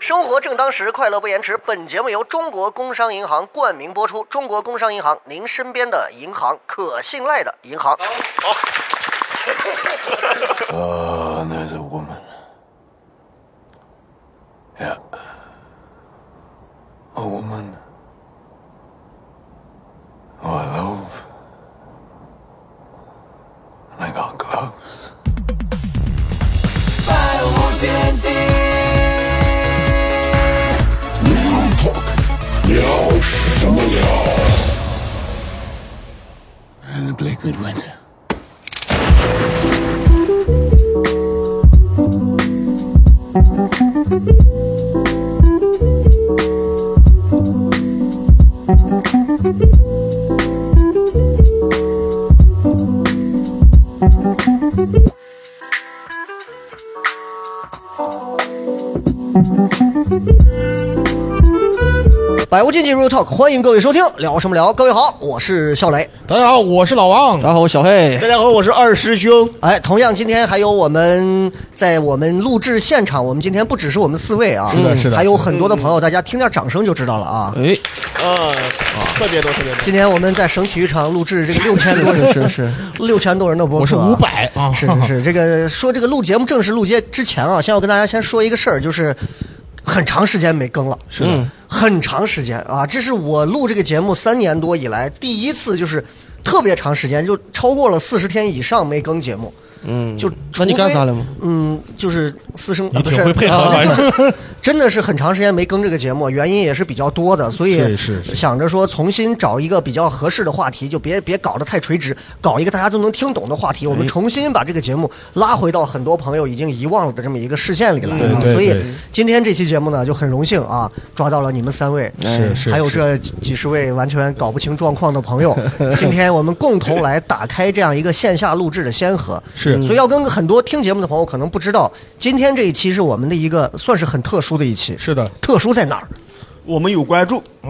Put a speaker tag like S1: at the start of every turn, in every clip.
S1: 生活正当时，快乐不延迟。本节目由中国工商银行冠名播出。中国工商银行，您身边的银行，可信赖的银行。
S2: Uh, and there's a woman. Yeah. A woman. Who Oh, I love. And I got close. 百无禁忌。聊什么聊？In the bleak midwinter.
S3: 嗯
S1: 《百无禁忌 Real Talk》，欢迎各位收听，聊什么聊？各位好，我是笑雷。
S4: 大家好，我是老王。
S5: 大家好，我小黑。
S6: 大家好，我是二师兄。
S1: 哎，同样，今天还有我们在我们录制现场，我们今天不只是我们四位啊，
S4: 是的是的
S1: 还有很多的朋友，大家听点掌声就知道了啊。
S5: 哎，
S6: 啊，特别多，特别多。
S1: 今天我们在省体育场录制这个六千多人，
S5: 是是，
S1: 六千多人的播客、
S4: 我是五。百啊，
S1: 是是是，这个说这个录节目正式录节之前啊，先要跟大家先说一个事儿，就是很长时间没更了，是
S5: 的嗯
S1: 很长时间啊，这是我录这个节目三年多以来第一次，就是特别长时间，就超过了四十天以上没更节目，
S5: 嗯，
S1: 就
S5: 那你
S1: 除非
S5: 干啥了吗？
S1: 嗯，就是私生，啊不是
S4: 挺会配合的
S1: 啊就是真的是很长时间没更这个节目，原因也是比较多的，所以
S4: 是是是
S1: 想着说重新找一个比较合适的话题，就别别搞得太垂直，搞一个大家都能听懂的话题，我们重新把这个节目拉回到很多朋友已经遗忘了的这么一个视线里来
S4: 对
S1: 啊。
S4: 对
S1: 所以
S4: 对
S1: 今天这期节目呢，就很荣幸啊，抓到了你们三位，
S4: 是是，
S1: 还有
S4: 是
S1: 这几十位完全搞不清状况的 朋友，今天我们共同来打开这样一个线下录制的先河。
S4: 是
S1: 所以要跟很多听节目的朋友可能不知道，今天这一期是我们的一个算是很特殊的一期。
S4: 是的，哦
S1: 特殊在哪儿？
S6: 我们有关注，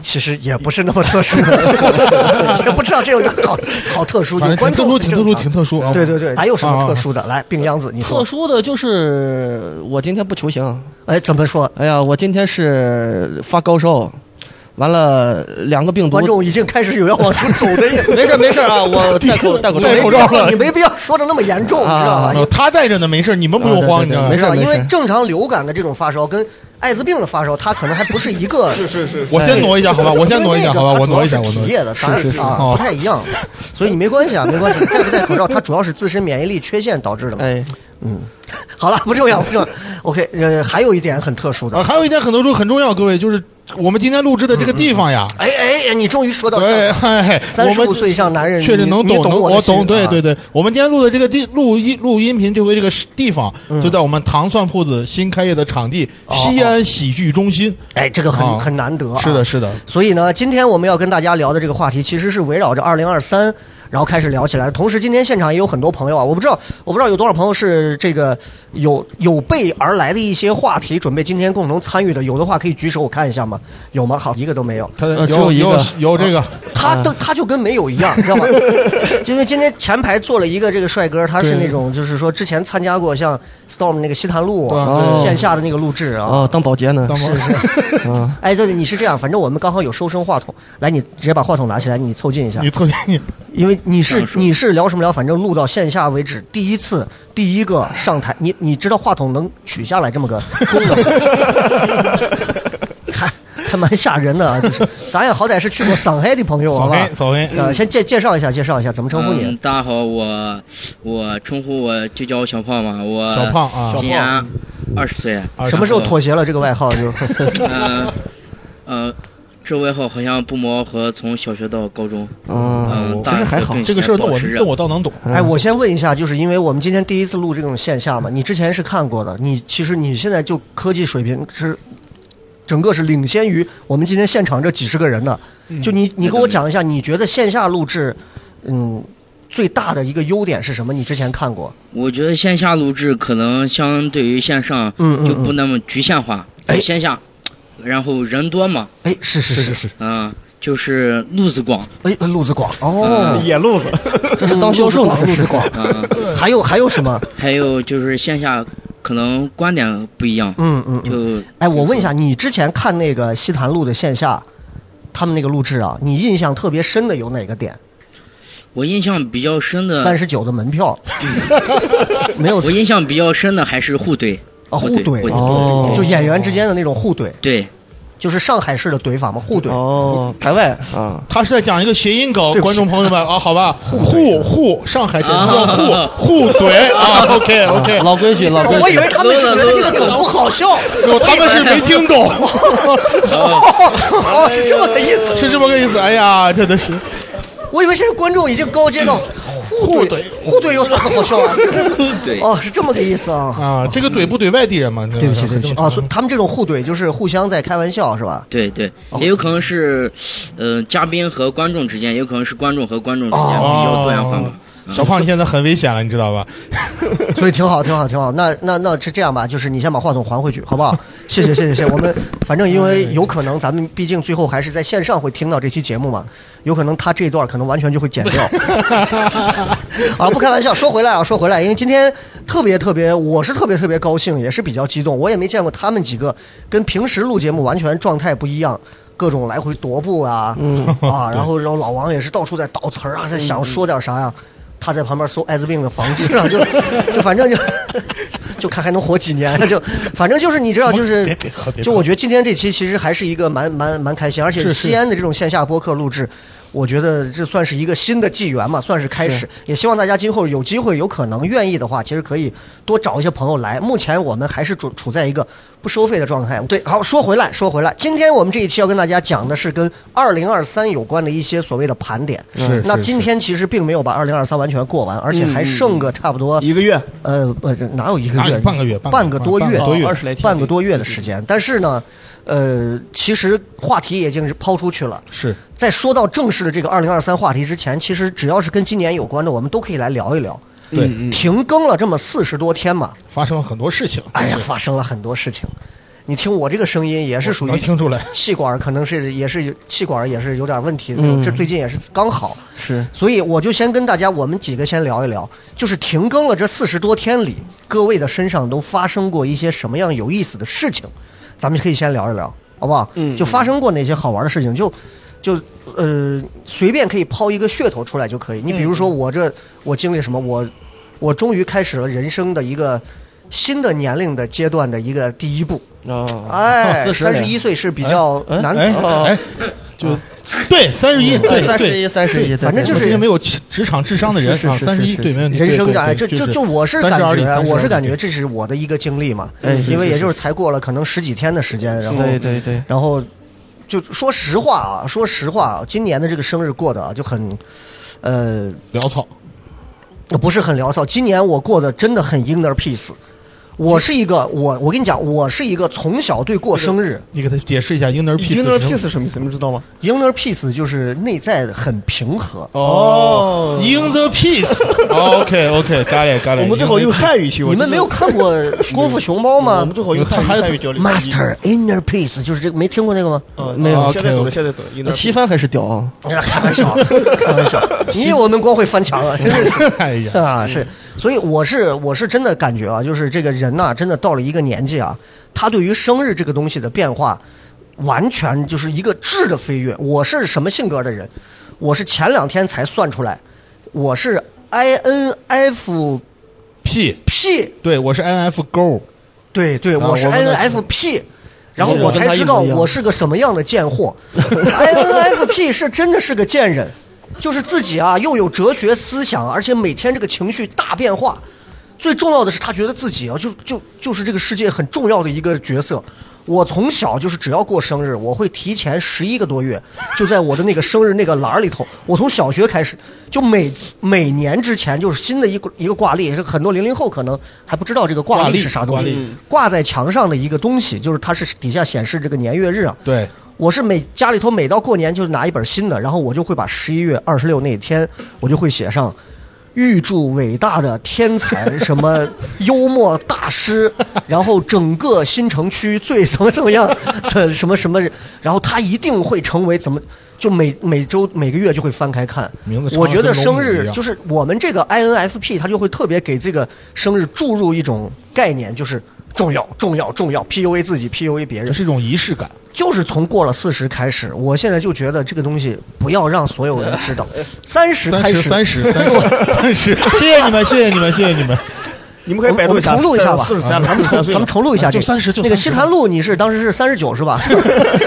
S1: 其实也不是那么特殊， 也不知道这有一个好好特殊，
S4: 反
S1: 有
S4: 正
S1: 观
S4: 挺特
S1: 众
S4: 殊，挺特殊，
S1: 很正常
S4: 挺特殊啊。
S1: 对对对，还有什么
S4: 啊
S1: 特殊的？来，病秧子，你
S5: 特
S1: 说，
S5: 殊的就是我今天不求行。
S1: 哎，怎么说？
S5: 哎呀，我今天是发高烧，完了两个病毒
S1: 观。 众已经开始有要往出走的意思
S5: 没事没事 啊，我戴口戴口
S1: 你
S5: 罩
S4: 戴
S1: 没
S4: 口
S1: 必要
S4: 罩了
S1: 你没必要说的那么严重，
S5: 啊
S1: 知道吧？
S4: 啊他带着呢，没事，你们不用
S5: 啊
S4: 慌，
S5: 对
S4: 你知道吗
S5: 对对没事
S1: 是吧？因为
S5: 没事
S1: 正常流感的这种发烧跟艾滋病的发烧，它可能还不是哎一个
S4: 我先挪一下，好吧，我先挪一下，好吧，我挪一下，我
S1: 体
S4: 挪一
S1: 液
S4: 下。
S1: 的，咱啊
S4: 哦
S1: 不太一样，所以你 没关系啊，没关系。戴不戴口罩，它主要是自身免疫力缺陷导致的嘛。
S5: 哎，
S1: 嗯好了，不重要，不重要。OK，呃，还有一点很特殊
S4: 呃，
S1: 的，
S4: 还有一点很多重很重要，各位，就是我们今天录制的这个地方呀，
S1: 哎哎，哎你终于说到
S4: 对，嗨，
S1: 三
S4: 我
S1: 十
S4: 们
S1: 五岁像男人，
S4: 确实
S1: 你
S4: 能
S1: 你
S4: 懂，能
S1: 我的
S4: 我
S1: 心
S4: 懂，对
S1: 啊
S4: 对对。我们今天录的这个地录音录音频，这回这个地方
S1: 嗯
S4: 就在我们糖蒜铺子新开业的场地西安喜剧中心。
S1: 哦哎，这个很
S4: 啊
S1: 很难得啊。
S4: 是的，是的，
S1: 所以呢，今天我们要跟大家聊的这个话题，其实是围绕着二零二三，然后开始聊起来。同时，今天现场也有很多朋友啊，我不知道，我不知道有多少朋友是这个有有备而来的一些话题，准备今天共同参与的。有的话可以举手，我看一下嘛。有吗？好，一个都没有。
S4: 他
S5: 呃只
S4: 有
S5: 有一
S4: 有
S5: 个啊
S4: 有这个，
S1: 他都他就跟没有一样，知道 吗？因为今天前排坐了一个这个帅哥，他是
S4: 对
S1: 那种就是说之前参加过像 Storm 那个西坛路啊
S4: 对
S5: 对
S1: 线下的那个录制啊。
S5: 啊，当保洁呢？
S4: 当是
S5: 啊，
S1: 哎，对对，你是这样，反正我们刚好有收声话筒，来，你直接把话筒拿起来，你凑近一下。
S4: 你凑近你
S1: 因为你是你是聊什么聊，反正录到线下为止，第一次第一个上台，你你知道话筒能取下来这么个功能， 还还蛮吓人的啊！就是咱也好歹是去过上海的朋友，
S4: 扫
S1: 好吧
S4: 黑？嗯扫黑，
S1: 呃，先介介绍一下，介绍一下怎么称呼
S3: 嗯
S1: 你？
S3: 大家好，我我称呼我就叫我小胖吧，我
S4: 小胖啊
S3: 今年二十岁，
S4: 二
S1: 什么时候妥协了这个外号就？
S3: 嗯呃，这外号好像不谋而合，从小学到高中，
S4: 哦
S1: 呃
S5: 嗯
S3: 嗯，
S5: 其实还好
S4: 这个事儿，那我
S3: 这
S4: 这我倒能懂。嗯
S1: 哎，我先问一下，就是因为我们今天第一次录这种线下嘛，你之前是看过的，你其实你现在就科技水平是整个是领先于我们今天现场这几十个人的。就你，你给我讲一下，你觉得线下录制，嗯，最大的一个优点是什么？你之前看过？
S3: 我觉得线下录制可能相对于线上
S1: 嗯嗯
S3: 就不那么局限化，
S1: 哎
S3: 线下，然后人多嘛，
S1: 哎，是是是是，
S3: 嗯，就是路子广，
S1: 哎，路子广哦，
S6: 野路 子，
S5: 这是当销售呢，
S1: 路子广，路子
S3: 嗯，
S1: 广。还有还有什么？
S3: 还有就是线下可能观点不一样，
S1: 嗯嗯嗯。
S3: 就
S1: 哎，我问一下，你之前看那个西坛路的线下，他们那个录制啊，你印象特别深的有哪个点？
S3: 我印象比较深
S4: 呃
S3: 的，
S1: 三十九的门票，没有
S3: 我印象比较深的还是互怼，
S1: 啊互
S3: 互
S1: 怼
S3: 互
S5: 哦
S1: 就演员之间的那种互怼，
S3: 对，
S1: 就是上海式的怼法嘛，互怼。
S5: 哦，排外啊，
S4: 他是在讲一个谐音梗
S1: 对，不
S4: 观
S1: 起啊
S4: 众朋友们啊，好吧，互互上海简称叫互互怼啊，OK OK，
S5: 老规矩，老规矩。
S1: 我以为他们是觉得这个梗不 好笑，
S4: 他们是没听 懂，
S1: 哦，是这么个意 思。
S4: 是这么个意思。哎呀，真的是，
S1: 我以为现在观众已经高阶 到互怼，互怼有啥子好笑啊？这这是
S3: 对
S1: 哦，是这么个意思啊。
S4: 啊，这个怼不怼外地人嘛？对
S1: 对不起，对不起啊，所以他们这种互怼就是互相在开玩笑，是吧？
S3: 对对，
S1: 哦
S3: 也有可能是，呃，嘉宾和观众之间，也有可能是观众和观众之间，比
S1: 哦
S3: 较多元化吧。
S4: 小胖，你现在很危险了，你知道吧？
S1: 所以挺好，挺好，挺好。那那那是这样吧，就是你先把话筒还回去，好不好？谢谢，谢谢，谢谢。我们反正因为有可能咱们毕竟最后还是在线上会听到这期节目嘛，有可能他这一段可能完全就会剪掉。 啊，不开玩笑，说回来啊，说回来，因为今天特别特别，我是特别特别高兴，也是比较激动。我也没见过他们几个跟平时录节目完全状态不一样。各种来回踱步啊，啊，然后然后老王也是到处在倒词儿啊，在
S4: 嗯
S1: 想说点啥呀、他在旁边搜艾滋病的防治啊，就就反正就就看还能活几年，就反正就是你知道，就是
S4: 别别喝别喝
S1: 就我觉得今天这期其实还是一个蛮蛮蛮开心，而且
S4: 是
S1: 西安的这种线下播客录制，我觉得这算是一个新的纪元嘛，算是开始。也希望大家今后有机会、有可能愿意的话，其实可以多找一些朋友来。目前我们还是处处在一个不收费的状态。对，好，说回来，说回来，今天我们这一期要跟大家讲的是跟二零二三有关的一些所谓的盘点。
S4: 是
S1: 那
S4: 是
S1: 今天其实并没有把二零二三完全过完，而且
S4: 嗯
S1: 还剩个差不多、
S6: 一个月，
S1: 呃，不是，哪有一个
S4: 哪
S1: 月？
S4: 有半个月
S1: 半
S4: 半
S1: 个
S4: 个
S1: 多月，
S4: 半个多月
S1: 哦
S4: 20
S5: 来天
S1: 半个多月的时间。但是呢，呃，其实话题已经是抛出去了。
S4: 是
S1: 在说到正式的这个二零二三话题之前，其实只要是跟今年有关的，我们都可以来聊一聊。
S4: 对，
S5: 嗯
S1: 停更了这么四十多天嘛，
S4: 发生了很多事情。
S1: 哎呀，
S4: 是
S1: 发生了很多事情。你听我这个声音也是属于
S4: 能听出来，
S1: 气管可能是也是气管也是有点问题的那
S5: 嗯
S1: 种，这最近也是刚好
S5: 是
S1: 所以我就先跟大家我们几个先聊一聊，就是停更了这四十多天里，各位的身上都发生过一些什么样有意思的事情，咱们可以先聊一聊，好不好？嗯，就发生过哪些好玩的事情，就就呃随便可以抛一个噱头出来就可以。你比如说我这我经历什么，我我终于开始了人生的一个新的年龄的阶段的一个第一步。
S5: 啊，
S1: 哎，
S5: 40了
S1: 三十一岁是比较
S5: 哎哎
S1: 难
S4: 哎
S5: 哦
S4: 哎，就 对三十一，对
S5: 嗯三十
S4: 对
S5: 一，三十一，对
S1: 反正就是
S4: 一个没有职场智商的人
S5: 是是
S4: 啊，
S5: 是
S4: 三十一
S5: 是
S4: 对没问题。
S1: 人生
S4: 对
S1: 的哎，
S4: 对
S1: 这
S4: 对
S1: 这
S4: 是
S1: 这我是感
S4: 32里
S1: 觉，啊我是感。
S4: 32
S1: 觉
S4: 里
S1: 这是我的一个经历嘛，
S5: 哎是
S1: 因为
S5: 是
S1: 也
S5: 是
S1: 就是才过了可能十几天的时间，然后
S5: 对对对，
S1: 然后就说实话啊，说实话啊，今年的这个生日过得啊就很，呃，
S4: 潦草，
S1: 不是很潦草。今年我过得真的很 inner peace。我是一个我我跟你讲，我是一个从小对过生日
S4: 你给他解释一下 inner peace。
S6: inner peace 是什么意思？你们知道吗？
S1: inner peace 就是内在很平和。
S4: 哦，inner 哦 peace。OK
S1: 哦
S4: OK，咖喱咖喱。
S6: 我们最好用
S4: inner peace
S6: 汉语去。我
S1: 你们没有看 过《功夫熊猫》
S6: 吗？
S1: 吗
S6: 我们最好用汉语
S4: 他还
S6: 汉语交流。
S1: ？Master Inner Peace 就是这个，没听嗯过那个吗？
S6: 啊，
S5: 没有
S6: 现在懂
S4: OK，OK
S6: 了，现在懂了。inner
S5: 那
S6: peace
S5: 七番还是 屌啊，
S1: 开玩笑，开玩笑，你以为我们光会翻墙啊？真是
S4: 哎呀，
S1: 啊，是，所以我是我是真的感觉啊，就是这个人呐、真的到了一个年纪啊，他对于生日这个东西的变化，完全就是一个质的飞跃。我是什么性格的人？我是前两天才算出来，我是 I N F
S4: P，
S1: P，
S4: 对我是 INF 勾，
S1: 对对，
S4: 啊
S1: 我是
S4: 我们
S1: I
S4: 的
S1: N F P。然后
S5: 是
S1: 我才知道
S5: 我跟他一模一样
S1: 我是个什么样的贱货，I N F P 是真的是个贱人，就是自己啊又有哲学思想，而且每天这个情绪大变化，最重要的是，他觉得自己啊，就就就是这个世界很重要的一个角色。我从小就是只要过生日，我会提前十一个多月，就在我的那个生日那个栏儿里头。我从小学开始，就每每年之前就是新的一个一个挂历，也是很多零零后可能还不知道这个挂
S4: 挂
S1: 历
S4: 历
S1: 是啥东
S4: 挂
S1: 西
S4: 历，嗯
S1: 挂在墙上的一个东西，就是它是底下显示这个年月日啊。
S4: 对，
S1: 我是每家里头每到过年就拿一本新的，然后我就会把十一月二十六那天，我就会写上“预祝伟大的天才什么幽默大师，然后整个新城区最怎么怎么样的什么什么，然后他一定会成为怎么。就每每周每个月就会翻开看
S4: 名字，长
S1: 我
S4: 得
S1: 觉得
S4: 跟龙
S1: 生
S4: 母一
S1: 日
S4: 样
S1: 就是我们这个 INFP，它就会特别给这个生日注入一种概念，就是重要、重要、重要，PUA 自己，PUA 别
S4: 这
S1: 人。
S4: 是一种仪式感。
S1: 就是从过了四十开始，我现在就觉得这个东西不要让所有人知 道，三十
S4: 三
S1: 开
S4: 十，
S1: 始，
S4: 三十，三十，三 十，谢谢你们，谢谢你们，谢谢你们。
S6: 你们可以百
S1: 我
S6: 度
S1: 们
S6: 一下，
S1: 重录一下吧，
S6: 四十三了，
S1: 咱
S6: 四
S1: 们
S6: 十三岁
S1: 重咱们
S6: 了，
S1: 重录一下这个，
S4: 啊就30就
S1: 那个
S4: 30
S1: 西坛路，你是当时是三十九是吧？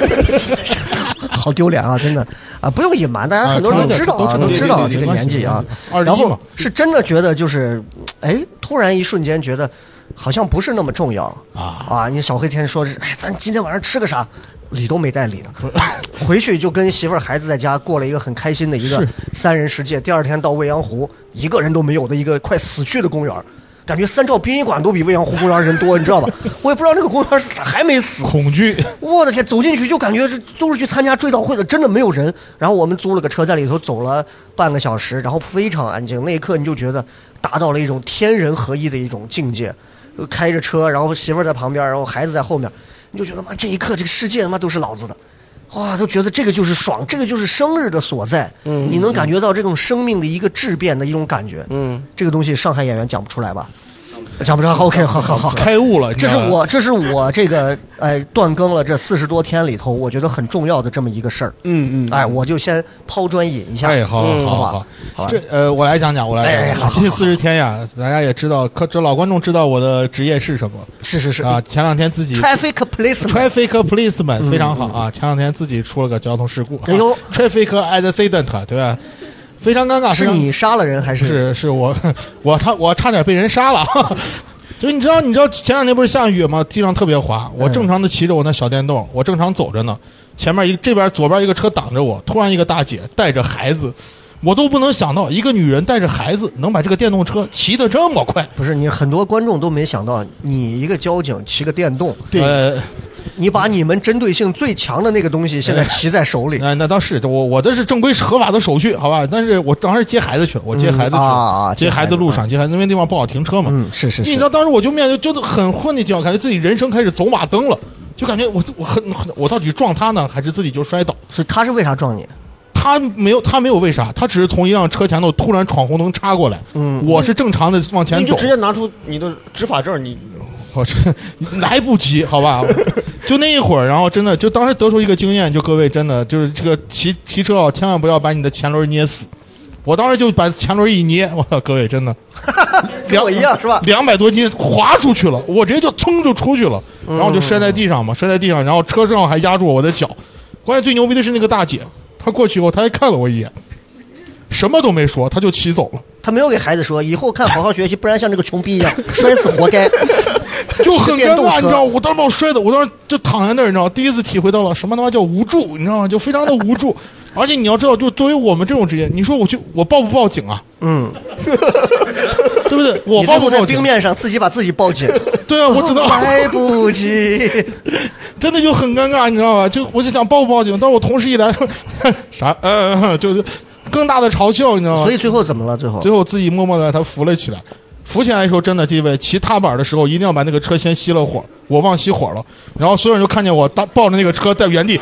S1: 好丢脸啊！真的啊，不用隐瞒，大家
S4: 啊
S1: 很多人
S4: 都
S1: 都知道啊，
S4: 都
S1: 都
S4: 知
S1: 知
S4: 道
S1: 道
S4: 对对对
S1: 这个
S4: 没关
S1: 年
S4: 系
S1: 纪啊
S4: 没关。系
S1: 然
S4: 21
S1: 后
S4: 嘛
S1: 是真的觉得就是，哎，突然一瞬间觉得好像不是那么重要
S4: 啊
S1: 你小黑天说是，哎，咱今天晚上吃个啥？理都没带理呢， 回去就跟媳妇儿孩子在家过了一个很开心的一个
S4: 是
S1: 三人世界。第二天到未央湖，一个人都没有的一个快死去的公园儿，感觉三兆殡仪馆都比未央湖公园人多，你知道吧？ 我也不知道那个公园是咋还没死。
S4: 恐惧，
S1: 我的天，走进去就感觉这都是去参加追悼会的，真的没有人。然后我们租了个车，在里头走了半个小时，然后非常安静。那一刻你就觉得达到了一种天人合一的一种境界。呃开着车，然后媳妇儿在旁边，然后孩子在后面，你就觉得妈这一刻这个世界他妈都是老子的，哇，都觉得这个就是爽，这个就是生日的所在。嗯，你能感觉到这种生命的一个质变的一种感觉。嗯，这个东西上海演员讲不出来吧？讲不出来。OK，好好好。好
S4: 开悟了。
S1: 这是
S4: 你知道吧
S1: 我，这是我这个哎断更了这四十多天里头，我觉得很重要的这么一个事儿。
S6: 嗯嗯，
S1: 哎，我就先抛砖引一下。嗯
S4: 哎，好
S1: 好
S4: 好
S1: 吧，好吧
S4: 这呃，我来讲讲，我来
S1: 哎
S4: 讲
S1: 好
S4: 讲。
S1: 好好
S4: 这四十天呀，大家也知道，可这老观众知道我的职业是什么
S1: 是是是
S4: 啊？前两天自己
S1: Traffic policeman，嗯
S4: traffic policeman 非常好啊，前两天自己出了个交通事故，
S1: 哎呦
S4: 啊，traffic accident 对吧？非常尴尬，非
S1: 是
S4: 常
S1: 你杀了人还是？
S4: 是是我我差我差点被人杀了。 就你知道，你知道前两天不是下雨吗？地上特别滑。我
S1: 哎
S4: 正常的骑着我那小电动，我正常走着呢，前面一这边左边一个车挡着我，突然一个大姐带着孩子，我都不能想到一个女人带着孩子能把这个电动车骑得这么快。
S1: 不是你很多观众都没想到，你一个交警骑个电动，
S4: 呃，
S1: 你把你们针对性最强的那个东西现在骑在手 里，
S4: 哎那那倒是，我我这是正规合法的手续，好吧？但是我当时接孩子去了，我接孩子去了，
S1: 嗯啊啊
S4: 接孩
S1: 接孩子
S4: 子路上接孩子，因为地方不好停车嘛。
S1: 嗯，是是
S4: 你知
S1: 是，
S4: 道当时我就面对就是很混的境，感觉自己人生开始走马灯了，就感觉我我很很我到底撞他呢，还是自己就摔倒？
S1: 所以他是为啥撞你？
S4: 他没有他没有为啥，他只是从一辆车前头突然闯红灯插过来，
S1: 嗯
S4: 我是正常的往前
S6: 你
S4: 走
S6: 就直，接拿出你的执法证，你
S4: 我这哦来不及，好吧？就那一会儿，然后真的就当时得出一个经验，就各位真的就是这个骑骑车啊，千万不要把你的前轮捏死。我当时就把前轮一捏，我操，各位 真的
S1: 跟我一样是吧？
S4: 两百多斤滑出去了，我直接就噌就出去了，然后我就摔在地上嘛，摔在地上，然后车上还压住我的脚。关键最牛逼的是那个大姐，她过去以后，她还看了我一眼，什么都没说，她就骑走了，
S1: 他没有给孩子说，以后看好好学习，不然像这个穷逼一样摔死活该。
S4: 就很
S1: 骑个
S4: 尴
S1: 电动
S4: 尬，
S1: 车
S4: 你知道，我当时把我摔的，我当时就躺在那儿，你知道，第一次体会到了什么他妈叫无助，你知道吗？就非常的无助。 而且你要知道，就作为我们这种职业，你说我去，我报不报警啊？
S1: 嗯，
S4: 对不对？我
S1: 你最
S4: 报
S1: 后
S4: 不
S1: 在
S4: 报警
S1: 冰？面上自己把自己抱紧，
S4: 对啊，我知道。
S1: 来不及。
S4: 真的就很尴尬，你知道吧？就我就想报不报警，但是我同事一来说 啥，嗯、嗯嗯就是更大的嘲笑，你知道吗？
S1: 所以最后怎么了？最后
S4: 最后我自己默默的他扶了起来。扶起来的时候，真的，这位骑踏板的时候，一定要把那个车先熄了火，我忘熄火了。然后所有人就看见我搭抱着那个车在原地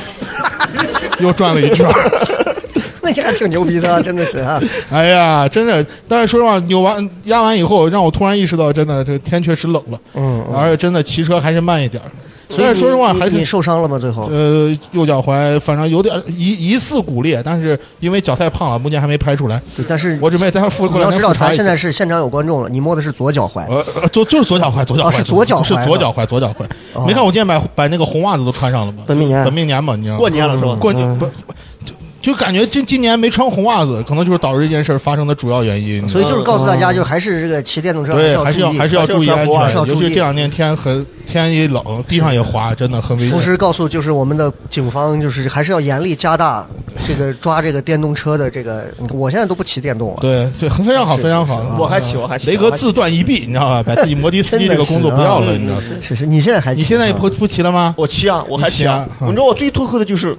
S4: 又转了一圈儿。
S1: 那你还挺牛逼的、啊，真的是啊！
S4: 哎呀，真的，但是说实话，扭完压完以后，让我突然意识到，真的这个天确实冷了，
S1: 嗯，
S4: 而且真的骑车还是慢一点儿。但是说实话，
S1: 你
S4: 还是
S1: 你受伤了吗？最后
S4: 呃，右脚踝反正有点疑疑似骨裂，但是因为脚太胖了，目前还没拍出来。
S1: 对，但是
S4: 我准备待会儿复
S1: 你
S4: 过来
S1: 要知道，
S4: 复查
S1: 咱
S4: 一
S1: 现
S4: 下
S1: 在是现场有观众了，你摸的是左脚踝，
S4: 呃，呃就就是左脚踝，左脚踝、
S1: 啊是左脚踝
S4: 是
S1: 啊
S4: 左脚踝，左脚踝。
S1: 哦
S4: 没看我今天把把那个红袜子都穿上了吗？
S5: 本命年
S4: 本命年嘛，你知道吗
S6: 过年了是吧？嗯
S4: 过年不不就就感觉今今年没穿红袜子，可能就是导致这件事儿发生的主要原因。你知
S1: 所
S4: 道
S1: 以
S4: 吗
S1: 就是告诉大
S6: 哦
S1: 家，就是还是这个骑电动车
S4: 嗯对，还是要
S1: 注意，
S4: 还是要注意安
S6: 还
S1: 是
S4: 全，
S1: 要啊
S4: 尤
S1: 注意
S4: 其这两天天很天一冷，地上也滑，真的很危
S1: 同
S4: 险。
S1: 时告诉就是我们的警方，就是还是要严厉加大这个抓这个电动车的这个。我现在都不骑电动了，
S4: 对，对，非常好，非常好。
S6: 我
S1: 嗯
S6: 还行，我还行。
S4: 雷哥自断一臂，你知道吧？把自己摩的司 机这
S5: 啊
S4: 个
S6: 啊
S4: 工作不要了，
S6: 嗯
S4: 你知道吗？
S1: 是是，你现在还骑
S4: 你现在也不不骑了吗？
S6: 我骑啊，我还骑啊
S4: 你骑啊。嗯
S6: 你知道我最痛恨的就是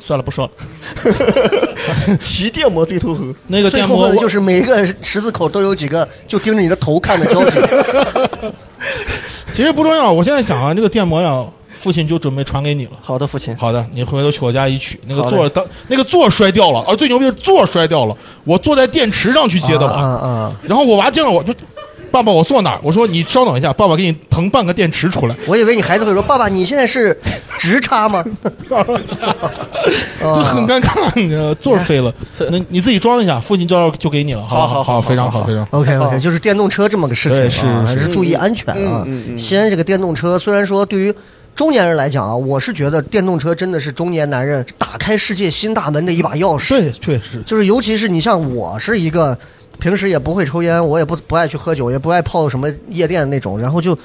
S6: 算了，不说了。 骑电摩最痛恨，
S4: 那个
S1: 最
S4: 电
S1: 痛
S4: 摩
S1: 恨的
S4: 我
S1: 就是每一个十字口都有几个就盯着你的头看的 交警，
S4: 其实不重要。我现在想啊，这个电摩呀，父亲就准备传给你了。
S5: 好的，父亲，
S4: 好的，你回头去我家一取，那个
S5: 好嘞
S4: 座儿当那个座儿摔掉了，而最牛逼的是座儿摔掉了，我坐在电池上去接的
S1: 啊
S4: 娃，
S1: 啊啊！
S4: 然后我娃见了我就，爸爸我坐哪儿？我说你稍等一下，爸爸给你腾半个电池出来，
S1: 我以为你孩子会说：“爸爸，你现在是直插吗
S4: 就很尴尬，你知道吗座儿飞了，那你自己装一下，父亲就就给你了，好
S5: 好好
S4: 好，
S5: 好
S4: 非常好
S5: 好
S4: 非常好。
S1: ？”OK OK，就是电动车这么个事情
S4: 对
S1: 啊，
S4: 是
S1: 还是注意安全啊
S6: 嗯嗯。嗯
S1: 西安这个电动车，虽然说对
S4: 嗯
S1: 于中年人来讲啊，我是觉得电动车真的是中年男人打开世界新大门的一把钥匙。
S4: 对，确实，
S1: 就是尤其是你像我是一个平时也不会抽烟，我也不不爱去喝酒，也不爱泡什么夜店那种，然后就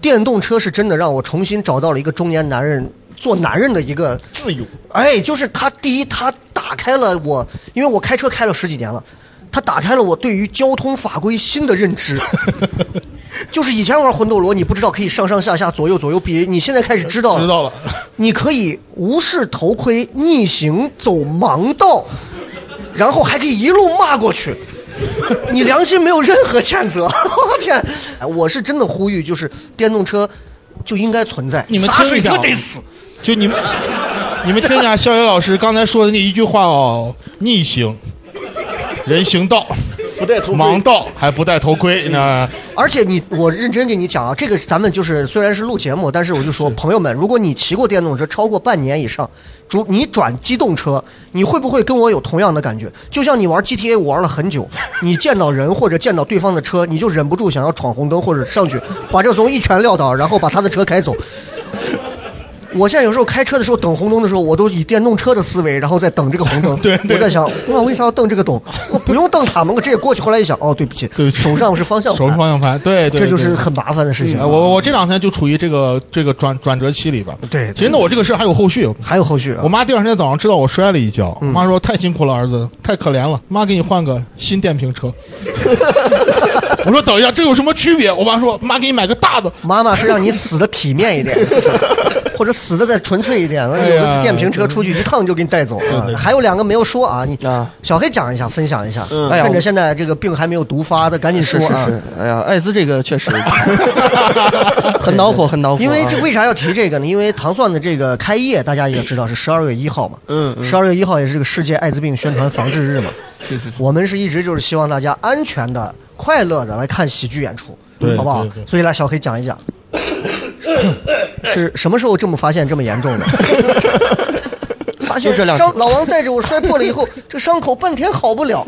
S1: 电动车是真的让我重新找到了一个中年男人做男人的一个
S6: 自由。
S1: 哎，就是他第一，他打开了我，因为我开车开了十几年了，他打开了我对于交通法规新的认知。 就是以前玩魂斗罗，你不知道可以上上下下、左右左右避，你现在开始知道了，
S4: 知道了，
S1: 你可以无视头盔逆行走盲道，然后还可以一路骂过去，你良心没有任何谴责。 我天，哎我是真的呼吁，就是电动车就应该存在，
S4: 你们
S1: 洒
S4: 听
S1: 水
S4: 一下
S1: 车
S4: 啊
S1: 得死。
S4: 就你们你们听一下肖野老师刚才说的那一句话哦，逆行，人行道，
S6: 不带头盔
S4: 盲道还不戴头盔，那
S1: 嗯而且你，我认真给你讲啊，这个咱们就是虽然是录节目，但是我就说，朋友们，如果你骑过电动车超过半年以上，主你转机动车，你会不会跟我有同样的感觉？就像你玩 GTA 我玩了很久， 你见到人或者见到对方的车，你就忍不住想要闯红灯或者上去把这怂一拳撂倒，然后把他的车开走。我现在有时候开车的时候等红灯的时候，我都以电动车的思维，然后再等这个红灯。
S4: 对对
S1: 我在想，哇，为啥要瞪这个灯？我不用瞪他们，我直接过去。后来一想，哦，对不起，
S4: 对不起
S1: 手上是方向
S4: 手
S1: 盘
S4: 持。方向盘，对，对
S1: 这就
S4: 对
S1: 是很麻烦的事情。啊
S4: 哎，我我这两天就处于这个这个转转折期里边。
S1: 对对
S4: 其实呢，我这个事儿还有后续。
S1: 还有后续啊嗯
S4: 我，妈第二天早上知道我摔了一跤，妈说太辛苦了，儿子太可怜了，妈给你换个新电瓶车。我说等一下，这有什么区别？我妈说妈给你买个大的。
S1: 妈妈是让你死的体面一点， 或者死的再纯粹一点。有
S4: 哎呀
S1: 的电瓶车出去一趟就给你带走啊
S4: 对。
S1: 还有两个没有说啊，你
S5: 啊
S1: 小黑讲一下，分享一下，
S5: 哎呀
S1: 趁着现在这个病还没有毒发的，赶紧
S5: 是
S1: 说
S5: 是
S1: 啊。
S5: 是，哎呀，艾滋这 个确实很恼火，很恼火啊。
S1: 因为这为啥要提这个呢？因为糖蒜的这个开业，大家也知道是十二月一号嘛。
S6: 嗯
S1: 十二月一号也是这个世界艾滋病宣传防治日嘛。
S4: 是是是，
S1: 我们是一直就是希望大家安全的、快乐的来看喜剧演出，
S4: 对
S1: 好不好
S4: 对对？
S1: 所以来小黑讲一讲，是什么时候这么发现这么严重的？发现
S5: 就这两
S1: 伤，老王带着我摔破了以后，这伤口半天好不了，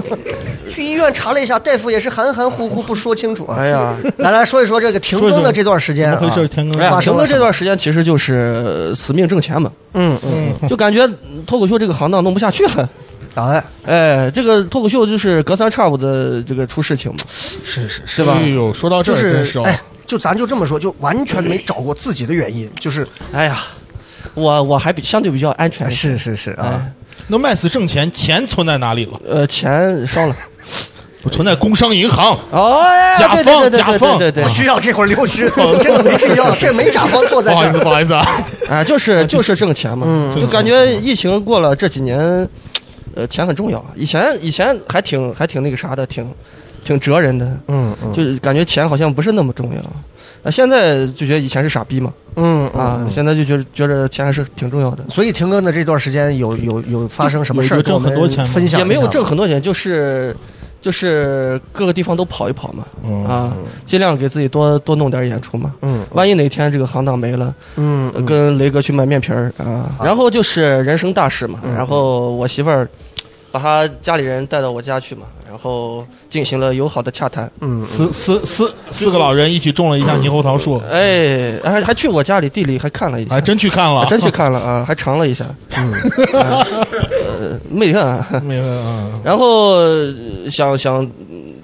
S1: 去医院查了一下，大夫也是含含糊糊不说清楚。啊
S5: 哎呀，
S1: 来 来说一说这个停更的这段时间啊
S4: 怎么回事？天哥
S5: 哎，呀，
S1: 发
S5: 停
S1: 生
S5: 更
S1: 了
S5: 这段时间其实就是呃死命挣钱嘛，
S1: 嗯嗯，
S5: 就感觉脱口秀这个行当弄不下去了。
S1: 档案
S5: 哎，这个脱口秀就是隔三差五的这个出事情嘛，
S1: 是是是，
S5: 对吧
S4: 哎？呦，说到这
S1: 就
S4: 儿真
S1: 是
S4: 是哦，
S1: 哎，就咱就这么说，就完全没找过自己的原因，就是
S5: 哎呀，我我还比相对比较 安全一些，
S1: 是是是
S4: 哎
S1: 啊，
S4: 能卖死挣钱，钱存在哪里了？
S5: 呃，钱烧了，
S4: 我存在工商银行。
S5: 哦，哎
S4: 甲
S5: 对
S4: 方
S5: 对对
S4: 甲
S5: 对
S4: 方
S5: 对对对
S1: 我
S5: 对，
S1: 需要这会儿 溜须， 真的没 必要，这没甲方坐
S4: 不
S1: 在这
S4: 好意思，
S1: 儿。
S4: 不好意思啊，
S5: 啊，就是就是挣钱嘛，
S4: 嗯
S5: 就感觉疫情过了这几年，呃，钱很重要。以前以前还挺还挺那个啥的，挺挺折人的，
S1: 嗯嗯
S5: 就是感觉钱好像不是那么重要。啊那现在就觉得以前是傻逼嘛，
S1: 嗯
S5: 啊，
S1: 嗯
S5: 现在就觉得觉着钱还是挺重要的。
S1: 所以停更的这段时间有有有发生什么事
S4: 有
S1: 儿，
S4: 有挣
S1: 跟我
S4: 很
S1: 们
S4: 多钱吗
S1: 分享
S5: 也
S1: 一下
S5: 没 有挣很多钱，就是就是各个地方都跑一跑嘛，
S4: 嗯
S5: 啊，尽量给自己多多弄点演出嘛。
S1: 嗯
S5: 万一哪天这个行当没了，
S1: 嗯
S5: 呃跟雷哥去卖面皮儿啊。然后就是人生大事嘛，
S1: 嗯
S5: 然后我媳妇儿把她家里人带到我家去嘛，然后进行了友好的洽谈。
S1: 嗯
S4: 四四四四个老人一起种了一下猕猴桃树，
S5: 哎，还还去我家里地里还看了一下
S4: 还，真去看了，
S5: 真 去看了啊，还尝了一下， 嗯，呃，没看啊。
S4: 没有啊。
S5: 然后呃想想，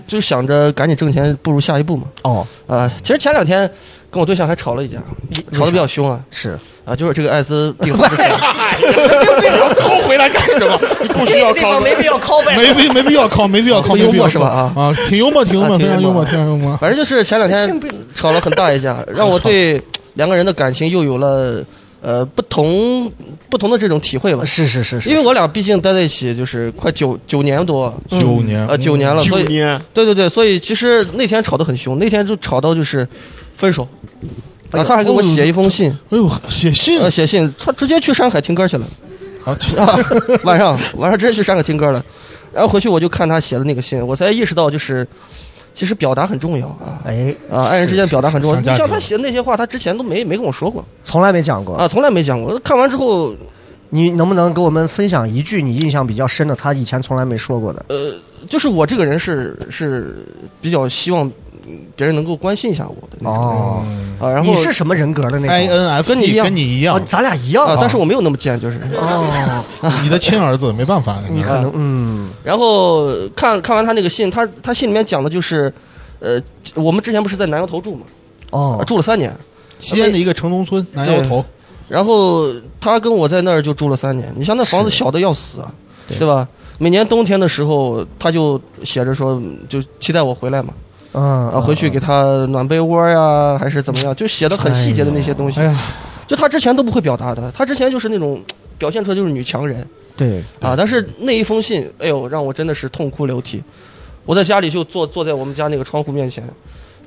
S5: 就想着赶紧挣钱，步入下一步嘛。
S1: 哦
S5: 啊、其实前两天跟我对象还吵了一架，吵得比较凶啊
S1: 是，。
S5: 啊，就是这个艾滋 病 哎
S1: 神经 病，
S4: 抠回来干什么？你不需
S1: 这
S4: 要
S1: 个地
S4: 抠
S1: 方。没必 要 call back。
S4: 没必没必要靠，没必要靠，
S5: 不幽
S4: 没
S5: 默
S4: 必要靠
S5: 是吧啊
S4: 啊，挺幽默，挺幽默，
S5: 啊
S4: 非
S5: 挺
S4: 常幽
S5: 幽
S4: 默，
S5: 默
S4: 非常幽默。
S5: 反正就是前两
S1: 神
S5: 天
S1: 经病
S5: 吵了很大一架，让我对两个人的感情又有了呃不同不同的这种体会吧。
S1: 是是是是，
S5: 因为我俩毕竟待在一起就是快九九年多，
S4: 九年
S5: 呃
S1: 嗯
S5: 九年了，
S6: 九
S5: 所以
S6: 年，
S5: 对对对，所以其实那天吵得很凶，那天就吵到就是分手。
S1: 哎
S5: 啊，
S1: 呦
S5: 他还给我写一封信，
S4: 哎呦，写信
S5: 呃，写信，他直接去山海听歌去了。
S4: 啊，
S5: 啊，晚上晚上直接去山海听歌了，然后回去我就看他写的那个信，我才意识到就是，其实表达很重要啊
S1: 哎，
S5: 啊，爱人之间表达很重
S4: 是
S5: 要。你
S4: 是是
S5: 像他写的那些话，他之前都没没跟我说过
S1: 从来没讲过。
S5: 啊，从来没讲过。看完之后，
S1: 你能不能给我们分享一句你印象比较深的，他以前从来没说过的？
S5: 呃，就是我这个人是是比较希望嗯别人能够关心一下我的那种
S1: 哦，
S5: 啊，然后
S1: 你是什么人格的那
S4: ，I
S1: 种？
S4: N F
S5: 跟你一样
S4: 跟你一
S1: 哦
S4: 样，，
S1: 咱俩一样
S5: 啊，但
S1: 啊。
S5: 是我没有那么贱，就是
S1: 哦，
S4: 你的亲儿子没办法，
S1: 你可能嗯，
S5: 然后看看完他那个信，他他信里面讲的就是，呃，我们之前不是在南窑头住嘛，
S1: 哦，
S5: 住了三年。
S4: 西安的一个城中村南窑头，
S5: 然后他跟我在那儿就住了三年。你像那房子小的要死啊，对吧？每年冬天的时候，他就写着说，嗯就期待我回来嘛，
S1: 嗯，
S5: 啊，回去给他暖被窝呀，还是怎么样，就写的很细节的那些东西
S4: 哎。呀，
S5: 就他之前都不会表达的，他之前就是那种表现出来就是女强人
S1: 对，
S5: 啊。但是那一封信，哎呦，让我真的是痛哭流涕。我在家里就坐坐在我们家那个窗户面前，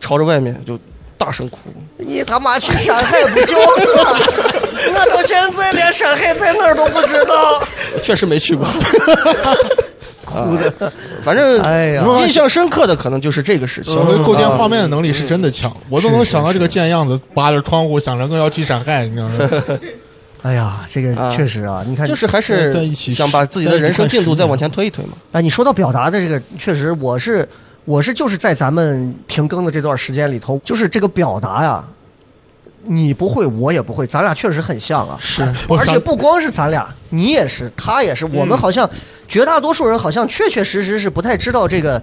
S5: 朝着外面就大声哭。
S1: 你他妈去山海不就了？ 我到现在连山海在哪儿都不知 道，
S5: 我确实没去过， 啊
S1: 哭的，
S5: 反正
S1: 哎呀，
S5: 印象深刻的可能就是这个啊事情
S4: 小。辉构建
S5: 嗯
S4: 画面的能力是真的强，我都能想到这个贱样子扒着窗户想着更要去闪害，你知道吗？
S1: 哎呀，这个
S5: 啊
S1: 确实啊，你看，
S5: 就是还
S4: 在
S5: 是
S4: 一起
S5: 想把自己的人生进度嗯再往前推一推嘛。
S1: 哎，你说到表达的这个，确实我是我是就是在咱们停更的这段时间里头，就是这个表达呀，你不会，我也不会，咱俩确实很像啊。
S5: 是，
S4: 我
S1: 而且
S4: 想嗯
S1: 不光是咱俩，你也是，他也是，我们好像绝大多数人好像确确实实是不太知道这个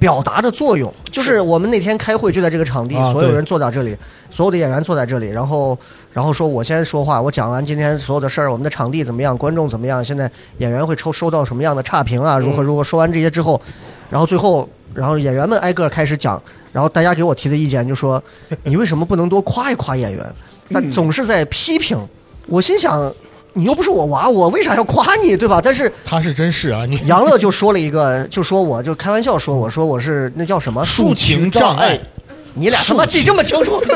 S1: 表达的作用。就是我们那天开会就在这个场地
S4: 啊，
S1: 所有
S4: 对
S1: 人坐到这里，所有的演员坐在这里，然后然后说我先说话，我讲完今天所有的事儿，我们的场地怎么样，观众怎么样，现在演员会抽收到什么样的差评啊，如
S4: 嗯
S1: 何如何。说完这些之后，然后最后。然后演员们挨个开始讲，然后大家给我提的意见就说，你为什么不能多夸一夸演员？
S4: 嗯
S1: 但总是在批评，我心想，你又不是我娃，我为啥要夸你，对吧？但是
S4: 他是真是啊，你
S1: 杨乐就说了一个，就说我就开玩笑说，我说我是那叫什么
S4: 抒情障碍，
S1: 你俩他妈记这么清楚，就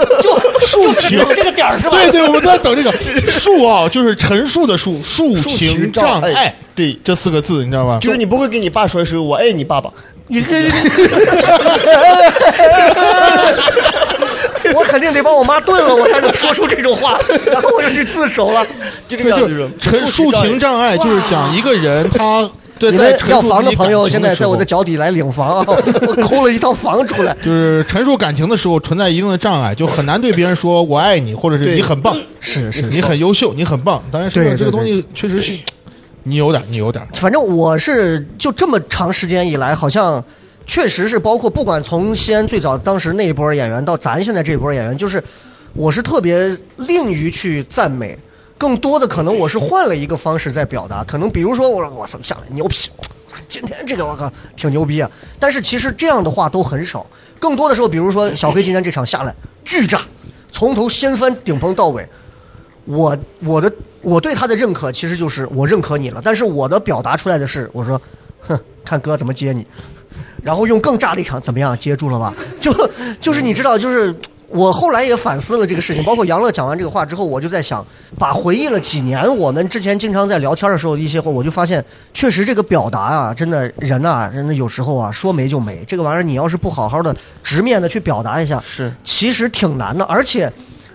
S1: 就在
S4: 情
S1: 等这个点儿是吧？
S4: 对对，我们都在等这个述啊，就是陈述的述，抒情障碍，对这四个字，你知道吧？
S6: 就是你不会跟你爸说一声“我爱你，爸爸
S1: 你 这， 我肯定得把我妈炖 了，我才能说出这种话，然后我就去自首了。”，
S6: 就 这
S4: 对，
S6: 个样
S4: 就
S6: 子
S4: 是
S6: 是。
S4: 陈述情障碍，就是讲一个人他对
S1: 你
S4: 在
S1: 们
S4: 陈
S1: 要
S4: 述
S1: 房
S4: 自
S1: 的
S4: 己
S1: 朋友
S4: 感
S1: 现
S4: 情
S1: 在
S4: 的时
S1: 在
S4: 候
S1: 我的。脚底来领房啊！ 我抠了一套房出来。
S4: 就是陈述感情的时候存在一定的障碍，就很难对别人说我爱你，或者是
S6: 对
S4: 你很棒，
S1: 是是
S4: 你很优秀，你很棒。但是这
S1: 对
S4: 个
S1: 对
S4: 这个
S1: 对
S4: 东西确实是，你有点，你有点，
S1: 反正我是就这么长时间以来，好像确实是包括不管从西安最早当时那一波演员到咱现在这一波演员，就是我是特别吝于去赞美，更多的可能我是换了一个方式在表达，可能比如说我说我怎么想的牛皮。今天这个我靠挺牛逼啊！但是其实这样的话都很少，更多的时候，比如说小黑今天这场下来巨炸，从头掀翻顶棚到尾，我我的我对他的认可其实就是我认可你了，但是我的表达出来的是我说，哼，看哥怎么接你，然后用更炸的一场怎么样接住了吧？ 就就是你知道，就是我后来也反思了这个事情，包括杨乐讲完这个话之后，我就在想，把回忆了几年我们之前经常在聊天的时候一些话，我就发现确实这个表达啊，真的人呐、真的有时候啊说没就没，这个玩意儿你要是不好好的直面的去表达一下，
S5: 是
S1: 其实挺难的，而且，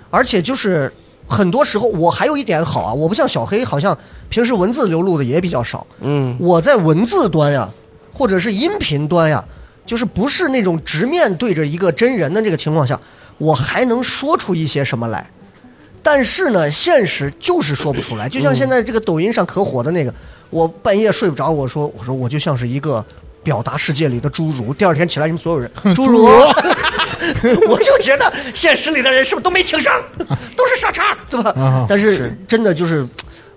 S1: 而且就是很多时候我还有一点好啊，我不像小黑，好像平时文字流露的也比较少。
S5: 嗯，
S1: 我在文字端呀，或者是音频端呀，就是不是那种直面对着一个真人的这个情况下，我还能说出一些什么来。但是呢，现实就是说不出来。就像现在这个抖音上可火的那个，我半夜睡不着，我说我说我就像是一个表达世界里的侏儒。第二天起来，你们所有 人侏儒， 我就觉得现实里的人是不是都没情商，都是傻叉，对吧？
S4: 啊
S1: 但是真的就是，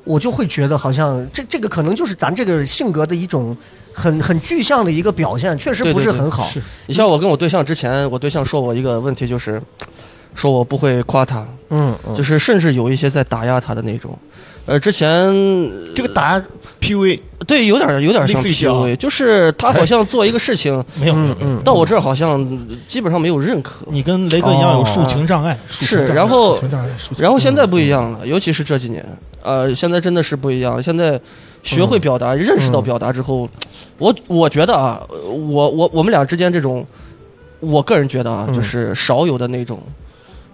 S1: 我就会觉得好像这这个可能就是咱这个性格的一种很很具象的一个表现，确实
S5: 对
S1: 不
S5: 对
S1: 是
S5: 对
S1: 很好。
S5: 你像我跟我对象之前，我对象说我一个问题就是，说我不会夸他，
S1: 嗯嗯，
S5: 就是甚至有一些在打压他的那种。呃，之前呃
S6: 这个答案 PUA
S5: 对有点有点像
S6: 类似于啊
S5: PUA，就是他好像做一个事情，
S4: 哎没有，没有
S1: 嗯嗯
S5: 到我这儿好像基本上没有认可。哦
S4: 你跟雷哥一样有抒情障碍，抒情
S5: 是
S4: 障碍
S5: 然后
S4: 抒情障碍抒情
S5: 然后现在不一样了，尤其是这几年，呃，现在真的是不一样。现在学会表达，认识到表达之后，我我觉得啊，我我我们俩之间这种，我个人觉得啊，
S1: 嗯
S5: 就是少有的那种，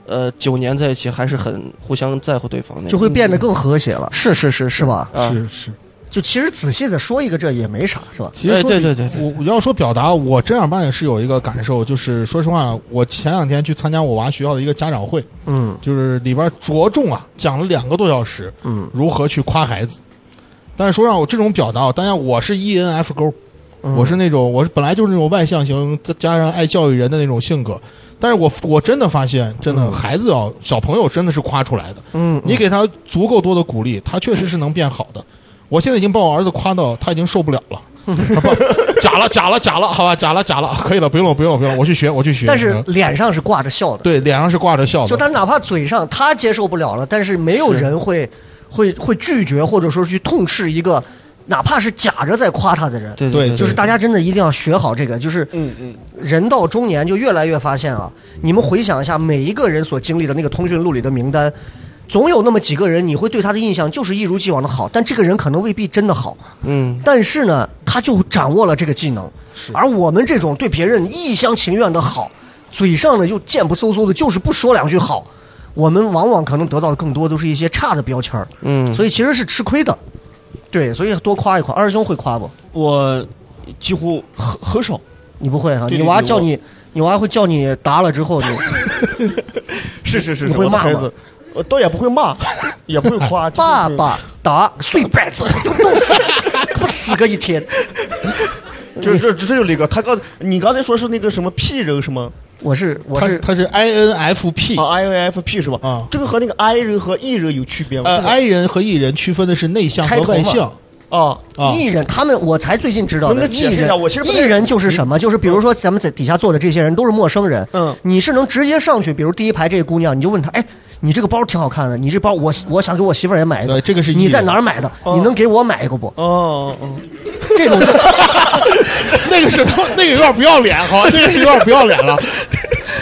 S5: 呃，九年在一起还是很互相在乎对方的，
S1: 就会变得更和谐了，
S5: 是是是
S1: 是？吧？
S5: 啊，
S4: 是是。
S1: 就其实仔细的说一个，这也没啥，是吧？
S4: 其实
S5: 哎
S4: 说
S5: 对
S4: 比
S5: 对对
S4: 我我要说表达，我正儿八经是有一个感受，就是说实话，我前两天去参加我娃学校的一个家长会，
S1: 嗯
S4: 就是里边着重啊讲了两个多小时，
S1: 嗯
S4: 如何去夸孩子。但是说让我这种表达，当然我是 E N F 勾，
S1: 嗯
S4: 我是那种我是本来就是那种外向型，再加上爱教育人的那种性格。但是我我真的发现，真的
S1: 嗯
S4: 孩子啊，小朋友真的是夸出来的。
S1: 嗯，
S4: 你给他足够多的鼓励，他确实是能变好的。我现在已经把我儿子夸到他已经受不了了，啊不，假了假了假了，好吧，假了假了，可以了，不用了不用了不用了，我去学我去学。
S1: 但是
S4: 嗯
S1: 脸上是挂着笑的，
S4: 对脸上是挂着笑
S1: 就
S4: 的，
S1: 他哪怕嘴上他接受不了了，但是没有人会会会拒绝或者说去痛斥一个哪怕是假着在夸他的人。
S5: 对
S4: 对
S5: 对，
S1: 就是
S5: 对
S1: 大家真的一定要学好这个，就是嗯嗯，人到中年就越来越发现啊，你们回想一下每一个人所经历的那个通讯录里的名单，总有那么几个人你会对他的印象就是一如既往的好，但这个人可能未必真的好，
S5: 嗯，
S1: 但是呢，他就掌握了这个技能，而我们这种对别人一厢情愿的好，嘴上呢又贱不嗖嗖的，就是不说两句好，我们往往可能得到的更多都是一些差的标签儿，
S5: 嗯
S1: 所以其实是吃亏的。对，所以多夸一夸。二师兄会夸不？
S6: 我几乎很很少，
S1: 你不会哈、
S6: 对
S1: 你
S6: 对
S1: 娃
S6: 对
S1: 叫
S6: 我
S1: 你，你娃会叫你打了之后，你
S6: 是是是
S1: 你
S6: 是，我
S1: 会
S6: 的
S1: 骂
S6: 孩
S1: 吗
S6: 子，我倒也不会骂，也不会 夸，就是
S1: 爸爸打碎板子，冻死，不死个一天。
S6: 这这这 就这个，他刚你刚才说是那个什么 P 人什么
S1: 我是我
S4: 他
S1: 是
S4: 他是 I N F P，
S6: 啊 INFP 是吧？
S4: 啊
S6: 这个和那个 I 人和 E 人有区别
S4: 呃
S6: 吗？
S4: ，I 人和 E 人区分的是内向
S1: 开
S4: 和
S1: 头
S4: 外
S1: 嘛
S4: 向
S6: 啊，
S4: 啊。
S1: 艺人，他们我才最近知道
S6: 能
S1: 的。
S6: 不能
S1: 艺
S6: 解释一
S1: 人
S6: 下我其实，不
S1: 艺
S6: 太
S1: 人就是什么？就是比如说咱们在底下坐的这些人都是陌生人，
S6: 嗯
S1: 你是能直接上去，比如第一排这个姑娘，你就问她，哎，你这个包挺好看的，你这包我我想给我媳妇儿也买一个，
S4: 对这个是艺
S1: 你在
S4: 人
S1: 哪儿买的？你能给我买一个 不？
S6: 哦哦，
S1: 这种就
S4: 那个是他妈那个有点不要脸，好 吧，那个是有点不要脸了。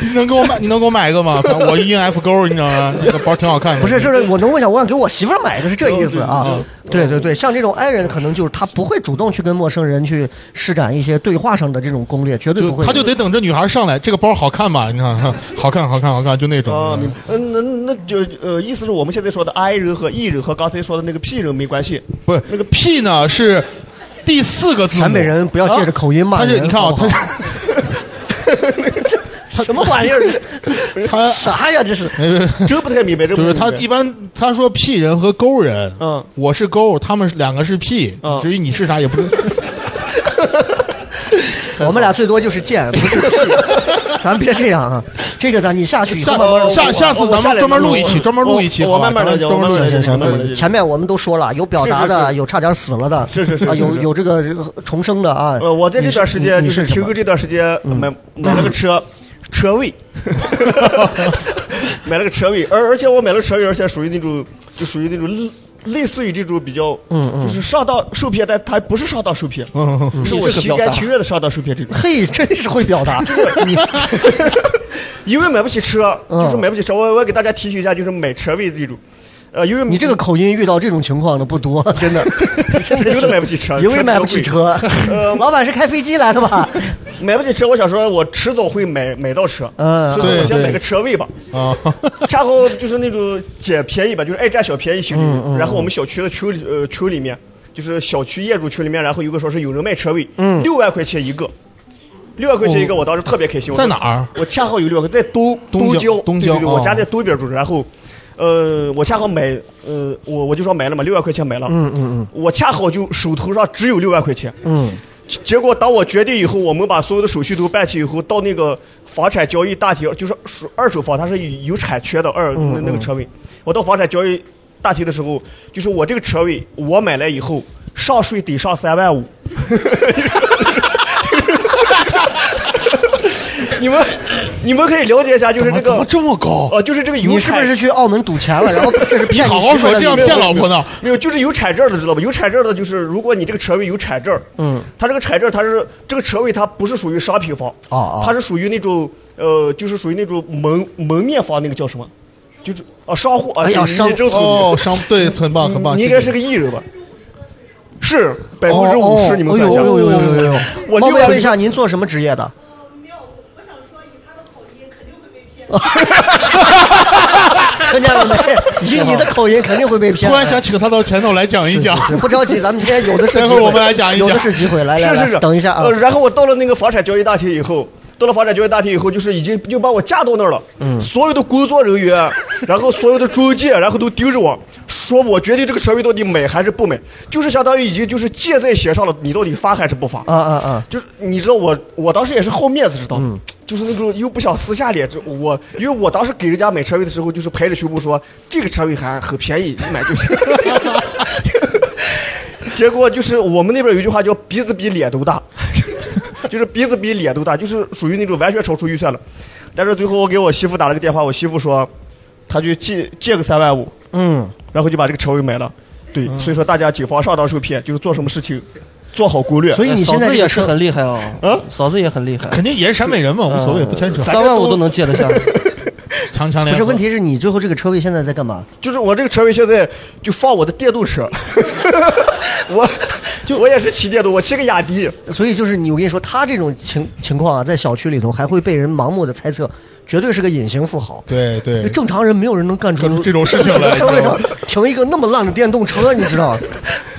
S4: 你能给我买？你能给我买一个吗？ 反正我 E N F 勾，你知道吗？那个包挺好看的。
S1: 不是，就是我能问一下，我想给我媳妇儿买一个，是这意思啊？
S6: 哦
S1: 对对对，像这种 i 人，可能就是他不会主动去跟陌生人去施展一些对话上的这种攻略，绝对不
S4: 就
S1: 会。
S4: 他就得等这女孩上来，这个包好看吧？你看， 好看，好看，好看，就那种。
S1: 哦
S6: 啊，明白。嗯，那那就呃，意思是我们现在说的 I 人和 E 人和刚才说的那个 P 人没关系。
S4: 不是
S6: 那个
S4: P 呢是第四个字母。
S1: 陕北人不要借着口音骂
S4: 他是
S1: 人
S4: 你看
S1: 好
S4: 啊
S1: 不，好
S4: 他是
S1: 什么玩 意儿？
S4: 他
S1: 啥呀？这是
S4: 没没，没
S6: 这不太明白，这不
S4: 就
S6: 太
S4: 是
S6: 明白
S4: 他一般他说 P 人和勾人，
S6: 嗯，
S4: 我是勾，他们两个是 P，
S6: 嗯
S4: 至于你是啥也不知。
S1: 我们俩最多就 是贱，不是屁。 咱别这样啊！这个咱你下去以后
S4: 下
S1: 慢慢
S4: 下下次
S6: 我
S4: 咱
S6: 下
S4: 们
S6: 来
S4: 专门录
S6: 我
S4: 一期，
S6: 我
S4: 专门录一期，
S6: 我我
S4: 好吧
S6: 慢慢了解
S4: 咱们专门
S6: 我慢
S4: 录
S6: 慢
S4: 一期
S6: 了解
S4: 专门
S6: 慢慢
S4: 录一
S6: 了
S4: 期
S6: 解。
S1: 前面我们都说了，有表达
S6: 是是
S1: 的，
S6: 是
S1: 有差点死了的，
S6: 是是是
S1: 啊，有
S6: 是是
S1: 有这个重生的啊。
S6: 呃，我在这段时间
S1: 你
S6: 就是是
S1: 什
S6: 停
S1: 么嗯
S6: 哥这段时间买买了个车，车 位， 买了个车位，而而且我买了车位，而且属于那种就属于那种类类似于这种比较，
S1: 嗯
S6: 就是上当受骗，但它不是上当受骗，
S4: 嗯
S6: 是我
S5: 你这个
S6: 心
S5: 表
S6: 甘
S5: 达
S6: 情愿的上当受骗这种。
S1: 嘿，真是会表达。 你
S6: 因为买不起车，
S1: 嗯
S6: 就是买不起车，我我给大家提醒一下，就是买车位这种，呃，因为
S1: 你这个口音遇到这种情况的不多，真 的，真的
S6: 有
S1: 是
S6: 的买不起车
S1: 因为买不起车。
S6: 呃
S1: 老板是开飞机来的吧？
S6: 买不起车，我想说，我迟早会买买到车，
S1: 嗯
S6: 所以说我
S4: 对
S6: 先
S4: 对
S6: 买个车位吧。
S4: 啊，
S6: 然后就是那种捡便宜吧，就是爱占小便宜型
S4: 嗯
S6: 的人。然后我们小区的群里呃群里面，就是小区业主群里面，然后有个说是有人卖车位，
S4: 嗯
S6: 六万块钱一个，六万块钱一个，我当时特别开心。我
S4: 哦在哪儿？
S6: 我恰好有六万块，在都
S4: 东
S6: 都
S4: 郊
S6: 郊，
S4: 东
S6: 对
S4: 郊
S6: 对对，
S4: 哦
S6: 我家在东边住着，然后。呃，我恰好买，呃，我我就说买了嘛，六万块钱买了，嗯嗯嗯，我恰好就手头上只有六万块钱，
S1: 嗯，
S6: 结结果当我决定以后，我们把所有的手续都办起以后，到那个房产交易大厅，就是属二手房，它是有有产权的二
S1: 嗯
S6: 那那个车位。我到房产交易大厅的时候，就是我这个车位我买来以后，上税得上三万五。 你们你们可以了解一下，就是
S4: 怎么
S6: 这
S4: 怎么
S6: 个
S4: 这么高？
S6: 呃，就是这个有
S1: 你是不
S6: 产
S1: 是去澳门赌钱了？然后 这是骗
S4: 好
S1: 媳
S4: 好
S1: 妇
S4: 说，
S1: 儿的
S4: 这样
S1: 理由
S4: 骗老婆呢？
S6: 没有，就是有产证的，知道吧？有产证的，就是如果你这个车位有产证，嗯，它这个产证它是这个车位它不是属于商品房，
S1: 哦哦
S6: 它是属于那种呃，就是属于那种门门面房，那个叫什么？就是啊，商户啊，
S1: 哎呀
S6: 就是
S1: 商
S6: 你这个
S4: 哦，商对，很棒，很棒。
S6: 你应
S4: 谢谢
S6: 该是个艺人吧？是百分之五
S1: 哦
S6: 十，
S1: 哦
S6: 你们
S1: 哎
S6: 算一
S1: 呦
S6: 下。
S1: 呦呦呦呦呦！
S6: 我
S1: 冒
S6: 另
S1: 昧
S6: 外
S1: 问
S6: 那
S1: 一
S6: 个
S1: 下，您做什么职业的？
S7: 没有，我想说以他的口音肯定会被骗。
S1: 看见了没？以 你的口音肯定会被骗。
S4: 突然想请他到前头来讲一讲。
S1: 是不着急，咱们今天有的是机
S4: 待
S1: 会，
S4: 会儿我们来讲一讲
S1: 有的是机会。来来
S6: 是
S1: 来，
S6: 是是，
S1: 等一下啊
S6: 呃，，然后我到了那个房产交易大厅以后， 到了房产交易大厅以后，就是已经就把我架到那儿了。嗯，所有的工作人员， 然后所有的中介，然后都盯着我，说我决定这个车位到底买还是不买，就是相当于已经就是箭在弦上了，你到底发还是不发？
S1: 啊啊啊！
S6: 就是你知道我，我当时也是好面子，知道
S1: 嗯
S6: 吗？就是那种又不想撕下脸，就我因为我当时给人家买车位的时候，就是拍着胸脯说这个车位还很便宜，你买就 行。结果就是我们那边有一句话叫鼻子比脸都大，就是鼻子比脸都大，就是属于那种完全超出预算了。但是最后我给我媳妇打了个电话，我媳妇说，她去借借个三万五，
S1: 嗯，
S6: 然后就把这个车位买了。对，所以说大家谨防上当受骗，就是做什么事情做好攻略。
S1: 所以你
S5: 哎嫂
S1: 现在
S5: 子
S1: 这
S5: 也
S1: 个
S5: 是
S1: 车
S5: 很厉害哦，
S6: 啊
S5: 嫂子也很厉害，
S4: 肯定也是陕北人嘛，无所谓，不
S6: 嗯
S4: 牵扯。
S5: 三万我都能 借得下。
S4: 强强
S1: 不
S4: 联
S1: 是
S4: 合。
S1: 问题是你最后这个车位现在在干嘛？
S6: 就是我这个车位现在就放我的电动车， 我就我也是骑电动，我骑个雅迪。
S1: 所以就是你，我跟你说，他这种情情况啊，在小区里头还会被人盲目的猜测，绝对是个隐形富豪。
S4: 对对，
S1: 正常人没有人能干
S4: 干
S1: 出
S4: 出这种事情来
S1: 这种车位上停一个那么烂的电动车，你知道，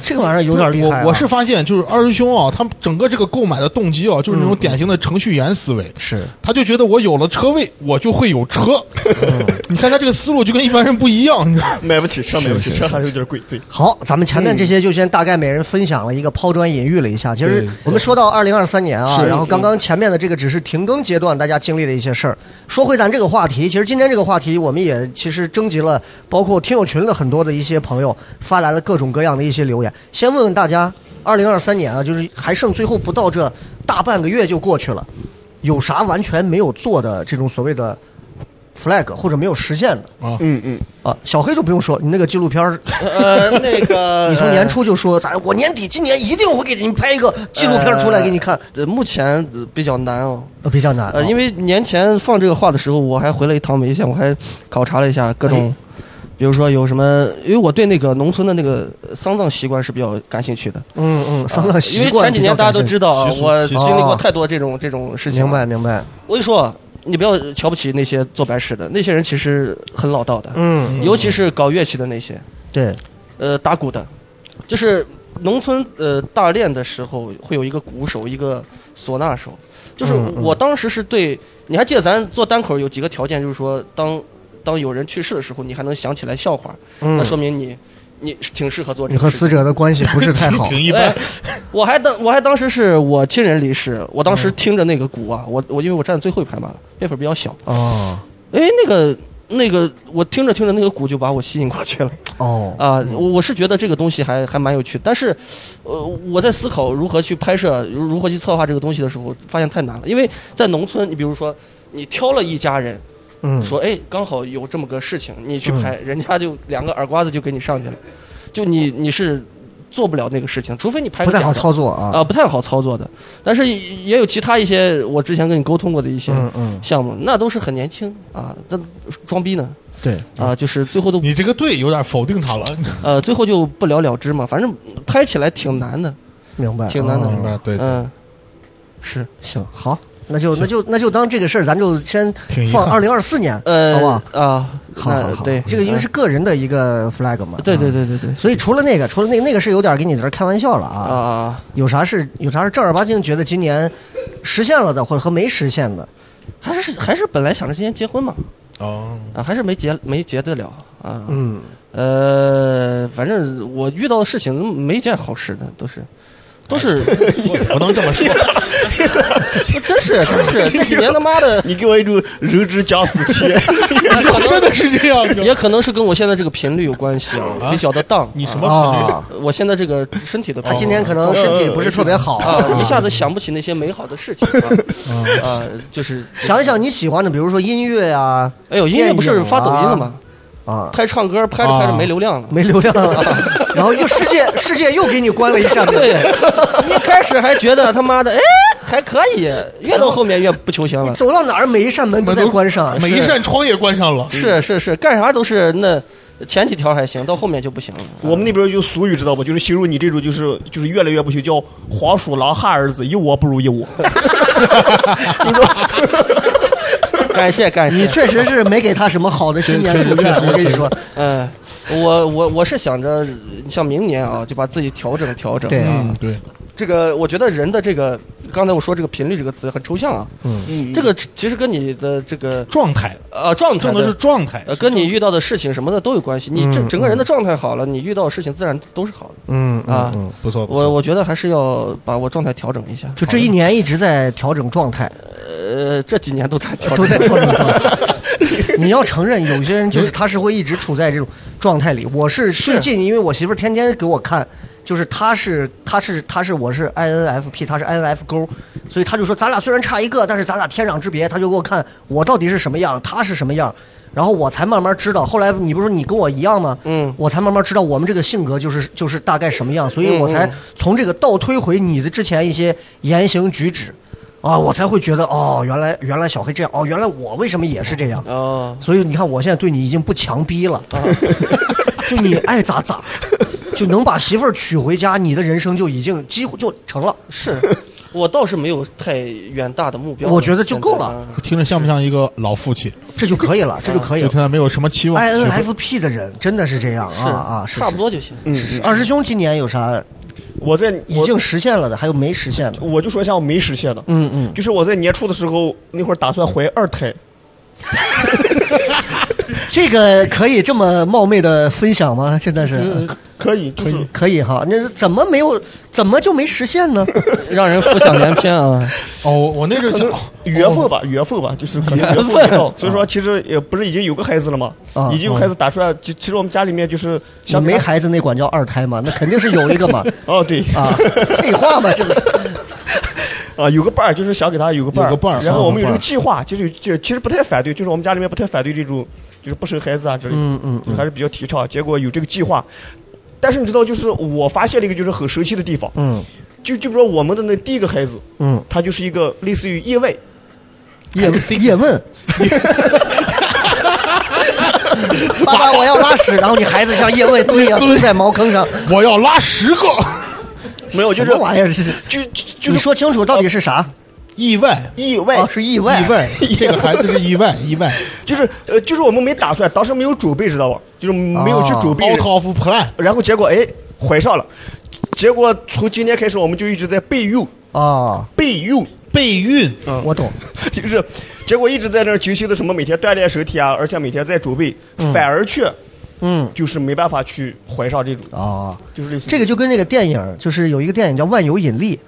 S1: 这个玩意儿有点厉害啊、
S4: 我我是发现，就是二师兄啊，他们整个这个购买的动机啊，就是那种典型的程序员思维。
S1: 嗯是，
S4: 他就觉得我有了车位，我就会有车。
S1: 嗯
S4: 你看他这个思路就跟一般人不一样，你知道吗？
S6: 买不起车，买不起车还是有点贵。对，
S1: 好，咱们前面
S6: 嗯
S1: 这些就先大概每人分享了一个抛砖引玉了一下。其实
S4: 对
S1: 我们说到二零二三年啊，
S6: 是
S1: 然后刚刚前面的这个只是停更阶段大家经历的一些事儿。说回咱这个话题，其实今天这个话题我们也其实征集了，包括听友群的很多的一些朋友发来了各种各样的一些留言。先问问大家，二零二三年啊，就是还剩最后不到这大半个月就过去了，有啥完全没有做的这种所谓的 flag 或者没有实现的
S6: 嗯嗯，
S1: 啊？小黑就不用说，你那个纪录片儿
S5: 呃，那 个
S1: 你从年初就说，咱我年底今年一定会给你拍一个纪录片出来给你看，
S5: 呃目前呃比较难哦。
S1: 呃，比较难啊，
S5: 呃，因为年前放这个话的时候，我还回了一趟眉县，我还考察了一下各种，
S1: 哎
S5: 比如说有什么，因为我对那个农村的那个呃丧葬习惯是比较感兴趣的。
S1: 嗯嗯，丧
S5: 啊
S1: 葬
S5: 因
S1: 习
S5: 为
S1: 惯
S5: 前几
S1: 比较
S5: 年大家
S1: 感
S5: 都
S1: 兴趣，
S5: 知道啊
S4: 习，俗
S5: 我
S4: 习
S5: 经
S1: 俗
S5: 历过
S1: 啊
S5: 太多这种这种事情。
S1: 明白。明白，
S5: 我跟你说啊，你不要瞧不起那些做白事的，那些人其实很老道的，
S1: 嗯，
S5: 尤其是搞乐器的那些，
S1: 对，
S5: 呃，打鼓的，就是农村呃大练的时候会有一个鼓手，一个唢呐手。就是
S1: 嗯
S5: 我当时是对，你还记得咱做单口有几个条件，就是说当当有人去世的时候，你还能想起来笑话，
S1: 嗯
S5: 那说明你你挺适合做这
S1: 你
S5: 个
S1: 和
S5: 事
S1: 死
S5: 情。
S1: 者的关系不是太好，
S4: 挺一般
S5: 哎。 我还当我还当时是我亲人离世，我当时
S1: 嗯
S5: 听着那个鼓啊，我我因为我站最后一排嘛，那会儿比较小，
S1: 哦
S5: 哎，那个那个我听着听着那个鼓就把我吸引过去了。
S1: 哦，
S5: 啊，我我是觉得这个东西还还蛮有趣的，但是，呃，我在思考如何去拍摄、如如何去策划这个东西的时候，发现太难了。因为在农村，你比如说，你挑了一家人，
S1: 嗯，
S5: 说，哎，刚好有这么个事情，你去拍，人家就两个耳刮子就给你上去了，就你你是做不了那个事情，除非你拍
S1: 不
S5: 个
S1: 太
S5: 假
S1: 好
S5: 的
S1: 操作
S5: 啊、
S1: 啊，
S5: 不太好操作的。但是也有其他一些我之前跟你沟通过的一些
S1: 嗯嗯
S5: 项目，那都是很年轻啊，那装逼呢
S1: 对，
S5: 啊，就是最后都
S4: 你这个对有点否定他了，
S5: 呃，最后就不了了之嘛。反正拍起来挺难的，
S1: 明白，
S5: 挺难的
S1: 哦
S4: 明白？对，对
S5: 嗯，是，
S1: 行，好，那就那就那就当这个事儿，咱就先
S4: 挺遗
S1: 放
S4: 憾
S1: 二零二四年，
S5: 呃，
S1: 好不好？
S5: 啊，
S1: 好
S5: 那
S1: 好好，
S5: 对，
S1: 这个因为是个人的一个 flag 嘛，
S5: 呃，对对
S1: 啊。
S5: 对对对，
S1: 所以除了那个，除了那个，那个是有点给你在这儿开玩笑了啊
S5: 啊，
S1: 有啥是有啥是正儿八经觉得今年实现了的，或者和没实现的？
S5: 还是还是本来想着今年结婚嘛，
S4: 哦，
S5: 啊，还是没结没结得了啊，
S1: 嗯，
S5: 呃，反正我遇到的事情没一件好事的，都是。都是，
S6: 哎
S4: 我能这么说，
S5: 真是真是这几年他妈的，
S6: 你给我一种人之将死其 言。
S4: 真的是这样。你知 道吗
S5: 也可能是跟我现在这个频率有关系啊，比较的荡。
S4: 你什么频率？
S1: 啊，
S5: 我现在这个身体的
S1: 他
S5: 频率，
S1: 今天可能身体不是特别好，
S5: 啊，一下子想不起那些美好的事情 啊，啊，就是
S1: 想一，想你喜欢的，比如说音乐啊，
S5: 哎呦，音乐不
S1: 电
S5: 是
S1: 影啊
S5: 发抖音了吗？
S1: 啊，
S5: 拍唱歌拍着拍着没流量了。
S1: 没流量 了，然后又世界世界又给你关了一下
S5: 对，一开始还觉得他妈的， 哎，还可以，越到后面越不求行
S1: 你
S5: 了。
S1: 走到哪儿每一扇门不再关上，
S4: 每一扇窗也关上了。
S5: 是是是，干啥都是那前几条还行，到后面就不行了。
S6: 我们那边有俗语知道不？就是形容你这种就是就是越来越不行，叫黄鼠狼汉儿子，一窝不如一窝。
S5: 感谢
S4: 哎
S5: 感谢，
S1: 你确实是没给他什么好的新年祝愿，我跟你说，
S5: 嗯，我我我是想着像明年啊，就把自己调整调整。
S1: 对啊，
S4: 嗯，对，
S5: 这个我觉得人的这个，刚才我说这个频率这个词很抽象啊，
S6: 嗯
S5: 这个其实跟你的这个
S4: 状态，
S5: 呃状态
S4: 更多
S5: 的
S4: 是状态嗯
S5: 呃，。跟你遇到的事情什么的都有关系。你这整个人的状态好了，你遇到的事情自然都是好的。
S1: 嗯
S5: 啊
S1: 嗯嗯
S4: 不错，不错
S5: 我我觉得还是要把我状态调整一下。
S1: 就这一年一直在调整状态，
S5: 呃，这几年都在调
S1: 都
S5: 整。
S1: 在调整状态。 你要承认，有些人就是他是会一直处在这种状态里。我是最近，因为我媳妇儿天天给我看，就是她是她是她是我是 INFP，她是 INF 勾，所以她就说咱俩虽然差一个，但是咱俩天壤之别。她就给我看我到底是什么样，她是什么样，然后我才慢慢知道。后来你不是说你跟我一样吗？
S5: 嗯
S1: 我才慢慢知道我们这个性格就是就是大概什么样，所以我
S5: 嗯
S1: 才
S5: 嗯
S1: 从这个倒推回你的之前一些言行举止，啊，我才会觉得哦，原来原来小黑这样，哦，原来我为什么也是这样。
S5: 哦，
S1: 所以你看，我现在对你已经不强逼了，
S5: 啊
S1: 就你爱咋 咋，就能把媳妇儿娶回家，你的人生就已经几乎就成了。
S5: 是，我倒是没有太远大的目标，
S1: 我觉得就够了
S5: 现在啊
S4: 听着像不像一个老父亲？啊
S1: 这就可以
S5: 嗯
S1: 了，这就可以
S4: 对
S1: 了。
S4: 他没有什么期望。
S1: INFP 的人真的是这样啊啊，是
S5: 差不。多就行。嗯，
S1: 是二师兄今年有啥
S6: 我在
S1: 已
S6: 我
S1: 经实现了的，还有没实现的？
S6: 我就说一下我没实现的，
S1: 嗯嗯，
S6: 就是我在年初的时候那会儿打算怀二胎，
S1: 这个可以这么冒昧的分享吗？真的
S5: 嗯
S1: 是
S6: 可以，就是
S1: 可以哈。那怎么没有？怎么就没实现呢？
S5: 让人浮想联翩啊！
S4: 哦，我我那阵
S6: 可
S4: 想
S6: 能，缘分吧，缘分吧，就是可能缘分没到，所以说其实也不是已经有个孩子了嘛
S1: 啊，
S6: 已经有孩子打算，其其实我们家里面就是
S1: 你
S6: 想
S1: 没孩子那管叫二胎吗？那肯定是有一个嘛。
S6: 哦对
S1: 啊，废话嘛，这不是
S6: 啊，有个伴儿，就是想给他有个伴儿，
S4: 有个伴儿
S6: 然
S4: 啊
S6: 后我们
S4: 有
S6: 有
S4: 个伴儿
S6: 这个计划，就是就其实不太反对，就是我们家里面不太反对这种，就是不生孩子啊之类的，
S1: 嗯嗯
S6: 就是还是比较提倡。结果有这个计划，但是你知道，就是我发现了一个就是很神奇的地方，
S1: 嗯
S6: 就就比如说我们的那第一个孩子，
S1: 嗯，
S6: 他就是一个类似于意外，
S1: 叶叶问。爸爸，我要拉屎，然后你孩子像叶问蹲一样蹲在茅坑上，
S4: 我要拉十个
S6: 没有，就
S1: 什
S6: 是
S1: 么玩意儿？这是
S6: 就就就
S1: 你
S6: 是
S1: 说清楚到
S4: 啊
S1: 底是啥？
S4: 意外，
S6: 意外
S1: 啊，，是意外，
S4: 意 外，这个孩子是意外，意外。
S6: 就是呃，就是我们没打算，当时没有准备，知道吧？就是没有去准备
S1: 啊
S4: Out，of plan，
S6: 然后结果哎怀上了，结果从今天开始我们就一直在备孕，
S1: 啊！
S6: 备孕。嗯
S4: 备孕，
S1: 我懂，
S6: 就是结果一直在那儿精心的什么每天锻炼身体啊，而且每天在准备，反而却
S1: 嗯
S6: 就是没办法去怀上这种，
S1: 啊，
S6: 就是类似于
S1: 这个就跟那个电影，就是有一个电影叫《万有引力》，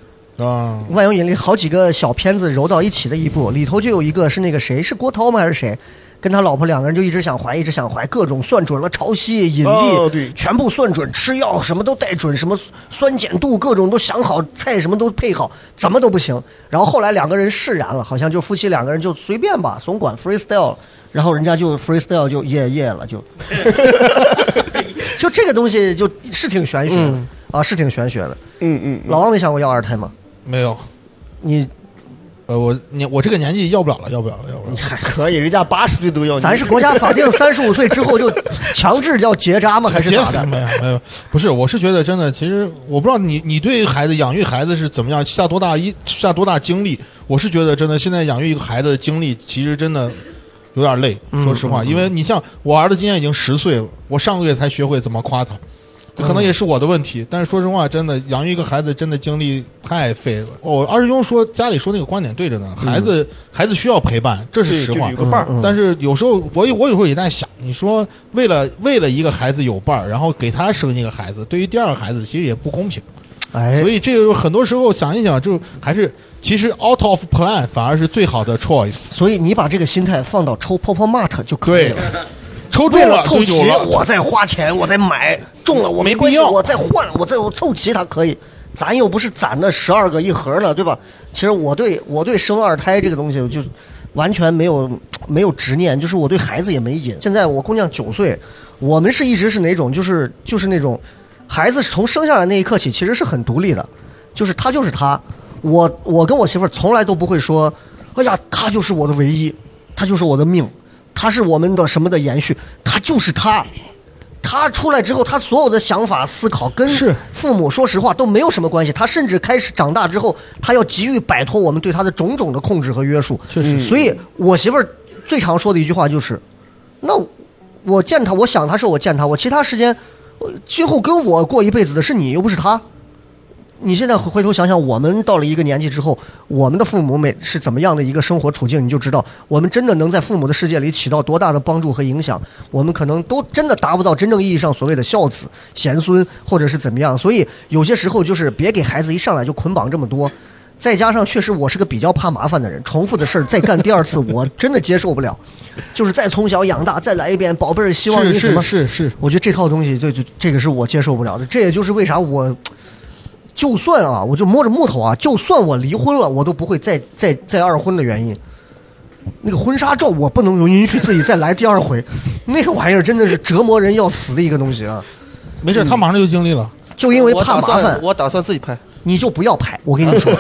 S4: 啊
S1: 《万有引力》好几个小片子揉到一起的一部，里头就有一个是那个谁，是郭涛吗？还是谁？跟他老婆两个人就一直想怀，一直想怀，各种算准了潮汐、引力，
S6: 哦对
S1: 全部算准，吃药什么都带准，什么酸碱度各种都想好，菜什么都配好，怎么都不行。然后后来两个人释然了，好像就夫妻两个人就随便吧，总管 freestyle，然后人家就 freestyle 就耶耶了，就， 就这个东西就是挺玄学的、
S5: 嗯
S1: 啊，是挺玄学的。
S6: 嗯嗯
S1: 老王没想过要二胎吗？
S4: 没有。
S1: 你
S4: 呃，我年我这个年纪要不了了，要不了了，要不了了。
S6: 可以，人家八十岁都要，
S1: 咱是国家法定三十五岁之后就强制要结扎吗？还是
S4: 结
S1: 咋的？
S4: 没有没有，不是，我是觉得真的，其实我不知道你你对孩子养育孩子是怎么样下多大一下多大精力，我是觉得真的现在养育一个孩子的精力其实真的有点累，
S1: 嗯
S4: 说实话，因为你像我儿子今年已经十岁了，我上个月才学会怎么夸他。可
S1: 嗯
S4: 能也是我的问题，但是说实话，真的养育一个孩子真的精力太费了。我、二师兄说家里说那个观点对着呢，
S1: 嗯
S4: 孩子、孩子需要陪伴，这是
S6: 对
S4: 实
S6: 就
S4: 话。
S6: 有个伴儿，
S4: 但是有时候我有我有时候也在想，你说为了为了一个孩子有伴儿，然后给他生一个孩子，对于第二个孩子其实也不公平。
S1: 哎
S4: 所以这个很多时候想一想，就还是其实 out of plan 反而是最好的 choice。
S1: 所以你把这个心态放到抽泡泡玛特就可
S4: 对
S1: 以了。，
S4: 哎抽中
S1: 为
S4: 了
S1: 了凑
S4: 就有
S1: 齐，
S4: 了。
S1: 我再花钱，我再买，中了我没关系，
S4: 没必要
S1: 我再换，我再我凑齐它可以。咱又不是攒那十二个一盒了，对吧？其实我对我对生二胎这个东西我就完全没有没有执念，就是我对孩子也没瘾。现在我姑娘九岁，我们是一直是哪种，就是就是那种孩子从生下来那一刻起其实是很独立的，就是他就是他。我我跟我媳妇儿从来都不会说，哎呀，他就是我的唯一，他就是我的命，他是我们的什么的延续，他就是他。他出来之后，他所有的想法、思考跟
S4: 是
S1: 父母说实话都没有什么关系。他甚至开始长大之后，他要急于摆脱我们对他的种种的控制和约束。
S4: 确实
S1: 所以我媳妇儿最常说的一句话就是：“那我见他，我想他是我见他，我其他时间，呃最后跟我过一辈子的是你，又不是他。”你现在回头想想，我们到了一个年纪之后，我们的父母每是怎么样的一个生活处境，你就知道我们真的能在父母的世界里起到多大的帮助和影响。我们可能都真的达不到真正意义上所谓的孝子、贤孙，或者是怎么样。所以有些时候就是别给孩子一上来就捆绑这么多。再加上，确实我是个比较怕麻烦的人，重复的事儿再干第二次，我真的接受不了。就是再从小养大，再来一遍，宝贝儿，希望你
S4: 是
S1: 什么？
S4: 是是是，
S1: 我觉得这套东西，这就这个是我接受不了的。这也就是为啥我，就算啊，我就摸着木头啊，就算我离婚了，我都不会再再再二婚的原因。那个婚纱照，我不能允许自己再来第二回， 那个玩意儿真的是折磨人要死的一个东西啊！
S4: 没事，他马上就经历了。
S1: 就因为
S5: 我
S1: 怕
S5: 打
S1: 麻烦
S5: 算，我打算自己拍。
S1: 你就不要拍。我跟你 说，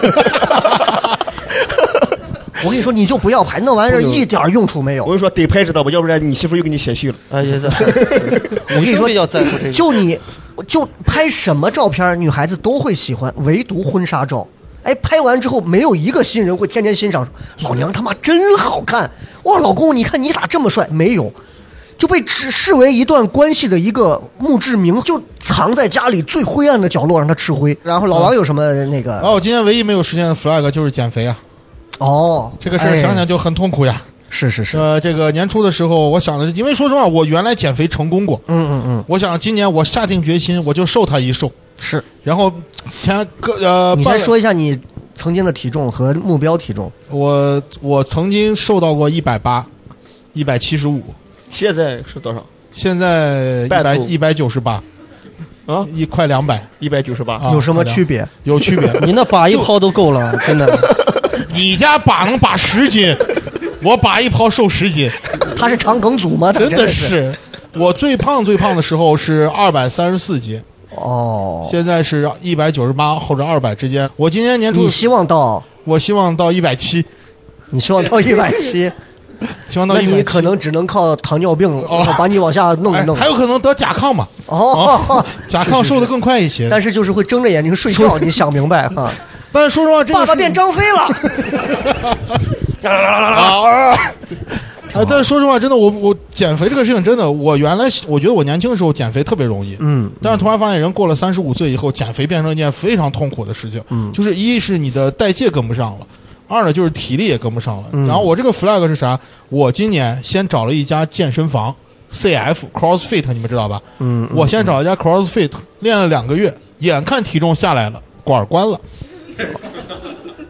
S1: 我跟你说，你就不要拍，那玩意儿一点用处没有
S6: 我。跟你说得拍知道吧，要不然你媳妇又给你嫌弃了。
S5: 啊，也是。
S1: 我
S5: 我
S1: 跟你说，
S5: 要在乎这个，
S1: 就你，就拍什么照片，女孩子都会喜欢，唯独婚纱照。哎，拍完之后没有一个新人会天天欣赏，老娘他妈真好看！哇，老公，你看你咋这么帅？没有，就被视视为一段关系的一个墓志铭，就藏在家里最灰暗的角落，让他吃灰。然后老
S5: 嗯
S1: 王有什么那个？
S4: 然后我今天唯一没有实现的 flag 就是减肥啊，
S1: 哦，
S4: 这个事儿
S1: 哎
S4: 想想就很痛苦呀。
S1: 是是是，
S4: 呃，这个年初的时候，我想的是，因为说实话，我原来减肥成功过，
S1: 嗯嗯嗯，
S4: 我想今年我下定决心，我就瘦他一瘦。
S1: 是。
S4: 然后前个呃，
S1: 你
S4: 半
S1: 先
S4: 个
S1: 说一下你曾经的体重和目标体重。
S4: 我我曾经瘦到过一百八，一百七十五，
S6: 现在是多少？
S4: 现在一
S6: 半
S4: 百
S6: 度
S4: 一百九十八，
S6: 啊
S4: 一快两百
S6: 一百九十八。
S4: 啊，
S1: 有什么
S4: 快两
S1: 区？别？
S4: 有区别。
S5: 你那把一抛都够 了，真的。
S4: 你家把能把十斤，我把一抛瘦十斤，
S1: 他是肠梗阻吗？他
S4: 真的
S1: 是
S4: 是。我最胖最胖的时候是二百三十四斤，
S1: 哦。
S4: 现在是一百九十八或者二百之间。我今年年初
S1: 你，希望到
S4: 我希望到一百七，
S1: 你希望 到一百七，
S4: 希望到
S1: 那
S4: 一百哦
S1: 你可能只能靠糖尿病把你往下弄一
S4: 哎，
S1: 弄。
S4: 还有可能得甲亢嘛？
S1: 哦，
S4: 甲亢瘦得更快一些。
S1: 但是就是会睁着眼睛睡 觉，你想明白哈？
S4: 但是说实话，这个
S1: 爸爸
S4: 是
S1: 变张飞了，
S4: 啊！哎，但是说实话，真的，我我减肥这个事情，真的，我原来我觉得我年轻的时候减肥特别容易，
S1: 嗯，
S4: 但是突然发现人过了三十五岁以后，减肥变成一件非常痛苦的事情，嗯，就是一是你的代谢跟不上了，二呢就是体力也跟不上了。
S1: 嗯
S4: 然后我这个 flag 是啥？我今年先找了一家健身房，CF CrossFit，你们知道吧？
S1: 嗯，
S4: 我先找一家 CrossFit 练了两个月，眼看体重下来了，管儿 关了。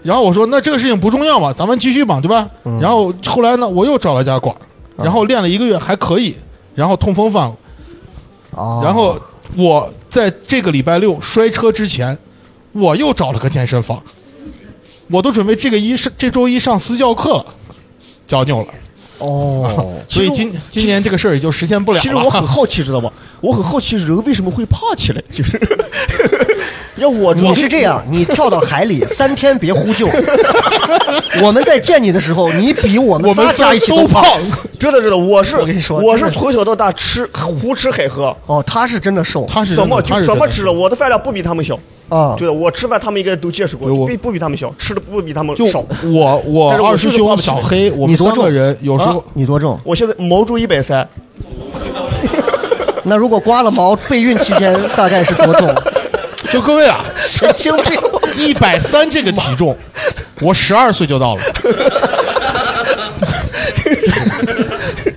S4: 然后我说那这个事情不重要嘛，咱们继续吧，对吧？
S1: 嗯
S4: 然后后来呢，我又找了一家馆儿，
S1: 啊
S4: 然后练了一个月还可以，然后痛风犯了，
S1: 哦，
S4: 然后我在这个礼拜六摔车之前，我又找了个健身房，我都准备这个一上这周一上私教课了，脚扭了，
S1: 哦，
S4: 所以
S6: 其实
S4: 今今年这个事儿也就实现不了了。
S6: 其实我很好奇，知道吧？我很好奇人为什么会胖起来，就是要我
S1: 你是这样，你跳到 海里三天别呼救。 我们在见你的时候，你比我们
S4: 我们
S1: 仨加一起
S4: 都
S1: 都胖。
S4: 胖，
S6: 真的真的，我是
S1: 我跟你说
S6: 我
S1: 真
S6: 是
S1: 的
S6: 从小到大吃胡吃海喝，
S1: 哦，他是真的瘦
S4: 他是
S6: 怎么
S4: 真的他
S6: 就是怎么
S4: 真的
S6: 吃了？我的饭量不比他们小，
S1: 啊
S6: 对，的，我吃饭他们应该都见识过，
S4: 对我
S6: 不不比他们小，吃的不比他 们
S4: 就
S6: 少。
S4: 我我
S6: 但是我
S4: 二
S6: 就
S4: 师
S6: 是胖
S4: 兄
S6: 不起来
S4: 小黑，我们
S1: 你多
S4: 三个
S1: 重
S4: 人有时候
S6: 啊
S1: 你多重？
S6: 我现在毛猪一百三，
S1: 那如果刮了毛备孕期间大概是多重？
S4: 就各位啊，
S1: 神经病！
S4: 一百三这个体重，我十二岁就到了。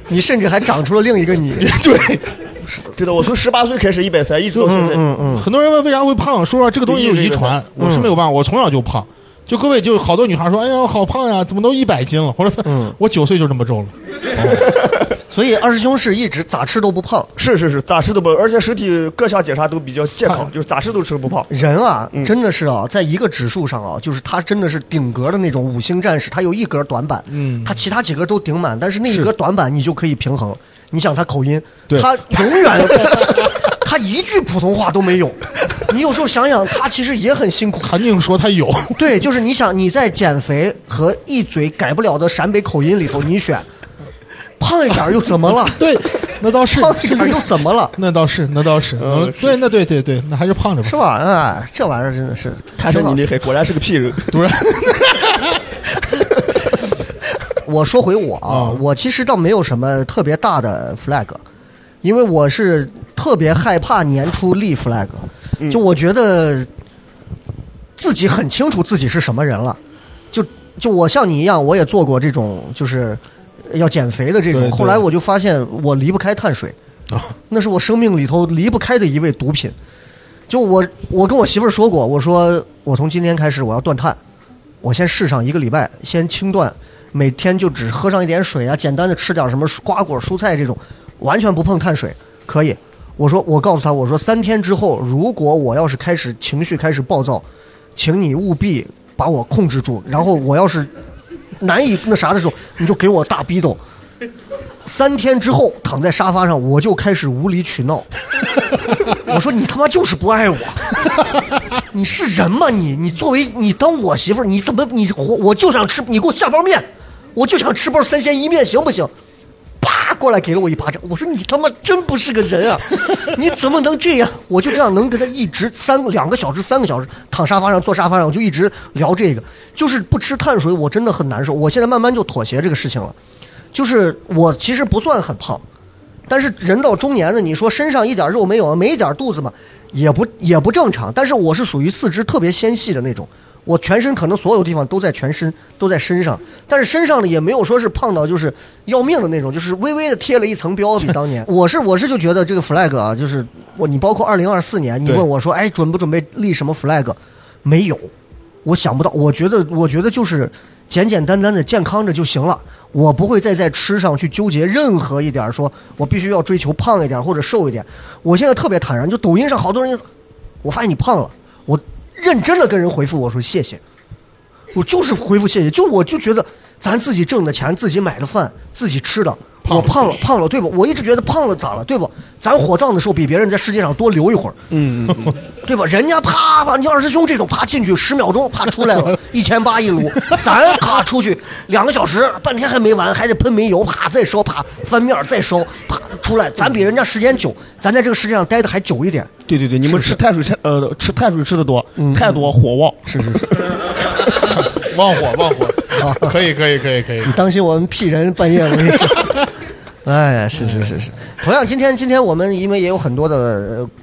S1: 你甚至还长出了另一个你。
S4: 对，
S6: 真的，我从十八岁开始一百三，一直到现在。
S1: 嗯嗯，
S4: 很多人问为啥会胖，说实话，这个东西就是遗传，我是没有办法，我从小就胖。就各位，就好多女孩说：“哎呀，好胖呀，怎么都一百斤了？” 我说：“
S1: 嗯
S4: 我九岁就这么重了。
S1: 所以二师兄是一直咋吃都不胖。
S6: 是是是，咋吃都不，而且身体各项检查都比较健康，
S4: 啊
S6: 就是咋吃都吃不胖。
S1: 人啊，真的是啊，在一个指数上啊，就是他真的是顶格的那种五星战士，他有一格短板，
S4: 嗯
S1: 他其他几格都顶满，但是那一
S4: 是
S1: 格短板你就可以平衡。你想他口音，
S4: 对
S1: 他永远 他一句普通话都没有。你有时候想想，他其实也很辛苦”。
S4: 韩宁说他有，
S1: 对，就是你想你在减肥和一嘴改不了的陕北口音里头，你选胖一点儿又怎么了？
S4: 对，那倒是
S1: 胖，一点儿又怎么了？
S4: 那倒是，那倒是，嗯对，那对对对，那还是胖着吧
S1: 是。吧？哎，这玩意儿真的是
S6: 看着你厉害，果然是个屁 人。
S4: 突然，
S1: 我说回我啊，我其实倒没有什么特别大的 flag，因为我是特别害怕年初立 flag，就我觉得自己很清楚自己是什么人了，就就我像你一样，我也做过这种就是要减肥的
S4: 对
S1: 这种，
S4: 对哦
S1: 后来我就发现我离不开碳水，那是我生命里头离不开的一味毒品。就我，我跟我媳妇儿说过，我说我从今天开始我要断碳，我先试上一个礼拜，先轻断，每天就只喝上一点水啊，简单的吃点什么瓜果、蔬菜这种，完全不碰碳水，可以。我说，我告诉她，我说三天之后，如果我要是开始情绪开始暴躁，请你务必把我控制住，然后我要是难以那啥的时候，你就给我大逼斗。三天之后，躺在沙发上，我就开始无理取闹。我说你他妈就是不爱我， 你是人吗你？你作为你当我媳妇儿，你怎么你我我就想吃，你给我下包面，我就想吃包三鲜一面，行不行？啪过来给了我一巴掌，我说你他妈真不是个人啊！你怎么能这样？我就这样能跟他一直三两个小时、三个小时躺沙发上坐沙发上，我就一直聊这个，就是不吃碳水，我真的很难受。我现在慢慢就妥协这个事情了，就是我其实不算很胖，但是人到中年的，你说身上一点肉没有，没一点肚子嘛，也不也不正常。但是我是属于四肢特别纤细的那种，我全身可能所有地方都在全身都在身上，但是身上呢也没有说是胖到就是要命的那种，就是微微的贴了一层标，比当年。 我是我是就觉得这个 flag 啊，就是我你包括二零二四年，你
S4: 对
S1: 问我说，哎，准不准备立什么 flag？没有，我想不到，我觉得，我觉得就是简简单单的健康着就行了，我不会再在吃上去纠结任何一点儿，说我必须要追求胖一点或者瘦一点。我现在特别坦然，就抖音上好多人，我发现你胖了，我认真的跟人回复我说谢谢，我就是回复谢谢，就我就觉得咱自己挣的钱，自己买的饭，自己吃的。我胖了，胖了，对不？我一直觉得胖了咋了，对不？咱火葬的时候比别人在世界上多留一会儿，嗯 对吧？人家啪啪，你二师兄这种啪进去十秒钟，啪出来了，一千八一炉，咱咔出去两个小时，半天还没完，还得喷煤油，啪再烧，啪翻面再烧，啪出来，咱比人家时间久，咱在这个世界上待的还久一点。
S6: 对对对，你们吃碳水吃呃吃碳水吃的多，太多火旺。
S1: 嗯是是是，
S4: 旺火旺火，可以可以可以可以。
S1: 当心我们屁人半夜我跟你说。哎呀，是是是是，同样，今天今天我们因为也有很多的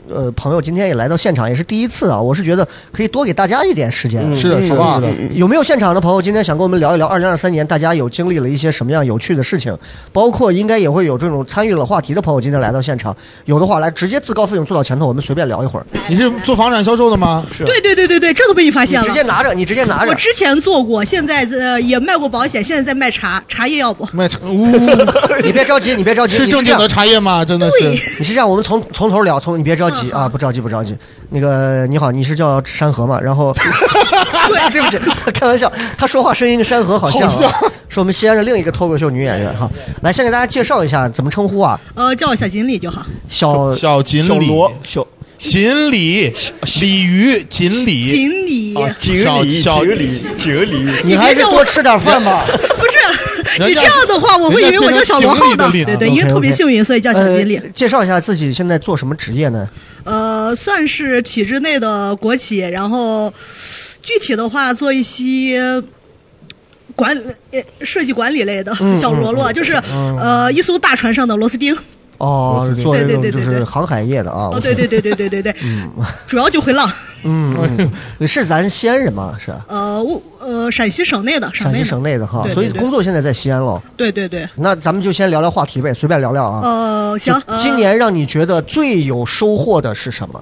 S1: 呃呃朋友，今天也来到现场，也是第一次啊，我是觉得可以多给大家一点时间，
S4: 嗯
S1: 嗯啊
S4: 是的，是的，是的。
S1: 有没有现场的朋友今天想跟我们聊一聊二零二三年大家有经历了一些什么样有趣的事情？包括应该也会有这种参与了话题的朋友今天来到现场，有的话来直接自告奋勇坐到前头，我们随便聊一会儿。
S4: 你是做房产销售的吗？是
S8: 对对对对对，这都被你发
S1: 你
S8: 现
S1: 直接
S8: 了。
S1: 拿着，你直接拿着
S8: 我。之前做过，现在呃也卖过保险，现在在卖茶，茶叶要不？
S4: 卖茶，呜，
S1: 你别着 急，你别着急，
S4: 是
S1: 你
S4: 正
S1: 这
S4: 经
S1: 样
S4: 的茶叶吗？真的是。
S1: 你是这样，我们从从头聊，从你别着
S8: 嗯
S1: 急啊，不着急不着急。那个你好，你是叫山河吗？然后， 对，对不起， 开玩笑，他说话声音跟山河 好像、啊，是我们西安的另一个脱口秀女演员哈。来，先给大家介绍一下怎么称呼啊？
S8: 呃，叫我小锦鲤就好。
S1: 呃小
S4: 小锦
S6: 小
S4: 鲤，
S6: 罗小
S4: 锦鲤，鲤鱼，锦鲤，
S8: 锦鲤、
S6: 啊，锦
S4: 小
S6: 鲤，
S4: 小
S6: 锦鲤，锦鲤，
S1: 你还是多吃点饭吧。
S8: 不
S4: 人
S8: 是
S4: 家
S8: 你这样的话，我会以为我叫小罗浩
S4: 人家变成锦鲤的鲤
S8: 呢。对
S4: 了
S8: 对，因为
S1: OK，OK
S8: 特别幸运，所以叫小
S1: 呃
S8: 锦鲤。，
S1: 介绍一下自己现在做什么职业呢？
S8: 呃，算是体制内的国企，然后呃具体的话做一些。管呃设计管理类的
S1: 嗯
S8: 小罗罗，就是呃一艘大船上的螺丝钉。
S1: 哦，做这
S8: 对对
S1: 种
S8: 对对
S1: 就
S8: 对哦
S1: 是航海业的啊。
S8: 哦，对对对对对对对，主要就回浪。
S1: 嗯，嗯是咱西安人吗？是
S8: 呃，我呃陕西省内的，
S1: 陕西
S8: 内的
S1: 省内的哈，
S8: 对
S1: 所以
S8: 对对
S1: 工作现在在西安喽。
S8: 对对对，
S1: 那咱们就先聊聊话题呗，随便聊聊啊。
S8: 呃，
S1: 就
S8: 行，呃
S1: 今年让你觉得最有收获的是什么？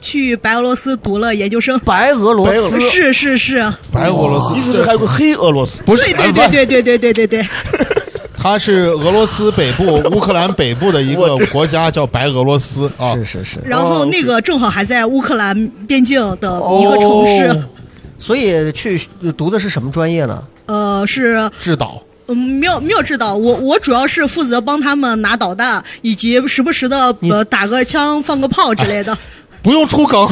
S8: 去白俄罗斯读了研究生，
S1: 白俄罗斯哦
S8: 是是是，
S4: 白俄罗斯
S6: 意思是还有个黑俄罗斯，
S4: 不是
S8: 对对对对对对对对
S4: 哦
S8: 对，
S4: 它是俄罗斯北 部、乌克兰北部的一个国家，叫白俄罗斯啊。
S1: 是是是，
S8: 然后那个正好还在乌克兰边境的一个城市啊
S4: 哦，
S1: 所以去读的是什么专业呢？
S8: 呃，是
S4: 制导
S8: 嗯，没有没有制导，我我主要是负责帮他们拿导弹，以及时不时的呃打个枪、放个炮之类的。
S4: 不用出梗，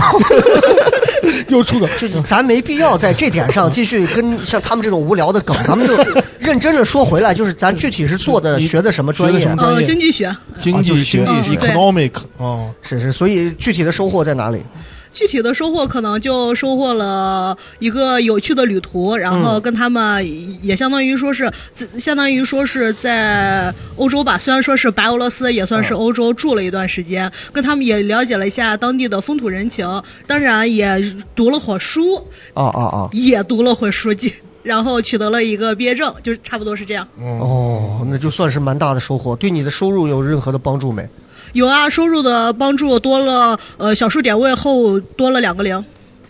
S4: 又出梗。
S1: 哦就咱没必要在这点上继续跟像他们这种无聊的梗，咱们就认真的说回来，就是咱具体是做的
S4: 你
S1: 学的什么专
S4: 学
S1: 业
S4: 的什？
S1: 啊
S4: 么专
S8: 呃，
S4: 业
S8: 经济学嗯
S4: 经
S1: 哦就
S4: 济
S1: 是
S4: 学
S1: 经济
S8: 学
S4: economic 啊，
S1: 是是，所以具体的收获在哪里？
S8: 具体的收获可能就收获了一个有趣的旅途，然后跟他们也相当于说是，自相当于说是在欧洲吧，虽然说是白俄罗斯，也算是欧洲住了一段时间，跟他们也了解了一下当地的风土人情，当然也读了会儿书，
S4: 啊
S1: 哦哦
S8: 也 读了会书记，然后取得了一个毕业证，就是差不多是这样。
S1: 哦哦，那就算是蛮大的收获，对你的收入有任何的帮助没？
S8: 有啊，收入的帮助多了，呃，小数点位后多了两个零，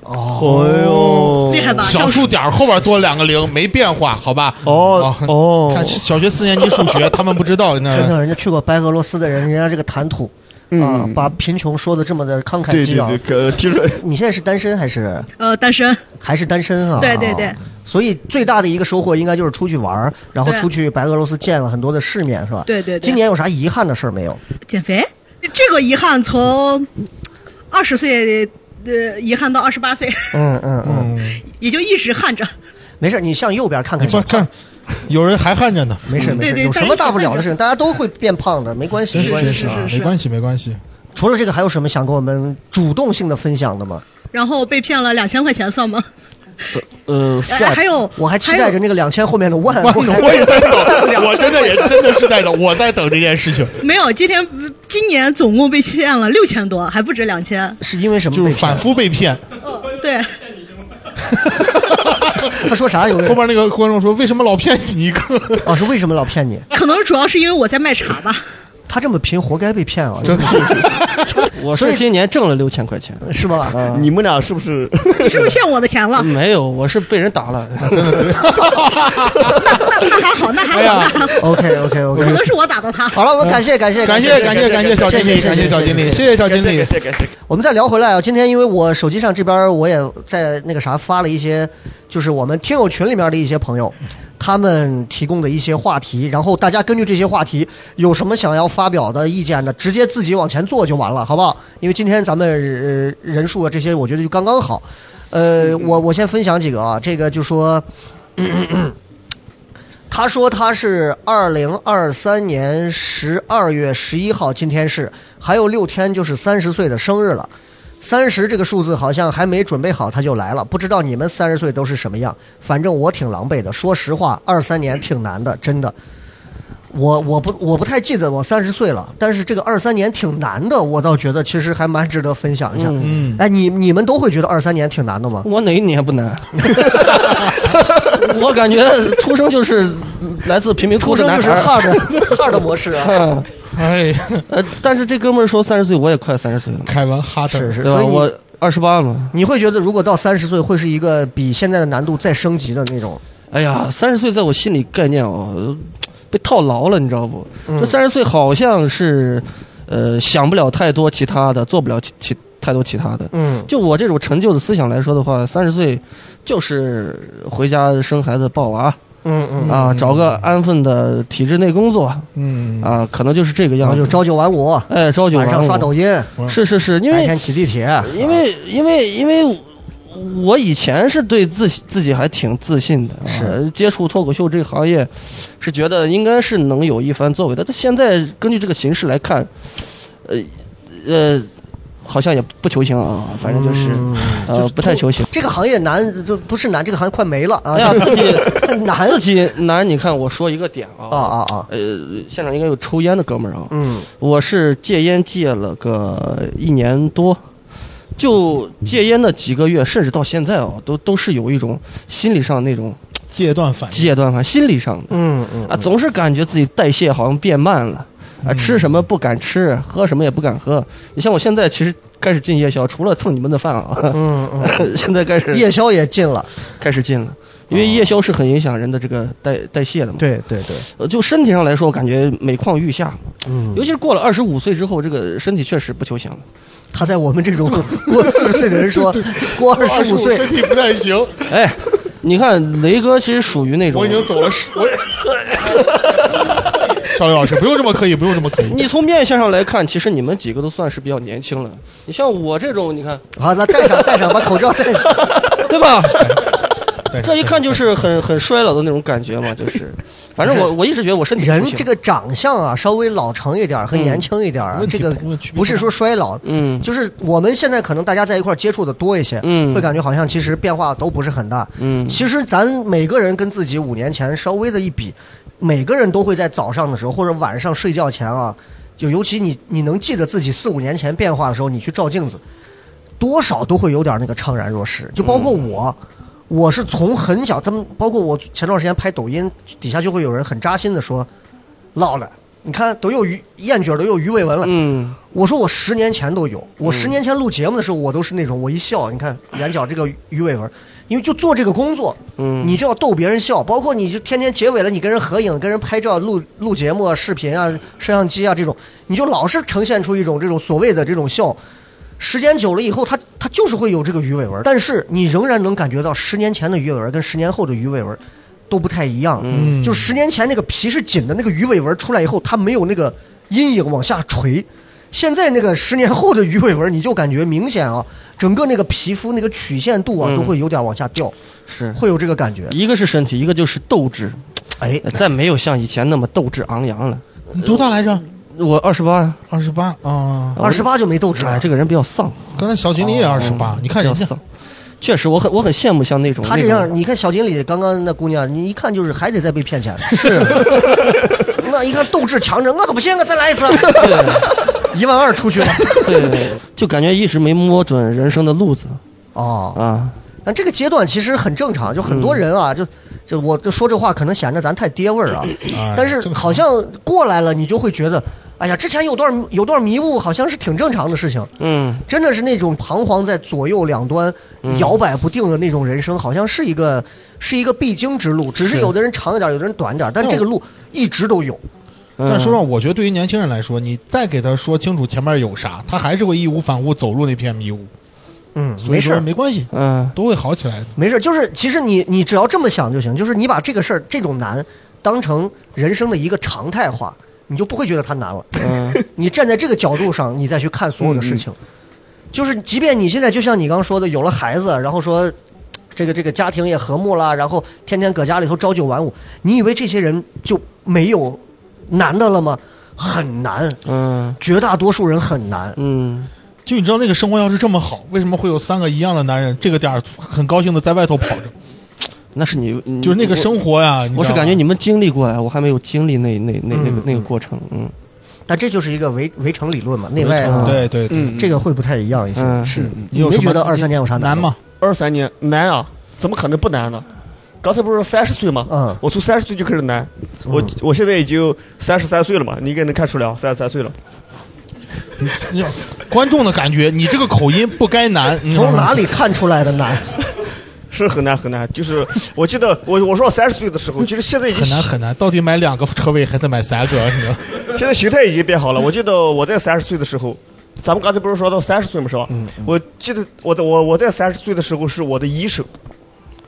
S6: 哎呦
S8: 厉害吧？
S4: 小
S8: 小
S4: 数点儿后边多两个零，没变化，好吧？
S6: 哦
S4: 啊
S6: 哦
S4: 看小学四年级数学，他们不知道，你知
S1: 真
S4: 道吗
S1: 的，人家去过白俄罗斯的人，人家这个谈吐啊，把贫穷说的这么的慷慨
S6: 嗯对
S1: 激昂
S6: 对对，。可听着
S1: 你现在是单身还是
S8: 呃单身，
S1: 还是单身啊？
S8: 对对对。
S1: 所以最大的一个收获应该就是出去玩儿，然后
S8: 对
S1: 出去白俄罗斯见了很多的世面，是吧？
S8: 对对对
S1: 今年有啥遗憾的事儿没有？
S8: 减肥，这个遗憾从二十岁呃遗憾到二十八岁，
S1: 嗯嗯嗯，
S8: 也就一直憾着。
S1: 没事儿，你向右边看看
S4: 你
S1: 就
S4: 说
S1: 好。
S4: 看，有人还焊着呢，
S1: 没事儿没
S8: 对
S1: 事儿，
S8: 对
S1: 有什
S8: 但
S1: 么
S8: 是
S1: 大不了的
S8: 看着
S1: 事情？大家都会变胖的，没关系，没关
S4: 是
S1: 系。
S4: 是
S8: 是是
S4: 啊没关系没关系。
S1: 除了这个，还有什么想跟我们主动性的分享的吗？
S8: 然后被骗了两千块钱，算吗？
S5: 呃，
S8: 哎
S5: 算
S8: 还有，
S1: 我还期待着那个两千后面的万，
S4: 万
S1: 我还
S4: 我也在等，我真的也真的是在等，我在等这件事情，
S8: 没有，今天今年总共被骗了六千多，还不止两千。
S1: 是因为什么？
S4: 就是反。复被骗。
S8: 对，
S1: 他说啥？有
S4: 后
S1: 人
S4: 边那个观众说：“为什么老骗你一个
S1: 老哦师为什么老骗你？
S8: 可能主要是因为我在卖茶吧。
S1: 他这么贫，活该被骗啊！真的
S5: 我
S1: 所
S5: 是
S1: 以
S5: 今年挣了六千块钱，啊
S1: 是吧？
S6: 你们俩是不是？
S8: 你是不是骗我的钱了？
S5: 没有，我是被人打了。
S8: 那那那还好，那还好，
S4: 哎呀
S8: 那还好，
S5: 哦
S1: OK OK
S8: 可
S1: OK，
S8: 能是我打的他。
S1: 好了，我们感谢感谢？”
S4: 感
S1: 谢
S4: 谢感谢感谢小经理，感谢小经理，谢谢小经理
S6: 感。谢感谢，
S1: 我们再聊回来啊，今天因为我手机上这边我也在那个啥发了一些，就是我们听友群里面的一些朋友，他们提供的一些话题，然后大家根据这些话题有什么想要发表的意见的，直接自己往前做就完了，好不好？因为今天咱们呃人数啊这些，我觉得就刚刚好。呃，我我先分享几个啊，这个就说。他说他是二零二三年十二月十一号，今天是还有六天就是三十岁的生日了。三十这个数字好像还没准备好，他就来了。不知道你们三十岁都是什么样，反正我挺狼狈的。说实话，二三年挺难的，真的。我我不我不太记得我三十岁了，但是这个二三年挺难的，我倒觉得其实还蛮值得分享一下。嗯，哎，你你们都会觉得二三年挺难的吗？
S5: 我哪一年不难？我感觉出生就是来自贫民
S1: 出
S5: 窟的
S1: 生
S5: 男
S1: 就是
S5: 孩儿。
S1: hard hard 模式 啊。
S5: 嗯，
S4: 哎，
S5: 呃，但是这哥们儿说三十岁，我也快三十岁了，
S4: 凯文哈特
S1: 是是，
S5: 对
S1: 所
S5: 吧？
S1: 以你
S5: 我二十八嘛。
S1: 你会觉得，如果到三十岁，会是一个比现在的难度再升级的那种？
S5: 哎呀，三十岁在我心里概念哦，呃被套牢了，你知道不？
S1: 嗯
S5: 这三十岁好像是，呃，想不了太多其他的，做不了其其太多其他的。
S1: 嗯，
S5: 就我这种陈旧的思想来说的话，三十岁就是回家生孩子、抱娃
S1: 嗯嗯，
S5: 啊，找个安分的体制内工作
S4: 嗯，
S5: 啊，可能就是这个
S1: 然
S5: 样
S1: 后
S5: 子。
S1: 就朝九晚五，
S5: 哎，朝九
S1: 晚上刷抖
S5: 音，
S1: 音，
S5: 是是是，因
S1: 白
S5: 为
S1: 天挤地铁。
S5: 因为因为因为我以前是对自己自己还挺自信的，
S1: 是
S5: 啊、接触脱口秀这个行业，是觉得应该是能有一番作为的。但现在根据这个形势来看，呃呃，好像也不求行啊，反正就是、呃不太求行。
S1: 这个行业难，就不是难，这个行业快没了啊！
S5: 哎呀，自己
S1: 难
S5: 自己难，你看我说一个点啊，
S1: 啊啊啊！
S5: 呃，现场应该有抽烟的哥们儿啊，
S1: 嗯，
S5: 我是戒烟戒了个一年多，就戒烟的几个月，甚至到现在啊，都都是有一种心理上那种
S4: 戒断反应。
S5: 戒断反，心理上的
S1: 嗯嗯
S5: 啊，总是感觉自己代谢好像变慢了。啊，吃什么不敢吃，喝什么也不敢喝。你像我现在其实开始进夜宵，除了蹭你们的饭啊，
S1: 嗯嗯，
S5: 现在开始
S1: 夜宵也禁了，
S5: 开始进了，因为夜宵是很影响人的这个代代谢的嘛。
S1: 对对对，
S5: 呃，就身体上来说，我感觉每况愈下，
S1: 嗯
S5: 尤，其是过了二十五岁之后，这个身体确实不求祥了。
S1: 他在我们这种 过四十岁的人 说，过二十五岁
S4: 身体不太行，
S5: 哎，你看雷哥其实属于那种
S4: 我已，经走了十，我。 小刘老师，不用这么刻意，不用这么刻意。
S5: 你从面相上来看，其实你们几个都算是比较年轻了。 你像我这种，你看，
S1: 好，咱戴上戴上，把口罩戴上。
S5: 对 吧？
S4: 但
S5: 这一看就是很很衰老的那种感觉嘛，就是，反正我我一直觉得我身体
S1: 人
S5: 不行
S1: 这个长相啊，稍微老成一点儿和年轻一点儿啊，
S4: 问题
S1: 这个
S4: 不问区别
S1: 不是说衰老，
S5: 嗯
S1: 就是我们现在可能大家在一块儿接触的多一些，
S5: 嗯
S1: 会感觉好像其实变化都不是很大，
S5: 嗯
S1: 其实咱每个人跟自己五年前稍微的一比，每个人都会在早上的时候或者晚上睡觉前啊，就尤其你你能记得自己四五年前变化的时候，你去照镜子，多少都会有点那个怅然若失。就包括我，我是从很小，他们包括我前段时间拍抖音，底下就会有人很扎心的说，老了，你看都有鱼燕卷，都有鱼尾纹了。
S5: 嗯
S1: 我说我十年前都有，我十年前录节目的时候，我都是那种我一笑，你看眼角这个鱼尾纹，因为就做这个工作，
S5: 嗯
S1: 你就要逗别人笑，包括你就天天结尾了，你跟人合影、跟人拍照、录录节目、啊、视频啊、摄像机啊这种，你就老是呈现出一种这种所谓的这种笑。时间久了以后，它它就是会有这个鱼尾纹，但是你仍然能感觉到十年前的鱼尾纹跟十年后的鱼尾纹都不太一样。
S5: 嗯
S1: 就十年前那个皮是紧的，那个鱼尾纹出来以后，它没有那个阴影往下垂。现在那个十年后的鱼尾纹，你就感觉明显啊，整个那个皮肤那个曲线度啊，
S5: 嗯
S1: 都会有点往下掉，
S5: 是，
S1: 会有这个感觉。
S5: 一个是身体，一个就是斗志，
S1: 哎，
S5: 再没有像以前那么斗志昂扬了。
S4: 你多大来着？
S5: 我二十八，
S4: 二十八啊！
S1: 二十八就没斗志了
S5: 哎，。这个人比较丧，哦
S4: 刚才小军你也二十八，你看
S5: 比较
S4: 人家
S5: 丧。确实，我很我很羡慕像那种
S1: 他
S5: 那
S1: 这
S5: 种
S1: 样，你看小经理刚刚那姑娘，你一看就是还得再被骗钱。是， 那一看斗志强着，我可不信，我再来一次， 一万二出去了。
S5: 对，就感觉一直没摸准人生的路子
S1: 哦，
S5: 啊。
S1: 但这个阶段其实很正常，就很多人啊，就就我就说这话可能显得咱太爹味儿啊，
S4: 哎
S1: 但是
S4: 这个
S1: 好像过来了，你就会觉得，哎呀，之前有段有段迷雾，好像是挺正常的事情。
S5: 嗯，
S1: 真的是那种彷徨在左右两端摇摆不定的那种人生，好像是一个是一个必经之路，只是
S4: 是
S1: 有的人长一点，有的人短一点，但这个路一直都有。
S5: 嗯
S4: 但说实话，我觉得对于年轻人来说，你再给他说清楚前面有啥，他还是会义无反顾走入那片迷雾。
S1: 嗯，
S4: 所以
S1: 没事
S4: 说
S1: 儿，
S4: 没关系，
S5: 嗯
S4: 都会好起来的。
S1: 没事儿，就是其实你你只要这么想就行，就是你把这个事儿这种难当成人生的一个常态化，你就不会觉得它难了。
S5: 嗯
S1: 你站在这个角度上，你再去看所有的事情，就是即便你现在就像你刚说的，有了孩子，然后说这个这个家庭也和睦啦，然后天天搁家里头朝九晚五，你以为这些人就没有难的了吗？很难，
S5: 嗯
S1: 绝大多数人很难。
S5: 嗯，
S4: 就你知道那个生活要是这么好，为什么会有三个一样的男人这个点儿很高兴的在外头跑着？
S5: 那是你你
S4: 就是那个生活呀，你
S5: 我
S4: 知
S5: 是
S4: 道吗
S5: 感觉你们经历过来，我还没有经历那那那那
S1: 嗯
S5: 个那个
S1: 嗯
S5: 过程。嗯
S1: 但这就是一个围围城理论嘛，内外
S4: 没
S1: 啊
S4: 错，对对对，
S6: 嗯，
S1: 这个会不太一样一些。
S5: 嗯，
S6: 是
S4: 你有
S1: 没
S4: 什么
S1: 觉得二三年有啥
S4: 难
S1: 的？
S4: 吗？
S6: 二三年难啊，怎么可能不难呢？刚才不是说三十岁吗？
S1: 嗯
S6: 我从三十岁就开始难，我
S1: 嗯
S6: 我现在已经三十三岁了嘛，你应该能看出来啊，三十三岁了。
S4: 你观众的感觉，你这个口音不该难，你知道吗
S1: 从哪？里看出来的难？
S6: 是很难很难，就是我记得我我说三十岁的时候，就是现在已经
S4: 很难很难，到底买两个车位还是买三个？你知道
S6: 现在形态已经变好了。我记得我在三十岁的时候，咱们刚才不是说到三十岁嘛，是吧？
S1: 嗯
S6: 我记得我在我我在三十岁的时候是我的医生，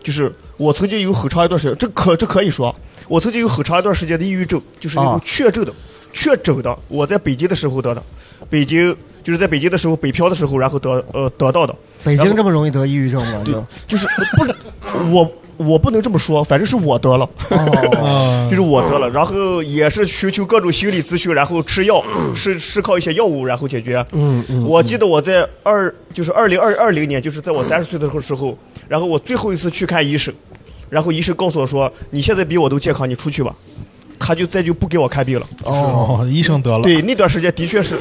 S6: 就是我曾经有很长一段时间，这可这可以说，我曾经有很长一段时间的抑郁症，就是那种
S1: 啊
S6: 确诊的、确诊的，我在北京的时候得的，北京就是在北京的时候北漂的时候，然后得呃得到的。
S1: 北
S6: 然
S1: 京
S6: 后
S1: 这么容易得抑郁症吗？
S6: 对
S1: 就，
S6: 就是不是我我不能这么说，反正是我得了。
S1: 哦，
S4: 吗？
S6: 就是我得了，然后也是寻求各种心理咨询，然后吃药，是是靠一些药物然后解决。
S1: 嗯嗯
S6: 我记得我在二就是二零二二零年，就是在我三十岁的时候，然后我最后一次去看医生，然后医生告诉我说：“你现在比我都健康，你出去吧。”他就再就不给我看病了。
S1: 哦
S4: 哦，医生得了，
S6: 对，那段时间的确是，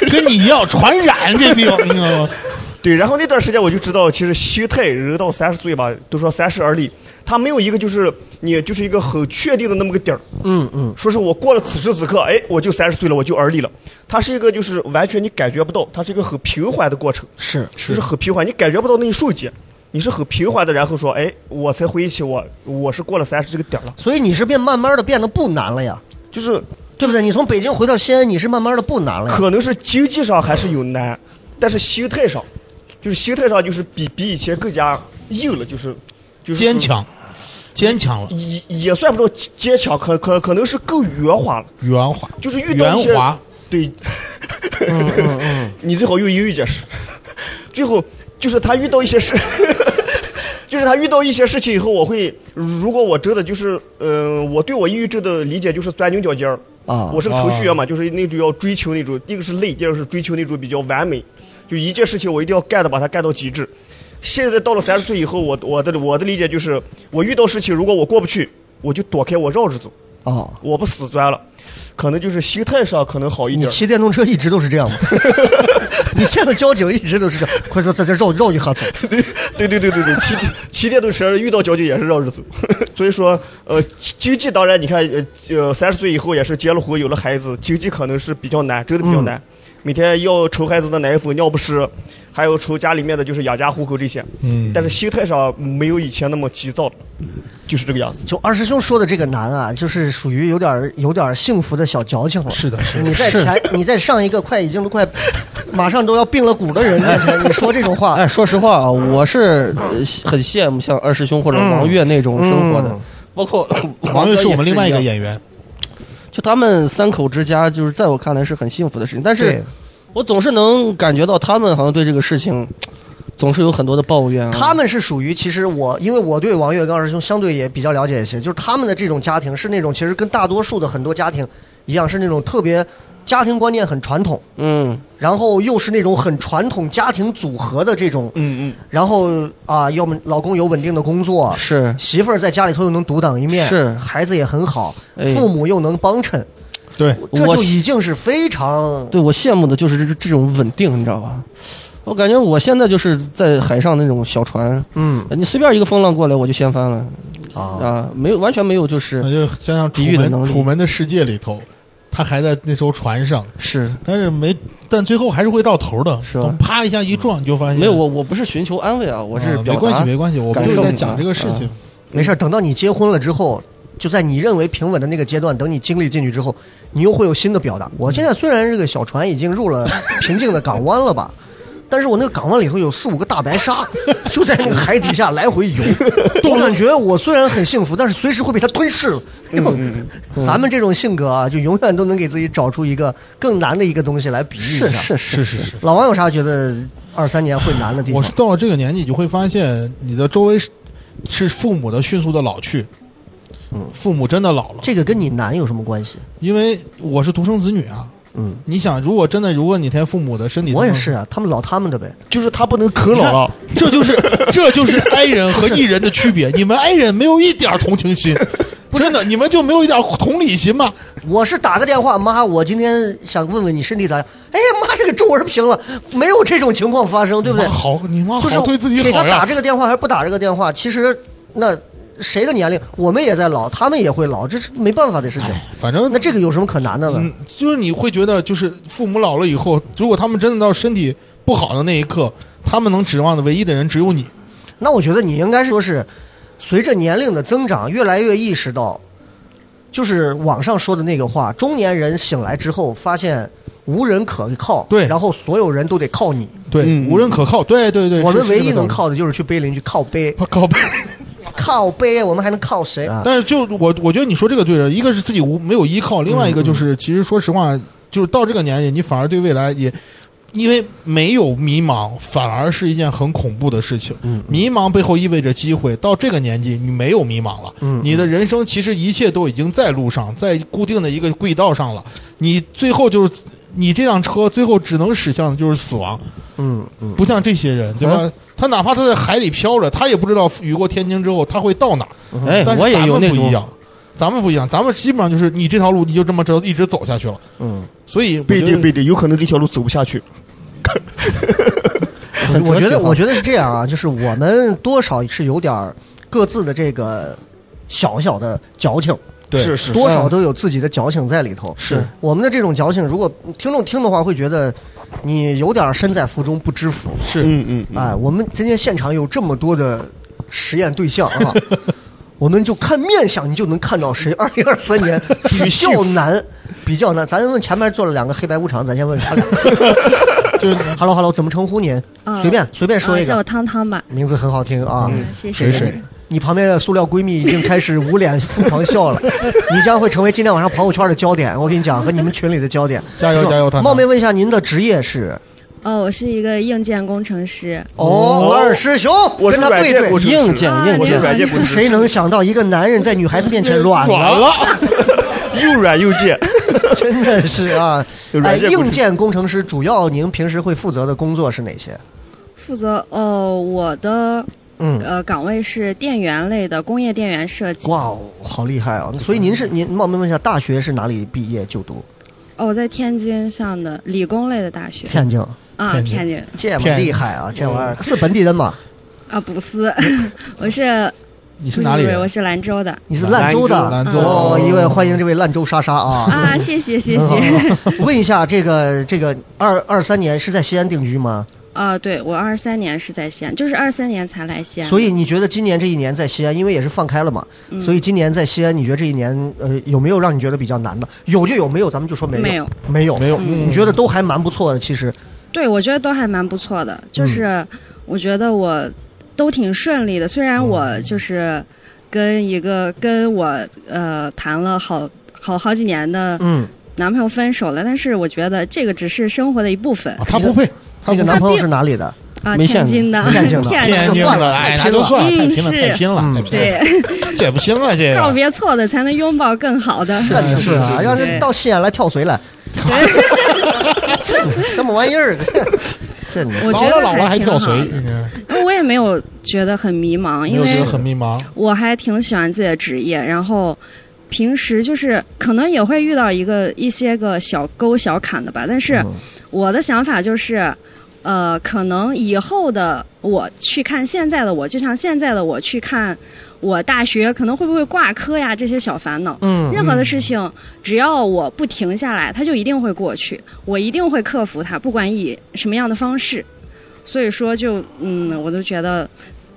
S4: 跟 跟你一样传染这病，你知道吗？
S6: 对，然后那段时间我就知道，其实心态人到三十岁吧，都说三十而立，他没有一个就是你就是一个很确定的那么个底儿。
S1: 嗯嗯，
S6: 说是我过了此时此刻，哎，我就三十岁了，我就而立了。它是一个就是完全你感觉不到，它是一个很平缓的过程，
S1: 是
S6: 就是很平缓，你感觉不到那一瞬间，你是很平缓的，然后说，哎，我才回忆起我我是过了三十这个点儿了，
S1: 所以你是变慢慢的变得不难了呀，
S6: 就是
S1: 对不对？你从北京回到西安，你是慢慢的不难了呀。
S6: 可能是经济上还是有难，但是心态上，就是心态上就是比比以前更加硬了，就是就是
S4: 坚强，坚强了，
S6: 也也算不着坚强，可可可能是更圆滑了，
S4: 圆滑，
S6: 就是遇到一些
S4: 圆滑嗯
S6: 对，
S1: 嗯
S6: 你最好用英语解释。 最后就是他遇到一些事， 就是他遇到一些事情以后，我会如果我真的就是，嗯、我对我抑郁症的理解就是钻牛角尖儿
S1: 啊
S6: 我是个程序员嘛，就是那种要追求那种，一个是累，第二个是追求那种比较完美，就一件事情我一定要干的把它干到极致。现在到了三十岁以后，我我的我的理解就是，我遇到事情如果我过不去，我就躲开，我绕着走，
S1: 哦，
S6: 我不死钻了。可能就是心态上可能好一
S1: 你
S6: 点儿。
S1: 骑电动车一直都是这 样吗？你见到交警一直都是这样，快走，在这绕绕一下走。
S6: 对对对对对，骑骑电动车遇到交警也是绕日子， 所以说呃，经经济当然你看呃呃三十岁以后也是结了婚有了孩子，经济可能是比较难，真的比
S1: 嗯
S6: 较难，每天要愁孩子的奶粉、尿不湿，还有愁家里面的就是养家糊口这些，嗯，但是心态上没有以前那么急躁了，就是这个样子。
S1: 就二师兄说的这个难啊，就是属于有点儿有点儿幸福的小矫情了。
S4: 是的是的
S1: 你在前，你在上一个快已经都快，马上都要病了骨的人面 前，你说这种话，
S5: 哎，说实话啊，我是呃很羡慕像二师兄或者
S1: 嗯
S5: 王悦那种生活的，包括
S4: 呃王
S5: 哥
S4: 悦
S5: 也
S4: 是我们另外一个
S5: 样
S4: 演员，
S5: 就他们三口之家，就是在我看来是很幸福的事情，但
S1: 对
S5: 是我总是能感觉到他们好像对这个事情总是有很多的抱怨、啊。
S1: 他们是属于，其实我因为我对王月刚师兄相对也比较了解一些，就是他们的这种家庭是那种其实跟大多数的很多家庭一样，是那种特别家庭观念很传统，
S5: 嗯，
S1: 然后又是那种很传统家庭组合的这种，
S6: 嗯嗯，
S1: 然后啊，要么老公有稳定的工作，
S5: 是
S1: 媳妇儿在家里头又能独当一面，
S5: 是
S1: 孩子也很好，
S5: 哎
S1: 父母又能帮衬，
S4: 对，
S1: 这
S5: 我
S1: 就已经是非常
S5: 对我羡慕的就是这这种稳定，你知道吧？我感觉我现在就是在海上那种小船，呃
S1: 嗯
S5: 你随便一个风浪过来我就掀翻了
S1: 啊，
S5: 啊，没有完全没有就是
S4: 那就想想楚
S5: 抵御的能
S4: 门，
S5: 力
S4: 楚门的世界里头，他还在那艘船上，
S5: 是
S4: 但是没，但最后还是会到头的，
S5: 是吧
S4: 等啊啪一下一撞，你就发现
S5: 没有我我不是寻求安慰啊，我是
S4: 啊
S5: 表
S4: 没
S5: 达、
S4: 关系没关系，我不
S5: 感
S4: 是
S5: 受嗯
S4: 在
S5: 嘛
S4: 讲这个事情，
S1: 没事儿，等到你结婚了之后。就在你认为平稳的那个阶段，等你经历进去之后，你又会有新的表达。我现在虽然这个小船已经入了平静的港湾了吧，但是我那个港湾里头有四五个大白鲨，就在那个海底下来回 游。我感觉我虽然很幸福，但是随时会被它吞噬了。
S5: 嗯
S1: 咱们这种性格啊，就永远都能给自己找出一个更难的一个东西来比喻一下。
S5: 是是
S4: 是
S5: 是
S4: 是是。
S1: 老王有啥觉得二三年会难的地
S4: 我
S1: 方
S4: 是？到了这个年纪，你就会发现你的周围是是父母的迅速的老去，父母真的老了，
S1: 这个跟你难有什么关系？
S4: 因为我是独生子女啊。
S1: 嗯，
S4: 你想，如果真的，如果哪天父母的身体，
S1: 我也是，啊，他们老他们的呗。
S6: 就是他不能啃
S4: 你看
S6: 老了，
S4: 这就是这就是 i 人和 e 人的区别。 你们 i 人没有一点同情 心，真的，你们就没有一点同理心吗？
S1: 我是打个电话，妈，我今天想问问你身体咋样？哎呀妈，这个皱纹平了，没有这种情况发生，对不对
S4: 妈？好，你妈
S1: 就是
S4: 好对自己
S1: 给
S4: 好
S1: 他打
S4: 呀。
S1: 这个电话还是不打这个电话，其实那谁的年龄，我们也在老，他们也会老，这是没办法的事情。
S4: 反正
S1: 那这个有什么可难的
S4: 嗯
S1: 呢？，
S4: 就是你会觉得，就是父母老了以后，如果他们真的到身体不好的那一刻，他们能指望的唯一的人只有你。
S1: 那我觉得你应该说是，随着年龄的增长，越来越意识到，就是网上说的那个话，中年人醒来之后发现无人可靠，
S4: 对
S1: 然后所有人都得靠你。
S4: 对，
S5: 嗯
S4: 无人可靠。对对对，
S1: 我
S4: 是
S1: 们唯一能。
S4: 是
S1: 靠的就是去碑林去靠碑，
S4: 这个道理啊靠背，
S1: 靠碑，我们还能靠谁？啊、
S4: 但是就我，我觉得你说这个对了，一个是自己无没有依靠，另外一个就是，其实说实话，就是到这个年纪，你反而对未来也，因为没有迷茫，反而是一件很恐怖的事情。迷茫背后意味着机会。到这个年纪，你没有迷茫了，
S6: 嗯
S4: 你的人生其实一切都已经在路上，在固定的一个轨道上了。你最后就是，你这辆车最后只能驶向的就是死亡。
S1: 嗯嗯，
S4: 不像这些人，对吧？
S5: 哦
S4: 他哪怕他在海里漂着，他也不知道雨过天晴之后他会到哪儿。
S5: 哎
S6: 嗯
S4: 但，是
S5: 我也
S4: 咱
S5: 有
S4: 们
S5: 那
S4: 不一
S5: 种
S4: 样，咱们不一样，咱们基本上就是你这条路你就这么着一直走下去了，
S1: 嗯，
S4: 所以
S6: 不一定，不
S4: 被
S6: 一定，有可能这条路走不 下去。
S5: 很
S1: 我觉
S5: 哲
S1: 得
S5: 学化
S1: 我觉得是这样啊，就是我们多少是有点儿各自的这个小小的矫情，
S4: 对
S6: 是是
S1: 多少都有自己的矫情在里头。
S4: 是
S1: 我们的这种矫情，如果听众听的话，会觉得你有点儿身在福中不知福。
S4: 是
S6: 嗯嗯嗯，
S1: 哎，我们今天现场有这么多的实验对象啊，我们就看面相，你就能看到谁。二零二三年比较 难，比较难。咱问前面做了两个黑白无常，咱先问他俩。
S4: 就是
S1: Hello Hello，怎么称呼您？
S9: 嗯
S1: 随便随便说一
S9: 啊叫
S1: 个
S9: 我，汤汤吧，
S1: 名字很好听啊。
S9: 嗯，谢
S1: 水
S9: 谢。
S1: 水，你旁边的塑料闺蜜已经开始捂脸疯狂 笑了，你将会成为今天晚上朋友圈的焦点。我跟你讲，和你们群里的焦点。
S4: 加油
S1: 不是
S4: 加油团团
S1: 冒昧问一下，您的职业是？
S9: 哦，我是一个硬件工程师，
S1: 哦，二师兄，
S6: 我是
S1: 跟他
S6: 软
S1: 对
S6: 件
S1: 对
S6: 工。程师，
S5: 硬件硬
S6: 我是
S5: 件
S6: 软件工程师，
S1: 谁能想到一个男人在女孩子面前软
S4: 完
S1: 了？
S4: 了，
S6: 又软又贱？
S1: 真的是啊！
S6: 有
S1: 哎，
S6: 软件工程
S1: 硬件工程师主要您平时会负责的工作是哪些？
S9: 负责哦我的
S1: 嗯，
S9: 呃岗位是电源类的工业电源设计。
S1: 哇哦，好厉害啊！所以您是
S6: 嗯
S1: 您冒昧问一下，大学是哪里毕业就读？
S9: 哦，我在天津上的理工类的大学
S1: 天津，
S9: 啊，
S4: 天津
S9: 天津
S1: 这么
S4: 天津
S1: 厉害啊！这玩意儿是本地人吗？
S9: 啊，补斯，我是
S4: 你是哪里
S9: 不不不我
S4: 人？
S9: 是兰州的嗯
S1: 你是兰州的，
S4: 兰州
S1: 哦，
S4: 兰州
S1: 一位嗯欢迎这位兰州莎莎啊。
S9: 啊，谢谢谢
S1: 好
S9: 谢
S1: 问一下，这个这个二二三年是在西安定居吗？
S9: 啊，对我二三年是在西安，就是二三年才来西安，
S1: 所
S9: 以
S1: 以你觉得今年这一年在西安，因为也是放开了嘛，
S9: 嗯
S1: 所以今年在西安，你觉得这一年呃有没有让你觉得比较难的？有就有，没有咱们就说没有，
S9: 没有
S1: 没有，
S4: 没有，嗯
S1: 你觉得都还蛮不错的，其实
S9: 对我觉得都还蛮不错的，
S4: 嗯
S9: 就是我觉得我都挺顺利的，虽然我就是跟一个跟我呃谈了好好好几年的
S1: 嗯，
S9: 男朋友分手了，但是我觉得这个只是生活的一朋友分
S4: 啊他不配，他
S1: 那个
S4: 不
S1: 男朋友是哪里的？
S9: 啊，
S5: 没
S9: 天
S5: 见
S9: 津的
S1: 天津的
S9: 天
S4: 天
S9: 津
S4: 津
S1: 就算
S4: 的，
S1: 了
S4: 哎，那
S1: 太拼
S4: 就
S1: 了
S4: 算了，太
S9: 嗯
S4: 拼了，太
S9: 是
S4: 拼了，
S1: 嗯
S4: 太拼了，
S9: 对，
S4: 这也不行啊，这
S9: 告
S4: 个
S9: 别错的才能拥抱更好 的。
S1: 这也是啊，要是
S9: 对
S1: 到西安来跳水来，这 什么玩意儿？ 这这你
S9: 我
S4: 老
S9: 觉
S4: 了
S9: 得
S4: 老了还
S9: 挺
S4: 跳
S9: 好
S4: 水，
S9: 的
S4: 嗯
S9: 因 为我也没有觉得很迷茫，
S4: 没
S9: 因
S4: 有觉
S9: 为
S4: 得很迷茫。
S9: 我还挺喜欢自己的职业，然后。平时就是可能也会遇到一个一些个小沟小坎的吧，但是
S1: 嗯
S9: 我的想法就是，呃，可能以后的我去看现在的我，就像现在的我去看我大学可能会不会挂科呀这些小烦恼，
S1: 嗯
S9: 任何的事情，只要我不停下来，它就一定会过去，我一定会克服它，不管以什么样的方式。所以说就，嗯，我都觉得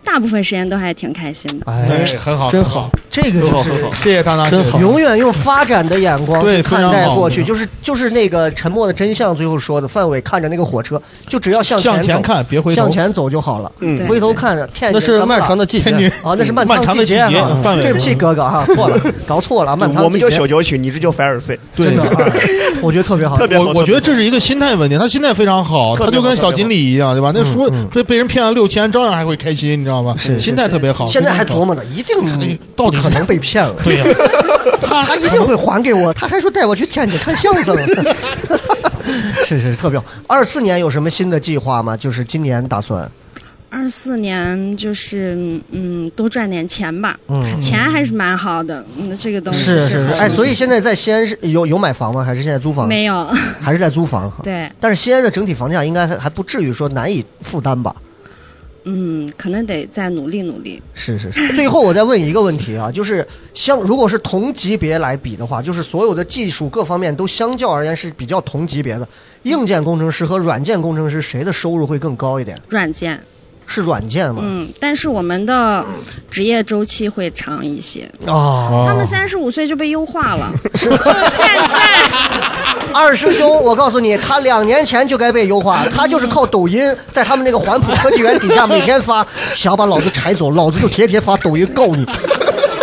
S9: 大部分时间都还挺开心的。
S1: 哎
S4: 哎，，很好，
S5: 真
S4: 很
S5: 好，
S1: 这个就是
S4: 谢谢汤汤，
S5: 真
S4: 谢谢
S5: 好
S1: 永远用发展的眼光
S4: 对
S1: 去看
S4: 非
S1: 待
S4: 常好
S1: 过去，就是就是那个《沉默的真相》最后说的，范伟看着那个火车，就只要向
S4: 向
S1: 前
S4: 前
S1: 走，
S4: 看，别回头，
S1: 向前走就好了。
S6: 嗯
S9: 对
S1: 回头看，天
S5: 那是
S1: 咱们
S5: 漫
S1: 俩
S5: 长的季节
S4: 天，津嗯
S1: 啊，那是漫
S4: 漫长的
S1: 季节
S4: 季节
S1: 啊
S4: 范伟嗯
S1: 对不起，哥 哥啊，错了，搞错了，漫长
S6: 我们
S1: 季
S6: 叫
S1: 节
S6: 小矫情，你这叫凡尔赛，
S4: 对
S1: 真的，啊 我觉得特别好
S6: 特。别好。
S4: 我我觉得这是一个心态问题，他心态非常好，
S6: 特
S4: 他
S6: 别好
S4: 就跟小锦鲤一样，对吧？那说这被人骗了六千，照样还会开心，你知道吗？
S1: 嗯是
S4: 心态特别好。
S1: 现在还
S4: 非常
S1: 琢
S4: 好
S1: 磨呢，一定
S4: 到底
S1: 可能被骗了，
S4: 对呀，他
S1: 他
S4: 还
S1: 一定会还给我。他还说带我去天津看相 声， 是是是特别好。二四年有什么新的计划吗？就是今年打算，
S9: 二四年就是，嗯，多赚点钱吧，钱还是蛮好的，嗯，这个东西
S1: 嗯是是
S9: 是
S1: 是，
S9: 好的
S1: 哎，所以现在在西安是有有买房吗？还是现在租房？
S9: 没 有，
S1: 还是在租房。。
S9: 对，
S1: 但是西安的整体房价应该还还不至于说难以负担吧？
S9: 嗯，可能得再努力努力。
S1: 是是是。最后我再问一个问题啊，就是相如果是同级别来比的话，就是所有的技术各方面都相较而言是比较同级别的，硬件工程师和软件工程师谁的收入会更高一点？
S9: 软件，
S1: 是软件吗？
S9: 嗯，但是我们的职业周期会长一些。
S1: 啊，
S9: 他们三十五岁就被优化 了，
S1: 是
S9: 就是现在，
S1: 二师兄，我告诉你，他两年前就该被优化，他就是靠抖音在他们那个环浦科技园底下每天发，想把老子拆走，老子就天天发抖音告你，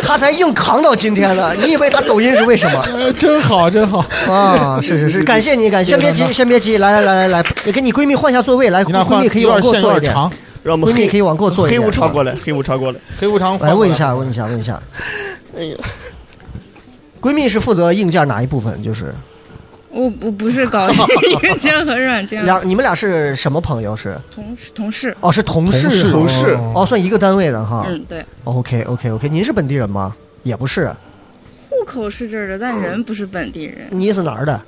S1: 他才硬扛到今天的。你以为他抖音是为什么？
S4: 哎真好，真好。
S1: 啊，是是是，感谢你，感谢，先别急，先别急，来来来来来，你跟你闺蜜换一下座位，来，
S4: 你俩
S1: 闺
S4: 换
S1: 蜜可以
S4: 有
S1: 往
S4: 点
S1: 过
S4: 线
S1: 坐
S4: 有
S1: 一
S4: 点
S1: 点，
S4: 长，
S6: 让我们
S1: 闺蜜
S6: 黑
S1: 可以往过坐一
S6: 黑
S1: 点。啊
S6: 无常过来，黑无常过来。
S4: 黑无常。
S1: 来问一下，问一下，问一下， 哎闺蜜是负责硬件哪一部分？就是
S10: 我我不是搞 硬件和软件，
S1: 两，你们俩是什么朋友？是
S10: 同事同事，
S1: 哦，是同事，
S6: 同事
S1: 哦，算一个单位的哈。
S10: 嗯，对，
S1: OK OK OK，您是本地人吗？也不是，
S10: 户口是这儿的，但人不是本地人，
S1: 你是哪儿的？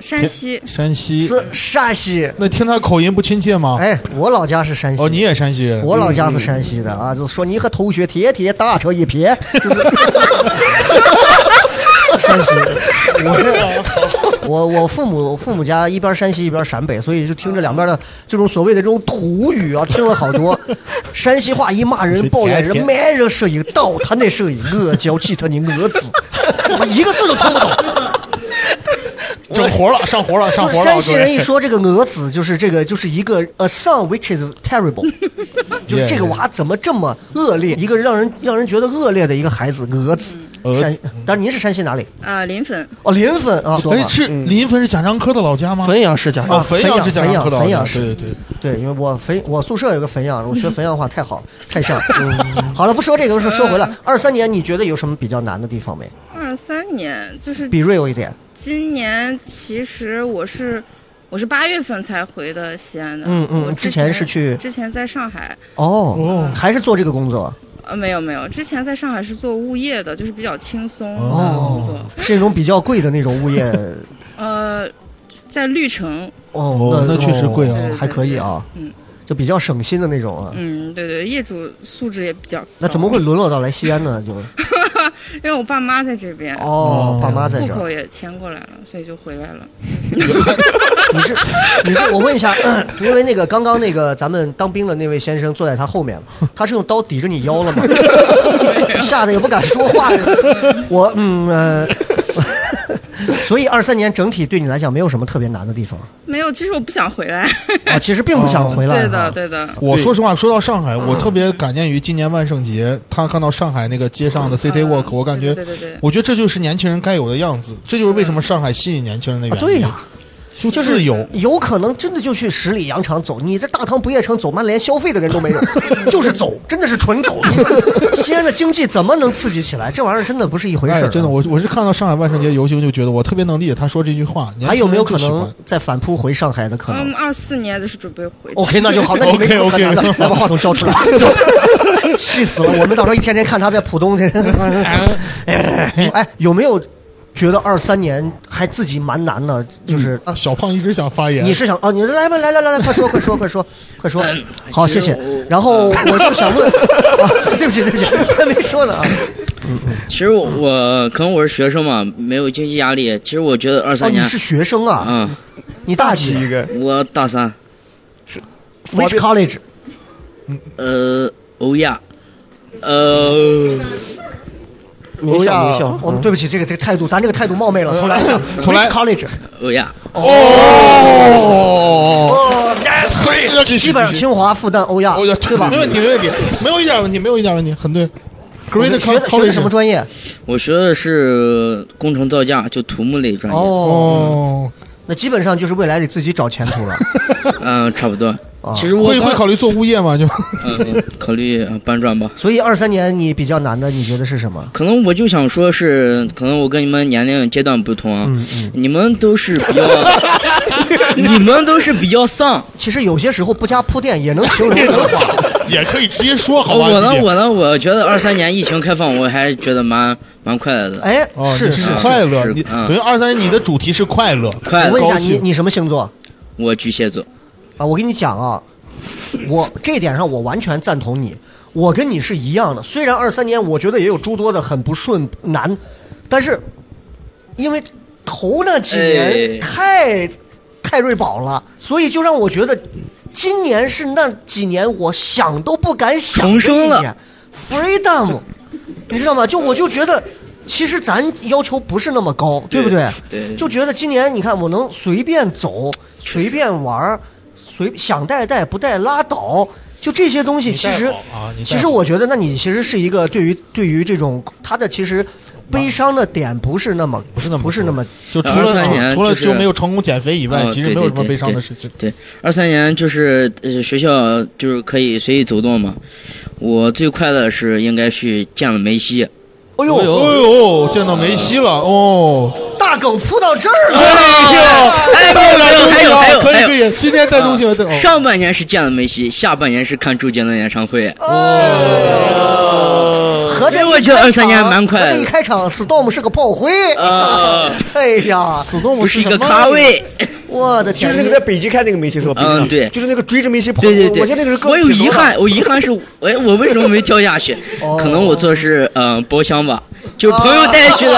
S10: 山西。
S4: 山西，
S1: 是陕西。
S4: 那听他口音不亲切吗？
S1: 哎，我老家是山西。
S4: 哦，你也山西人？嗯
S1: 我老家是山西的啊，就说你和同学天天打成一片，就是 山西。我这 我我父母我父母家一边山西一边陕北，所以就听着两边
S4: 嗯
S1: 的这种所谓的这种土语啊，听了好 多。山西话一骂人抱怨人，
S4: 甜甜
S1: 没人说一个倒他那说一个，娇气他的我子，我一个字都听不懂。
S4: 整活了，上活了，上
S1: 就是
S4: 活了。
S1: 山西
S4: 各位
S1: 人一说这个蛾子，就是这个，就是一个 a son which is terrible，就是这个娃怎么这么恶劣，一个让人让人觉得恶劣的一个孩子蛾子。
S4: 蛾
S1: 山
S4: 子，
S1: 但是您是山西哪里？
S10: 啊，临汾
S1: 哦，临汾啊，说吧
S4: 哎，是临汾是贾樟柯的老家吗？
S5: 汾阳是家
S4: 哦，
S1: 啊
S4: 汾
S1: 汾
S4: 阳
S1: 阳
S4: 是贾樟柯的老
S1: 汾
S4: 家，
S1: 阳
S4: 对对
S1: 是
S4: 对。
S1: 对，因为我汾我宿舍有个汾阳，
S4: 嗯
S1: 我学汾阳话太好太像。嗯好了，不说这个，说说回来，
S4: 嗯
S1: 二三年你觉得有什么比较难的地方没？
S10: 二三年，就是
S1: 比 real 一点，
S10: 今年，其实我是我是八月份才回的西安的。
S1: 嗯嗯
S10: 我
S1: 之前是去
S10: 之前在上海，
S1: 哦，还是做这个工作，
S10: 呃，没有没有，之前在上海是做物业的，就是比较轻松的
S1: 哦
S10: 工作。
S1: 是一种比较贵的那种物业。
S10: 呃，在绿城，
S1: 哦
S4: 哦，那确实贵啊
S1: 哦还可以啊，
S10: 嗯，
S1: 就比较省心的那种啊。
S10: 嗯，对对，业主素质也比较高。
S1: 那怎么会？沦落到来西安呢？就
S10: 因为我爸妈在这边，
S1: 哦，爸妈在
S10: 户
S1: 这儿，
S10: 口也迁过来了，所以就回来了。
S1: 你是你是我问一下， 因为那个刚刚那个咱们当兵的那位先生坐在他后面了，他是用刀抵着你腰了吗？吓得也不敢说话。我嗯呃， 所以二三年整体对你来讲没有什么特别难的地方
S10: 没有，其实我不想回来。
S1: 啊，其实并 不
S4: 哦
S1: 想回来。
S10: 对的，。对的。
S4: 我说实话，说到上海，
S1: 嗯
S4: 我特别感念于今年万圣节，他看到上海那个街上的 City
S10: 嗯
S4: Walk，我感觉
S10: 对对对对，
S4: 我觉得这就是年轻人该有的样子，这就是为什么上海吸引年轻人的
S1: 啊
S4: 原因。
S1: 对呀、
S4: 就自由。
S1: 有可能真的就去十里洋场走，你这大唐不夜城走，妈连消费的人都没有， 就是走，真的是纯走。 西安的经济怎么能刺激起来？这玩意儿真的不是一回事儿、啊
S4: 哎，真的，，我我是看到上海万圣节游行，就觉得我特别能理解他说这句话。年轻人
S1: 还有没有可
S4: 就喜欢
S1: 能嗯再反扑回上海的可能
S10: 嗯，二四年就是准备回去。
S1: ？OK，那就好，那你没什 么可
S4: OK，OK
S1: 难的， 来把话筒 交出来，气死了！我们到时候一天天看他在浦东 这，哎，有没有觉得二三年还自己蛮难的？就是、啊
S4: 嗯小胖一直想发言，
S1: 你是想哦？你来吧，来来来来，快说快说快说快说，好，谢谢
S3: 哎其实我。
S1: 然后我就想问，啊，对不起对不起，还没说呢啊。
S3: 其实我我可能我是学生嘛，没有经济压力。其实我觉得二
S1: 哦，
S3: 三
S1: 你
S3: 年，
S1: 是学生啊？
S3: 嗯，
S1: 你大
S6: 起一
S1: 几
S6: 个
S3: 我大三，
S1: ？Which college？
S3: 呃，欧亚，呃，
S5: 名校名校，
S1: 我们对不起，这个这个态度，咱这个态度冒昧了，重来一下，
S4: 重呃来
S1: Which college？
S3: 欧亚，
S4: 哦，可以，要继续
S1: 基本上
S4: 继续
S1: 清华、复旦、欧亚，
S4: 哦要
S1: 对吧
S4: 没？问题，没问题，没有一点问题，没有一点问题，很对。Great
S1: 学的学
S4: college
S1: 的什么专业？
S3: 我学的是工程造价，就土木类专业，
S1: 哦，
S4: 哦，
S1: 那基本上就是未来得自己找前 途了。啊
S3: 嗯、差不多。其实我
S4: 会会考虑做物业吗？就
S3: 嗯，考虑呃搬砖吧。
S1: 所以二三年你比较难的，你觉得是什么？
S3: 可能我就想说是，可能我跟你们年龄阶段不同啊，
S4: 嗯
S3: 你们都是比较， 你们都是比较丧，
S1: 其实有些时候不加铺垫也能形容文化。
S4: 也可以直接说，好吧？
S3: 我呢
S4: 你，
S3: 我呢，我觉得二三年疫情开放，我还觉得蛮蛮快乐的。
S1: 哎，
S4: 哦，
S1: 是
S4: 你
S1: 是
S4: 是
S1: 是。
S4: 快乐，
S3: 是
S4: 你
S3: 嗯
S4: 等于二三，你的主题是快乐，
S1: 我
S3: 快乐
S1: 问一下
S4: 高兴
S1: 你，你什么星座？
S3: 我巨蟹座，
S1: 啊，我跟你讲啊，我这一点上我完全赞同你，我跟你是一样的。虽然二三年我觉得也有诸多的很不顺难，但是因为头那几年
S3: 哎
S1: 太、太瑞宝了，所以就让我觉得今年是那几年我想都不敢想
S3: 重生了
S1: 的一年，freedom，你知道吗？就我就觉得。其实咱要求不是那么高，对不对？
S3: 对
S1: 就觉得今年你看我能随便走，随便玩儿，随想带带不带拉倒，就这些东西
S4: 你带
S1: 其实
S4: 好啊你带
S1: 其实
S4: 好
S1: 我觉得，那你其实是一个对于对于这种他的其实悲伤的点不是那么
S4: 不是那么
S1: 不是那么
S4: 就除了
S3: 23年
S4: 除了
S3: 就是
S4: 就没有成功减肥以外，
S3: 嗯
S4: 其实没有什么悲伤的事情。
S3: 对，二三年就是、呃、学校就是可以随意走动嘛。我最快乐的是应该去见了梅西，
S1: 哎
S4: 哎
S1: 呦，
S4: 呦，见到梅西了哦！
S1: 大梗扑到这儿了，
S4: 哎
S3: 有还有还有
S4: 可以
S3: 还有
S4: 可以，今天带东西了，带哦
S3: 上半
S6: 哦
S3: 年是见了梅西，下半年是看周杰伦演唱会。
S1: 何我这
S3: 因为我觉得
S1: 一开场
S3: 23年蛮快的
S1: 我这一开场，Storm 是个炮灰。
S3: 啊
S1: 哎呀，
S4: 死动物
S3: 不是一
S4: 什么
S3: 个咖位。
S1: 我的
S6: 就
S1: 天！
S6: 是那个在北极看那个梅西是吧？
S3: 嗯
S6: 北极
S3: 对
S6: 就是那个追着梅西跑。
S3: 对对对，
S6: 我我觉得那个是个
S3: 我有
S6: 体
S3: 遗
S6: 能吧
S3: 憾，我遗 憾是，哎，我为什么没跳下去？
S1: 哦
S3: 可能我做的是嗯、呃包厢吧，就朋友带去的。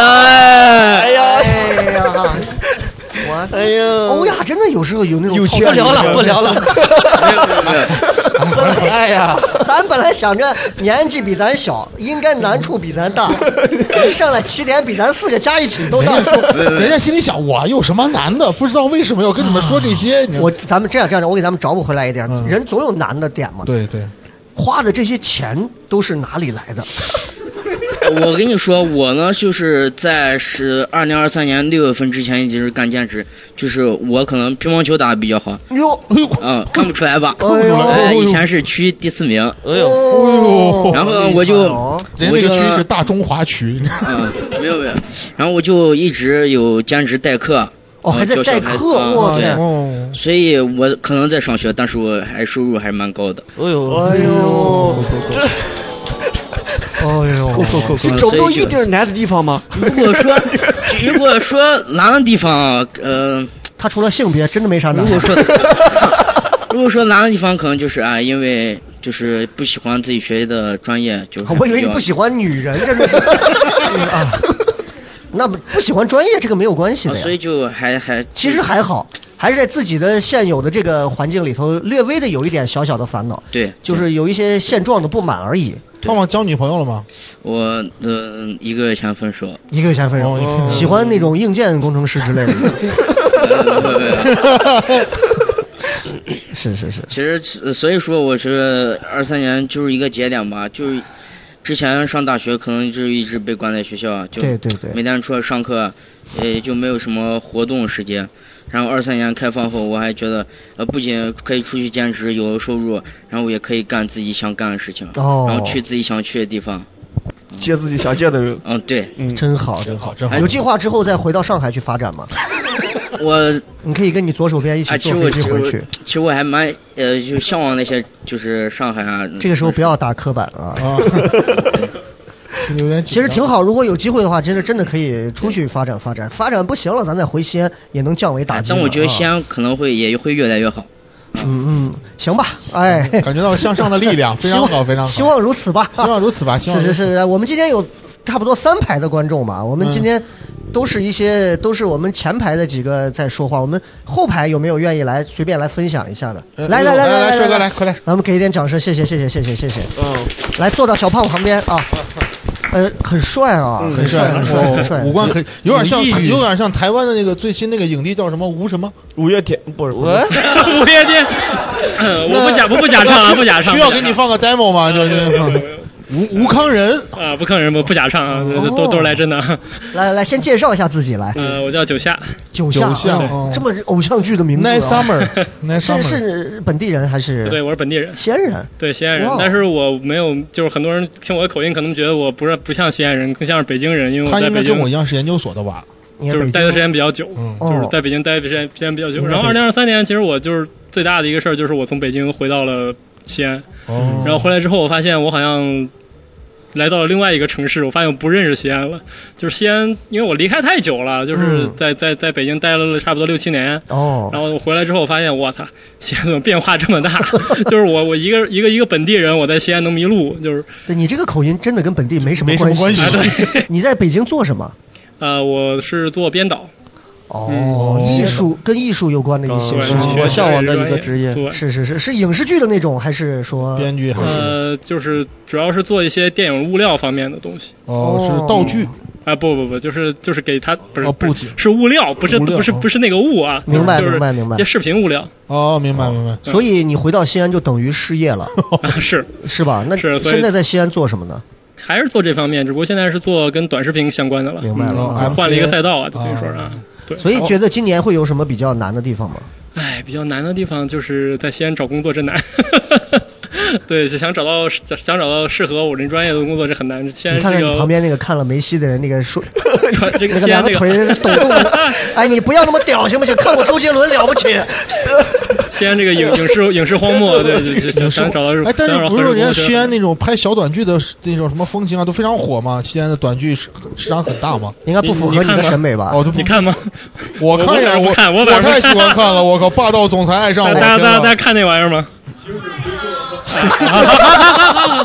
S6: 哦 哎
S3: 哎
S6: 呀，
S1: 哎呀，我
S6: 哎呀，
S1: 欧亚真的有时候有那种
S6: 有
S1: 炮
S6: 钱
S5: 不聊了，不聊了。哎呀，
S1: 咱本来想着年纪比咱小，应该难处比咱大，一上来起点比咱四个加一起都大。
S4: 人家心里想，我有什么难的？不知道为什么要跟你们说这些。你知道嗯
S1: 我咱们这样这样，我给咱们找补回来一点，人总有难的点嘛。
S4: 对对，
S1: 花的这些钱都是哪里来的？
S3: 我跟你说，我呢就是在是二零二三年六月份之前一直干兼职，就是我可能乒乓球打的比较 好，
S1: 哟，
S3: 嗯，看不出来吧？
S1: 哎呦
S3: 哎，以前是区第四名，
S5: 哎呦，
S4: 哦
S3: 然后呢我就
S4: 人家那个区是大中华区，
S3: 嗯，没有没有，然后我就一直有兼职代课。
S1: 哦还在
S3: 教小孩
S1: 代课
S5: 啊
S3: 嗯
S1: 我
S3: 对
S1: 天
S4: 哦，
S3: 所以我可能在上学，但是我还收入还是蛮高的。
S5: 哎呦，
S6: 哎呦，
S1: 哎呦，
S3: 嗯
S6: 你找不到一点难的地方吗？
S3: 如果说 如果说难的地方，嗯、
S1: 他除了性别真的没啥难
S3: 如。果说如果说难的地方，可能就是啊，因为就是不喜欢自己学的专业，就
S1: 啊我以为你不喜
S3: 欢。
S1: 欢女人，这 是啊，那不不喜欢专业这个没有关系
S3: 啊
S1: 的呀。
S3: 所以就还还
S1: 其实还好，还是在自己的现有的这个环境里头，略微的有一点小小的烦恼，
S3: 对
S1: 就是有一些现状的不满而已。
S4: 胖胖交女朋友了吗？
S3: 我嗯、一个月前分 手，
S1: 一个月前分手，
S4: 哦
S1: 嗯喜欢那种硬件工程师之类
S3: 嗯
S1: 的。 是是是，
S3: 其实呃所以说我觉得二三年就是一个节点吧，就是之前上大学可能就一直被关在学校，就
S1: 对对对
S3: 每天除了上课，呃，就没有什么活动时间。然后二三年开放后，我还觉得，呃，不仅可以出去兼职有收入，然后我也可以干自己想干的事情，
S1: 哦
S3: 然后去自己想去的地方。
S6: 接自己想见的人，
S3: 嗯， 对，
S1: 真好真好。
S4: 真好
S1: 有计划之后再回到上海去发展吗？
S3: 我
S1: 你可以跟你左手嗯边一起
S3: 啊，其
S1: 坐飞
S3: 实我
S1: 机
S3: 其实
S1: 回
S3: 我
S1: 去。
S3: 其实我还蛮呃，就向往那些就是上海啊。
S1: 这个时候不要打刻板
S4: 啊，
S1: 啊。
S3: 哦
S4: 心里有点
S1: 其
S4: 紧
S1: 实
S4: 张
S1: 挺好，如果有机会的话，其实真的可以出去发展发展，发展不行了，咱再回西安也能降维 打
S3: 哎
S1: 击嘛。
S3: 但我觉得西
S1: 啊，
S3: 安可能会也会越来越好。
S1: 嗯嗯，行吧，哎，
S4: 感觉到向上的力量，非常
S1: 希
S4: 好，
S1: 望
S4: 非常好。
S1: 希望如此吧。
S4: 希望如此吧，希望
S1: 是
S4: 如
S1: 是
S4: 此
S1: 是，我们今天有差不多三排的观众嘛，我们
S4: 嗯
S1: 今天都是一些都是我们前排的几个在说话，我们后排有没有愿意来随便来分享一下的？
S4: 呃
S1: 来来
S4: 来
S1: 来
S4: 帅哥
S1: 来
S4: 来，，快来，
S1: 咱们给一点掌声，谢谢谢谢谢谢谢谢。嗯，来坐到小胖旁边啊，呃，很帅啊，很帅很帅很帅
S4: 哦，五官可以，有点像
S3: 有意义
S4: 有点像台湾的那个最新那个影帝叫什么吴什么？
S6: 五月 天不是不
S5: 我
S6: 是
S3: 我也天，我不假，我不假唱啊，不假唱。
S4: 需要给你放个 demo 吗？就是吴吴康仁，
S11: 啊，不坑人，不不假唱啊，
S1: 哦
S11: 都都都是来真的啊。
S1: 来来来，先介绍一下自己来，
S11: 呃，我叫九夏，
S1: 九夏，
S4: 九夏
S1: 哎呦
S4: 哦
S1: 这么偶像剧的名字
S4: Nice
S1: 啊，
S4: Summer，Nice
S1: 是
S4: Summer，
S1: 是本地人还是
S11: 对我是本地人，
S1: 西安人？
S11: 对西安人
S1: 哇，哦
S11: 但是我没有，就是很多人听我的口音，可能觉得我不是不像西安人，更像是北京人，因为
S4: 他
S11: 我在
S4: 应该
S11: 北
S4: 跟我一
S11: 京
S4: 样是研究所的吧？
S1: 你
S11: 就是待的时间比较久，
S1: 哦
S11: 就是在北京待的时间时间比较久。
S4: 你在
S11: 然后
S4: 北
S11: 二
S4: 京
S11: 零二三年，其实我就是最大的一个事儿，就是我从北京回到了西安，
S4: 哦，
S11: 然后回来之后，我发现我好像来到了另外一个城市，我发现我不认识西安了。就是西安，因为我离开太久了，就是
S1: 嗯
S11: 在在在北京待了差不多六七年。
S1: 哦，
S11: 然后我回来之后，我发现我操，西安怎么变化这么 大？就是我我一个一个一个本地人，我在西安能迷路。就是
S1: 对你这个口音真的跟本地没什么
S4: 没什么关
S1: 关
S4: 系。
S1: 你在北京做什么？
S11: 呃，我是做编导，嗯
S1: 哦，艺术跟艺术有关的一些
S11: 对
S1: 事情，
S11: 学
S5: 我向往的
S11: 专
S5: 一个职业
S11: 对，
S1: 是是是是影视剧的那种，还是说
S4: 编剧还
S11: 啊
S4: 是
S11: 呃，就是主要是做一些电影物料方面的东西。
S4: 哦是道具
S11: 啊，不不不，就是就是给他不是、
S4: 哦
S11: 不
S4: 布
S11: 是
S4: 景
S11: 是物料，不是
S4: 物料
S11: 不是
S4: 哦
S11: 不是那个物啊，
S1: 明白
S11: 就是
S1: 明白明白
S11: 一些视频物料
S4: 哦，明白明白。
S1: 所以你回到西安就等于失业了，
S11: 啊，是
S1: 是吧？那
S11: 是所以
S1: 现在在西安做什么呢？
S11: 还是做这方面，只不过现在是做跟短视频相关的了，
S1: 明白了
S11: 嗯
S1: 啊
S11: 换了一个赛道啊，
S4: MCN
S11: 等于说啊，对，
S1: 哦所以觉得今年会有什么比较难的地方吗？
S11: 哎，比较难的地方就是在西安找工作真难， 对，就想找到想找到适合我这专业的工作是很难，现
S1: 你
S11: 在
S1: 看看
S11: 这
S1: 你旁
S11: 个
S1: 边那个看了梅西的人，那个说
S11: 传这个
S1: 那个
S11: 西
S1: 两
S11: 安
S1: 个
S11: 这个
S1: 腿抖动的，哎，你不要那么屌行不行？看过周杰伦了不起？
S11: 西安这个影影视影视荒漠，对，就就
S4: 影
S11: 就
S4: 视
S11: 想找到
S4: 哎，但
S11: 想
S4: 是
S11: 找
S4: 不
S11: 合
S4: 是说
S11: 适
S4: 人家
S11: 工作
S4: 西安那种拍小短剧的那种什么风情啊，都非常火嘛？西安的短剧市市场很大嘛？
S1: 应该不符合你的审美吧？
S4: 哦，都不
S11: 你看吗？
S4: 我
S11: 我
S4: 看
S11: 晚
S4: 呀，
S11: 上不
S4: 我
S11: 看我晚上不
S4: 太
S11: 看
S4: 喜欢看了，我靠，霸道总裁爱上
S11: 大
S4: 我，
S11: 家大
S4: 天
S11: 家
S4: 哪
S11: 大家看 那玩意儿吗？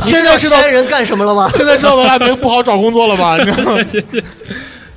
S1: 现在知道 人干什么了吗？
S4: 现在知道吧？没不好找工作了吧？你知道吗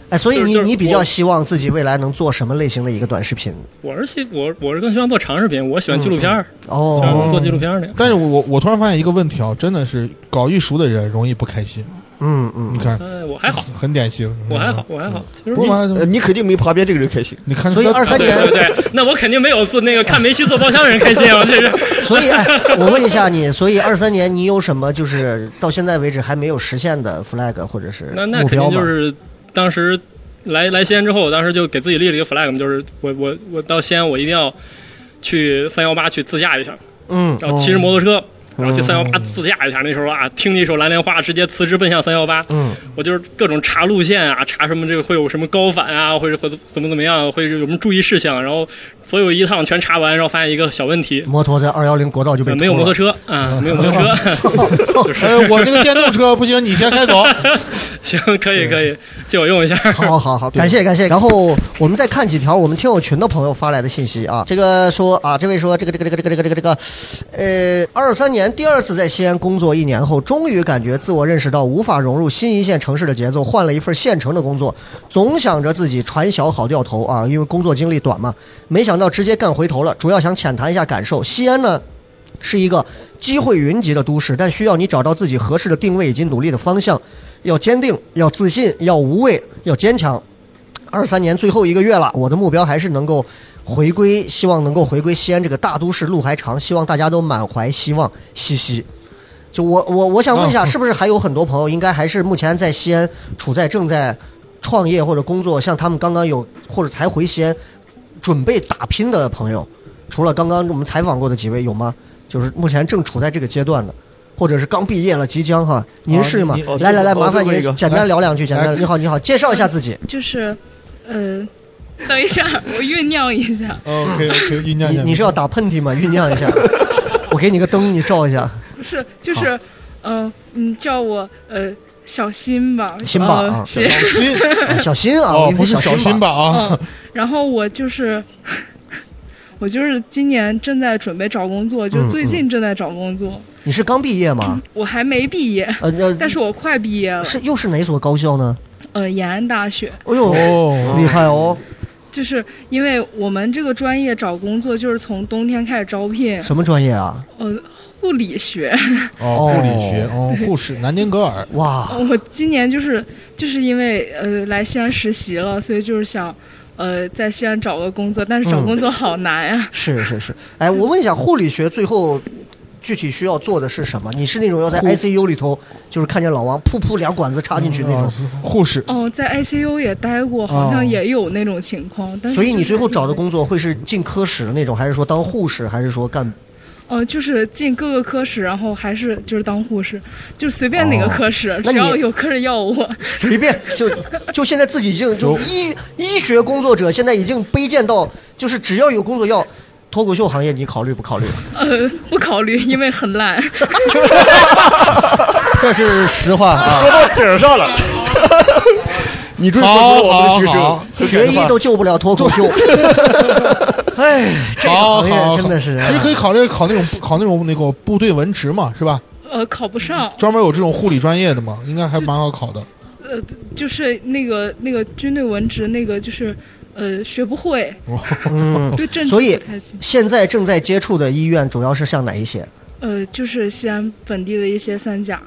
S1: 哎，所以
S11: 就是
S1: 你
S11: 就是
S1: 你比
S11: 我
S1: 较希望自己未来能做什么类型的一个短视频？
S11: 我是喜我我是更喜欢做长视频，我喜欢纪录片
S4: 嗯
S11: 儿，喜欢
S1: 哦，
S11: 做纪录片儿那样。
S4: 但是我我我突然发现一个问题啊，真的是搞艺术的人容易不开心。
S1: 嗯嗯
S4: 你，看，
S11: 嗯，我还好，
S4: 很典型。
S11: 我还好，我还好。其实
S4: 不嘛，
S6: 呃你肯定没旁边这个人开心。
S4: 你看，
S1: 所以二三
S11: 对
S1: 年
S11: 对对，那我肯定没有做那个看梅西做包厢的人开心啊！我这是
S1: 所 以，哎，我问一下你，所以二三年你有什么就是到现在为止还没有实现的 flag 或者是
S11: 那那
S1: 目
S11: 肯
S1: 标
S11: 定
S1: 吗
S11: 就？是当时来来西安之后，我当时就给自己立了一个 flag 嘛，就是我我我到西安我一定要去三幺八去自驾一下，
S1: 嗯，
S11: 然后骑着摩托车。然后
S4: 嗯
S11: 去三幺八自驾一下，那时候啊，听了一首《蓝莲花》，直接辞职奔向三幺八。
S1: 嗯，
S11: 我就是各种查路线啊，查什么这个会有什么高反啊，或者会怎么怎么样，会有什么注意事项，然后所有一趟全查完，然后发现一个小问题，
S1: 摩托在二幺零国道就被
S11: 呃没有
S1: 偷
S11: 摩托
S1: 了
S11: 车 啊，没有摩托车，
S4: 哎，我这个电动车不行，你先开走。
S11: 行，可以可以，借我用一下。
S1: 好好好，感谢感谢。然后我们再看几条我们听友群的朋友发来的信息啊。这个说啊，这位说这个这个这个这个这个这个这个，呃，二三年第二次在西安工作一年后，终于感觉自我认识到无法融入新一线城市的节奏，换了一份县城的工作，总想着自己船小好掉头啊，因为工作经历短嘛。没想到直接干回头了，主要想浅谈一下感受。西安呢？是一个机会云集的都市，但需要你找到自己合适的定位以及努力的方向，要坚定，要自信，要无畏，要坚强。二三年最后一个月了，我的目标还是能够回归，希望能够回归西安这个大都市，路还长，希望大家都满怀希望，嘻嘻。就我我我想问一
S6: 嗯
S1: 下，是不是还有很多朋友，应该还是目前在西安处在正在创业或者工作，像他们刚刚有或者才回西安准备打拼的朋友，除了刚刚我们采访过的几位，有吗？就是目前正处在这个阶段的，或者是刚毕业了，即将哈，您是吗
S4: 你？
S6: 哦
S1: 来来来，
S6: 哦
S1: 麻
S6: 最
S1: 烦
S6: 后
S1: 您
S6: 一个
S1: 简单聊两句，简单。
S4: 来
S1: 你好，你好，介绍一下自己。
S10: 就是，呃，等一下，我酝酿一下。
S4: OK OK，酝酿一
S1: 你
S4: 下。
S1: 你是要打喷嚏吗？酝酿一下，我给你个灯，你照一下。
S10: 不是，就是，呃，你叫我呃小新吧，
S1: 辛巴
S10: 呃
S1: 啊
S10: 是
S4: 小心
S1: 啊小心啊，
S4: 哦
S1: 我，以为
S4: 不是小
S1: 心
S4: 心吧
S10: 嗯
S4: 啊，
S10: 然后我就是， 我就是今年正在准备找工作，
S1: 嗯
S10: 就最近正在找工作，
S1: 你是刚毕业吗？
S10: 我还没毕业，
S1: 呃，那
S10: 但是我快毕业了，
S1: 是又是哪所高校呢？
S10: 呃，延安大学，
S1: 哎呦，
S4: 哦，
S1: 厉害哦！
S10: 就是因为我们这个专业找工作就是从冬天开始招聘，
S1: 什么专业啊？
S10: 呃，护理学，
S4: 哦，护理学，哦，护士，南丁格尔，
S1: 哇，
S10: 我今年就是就是因为呃来西安实习了，所以就是想。呃，在西安找个工作，但是找
S1: 嗯
S10: 工作好难啊呀、
S1: 是是是。哎，我问一下，护理学最后具体需要做的是什么？你是那种要在 ICU 里头，就是看见老王噗噗两管子插进去那种？
S4: 嗯啊护士。
S10: 哦，在 ICU 也待过，好
S4: 哦
S10: 像也有那种情况，但是
S1: 所以你
S10: 就是
S1: 最后找
S10: 因
S1: 的
S10: 为
S1: 工作会是进科室那种，还是说当护士，还是说干？
S10: 呃，就是进各个科室，然后还是就是当护士，就随便哪个科室，
S1: 哦
S10: 只
S1: 那你
S10: 要有科室要我，
S1: 随便就就现在自己已经就
S4: 有
S1: 医医学工作者现在已经卑贱到，就是只要有工作要脱口秀行业，你考虑不考虑？
S10: 呃，不考 虑，因为很烂。
S5: 这是实话啊。
S6: 说到点儿上了， 你终于说出了我们的学
S4: 好好好
S6: 生，很
S1: 学
S6: 感
S1: 医
S6: 动
S1: 都救不了脱口秀。 哎，这个
S4: 好
S1: 行
S4: 好，
S1: 业真的是哎
S4: 其实可以考虑考那种考那种那个部队文职嘛，是吧？
S10: 呃，考不上，
S4: 专门有这种护理专业的嘛，应该还蛮好考的。
S10: 呃，就是那个那个军队文职那个就是，呃，学不会，
S1: 嗯，
S10: 对政治
S1: 所以
S10: 不太清
S1: 现在正在接触的医院主要是像哪一些？
S10: 呃，就是西安本地的一些三甲，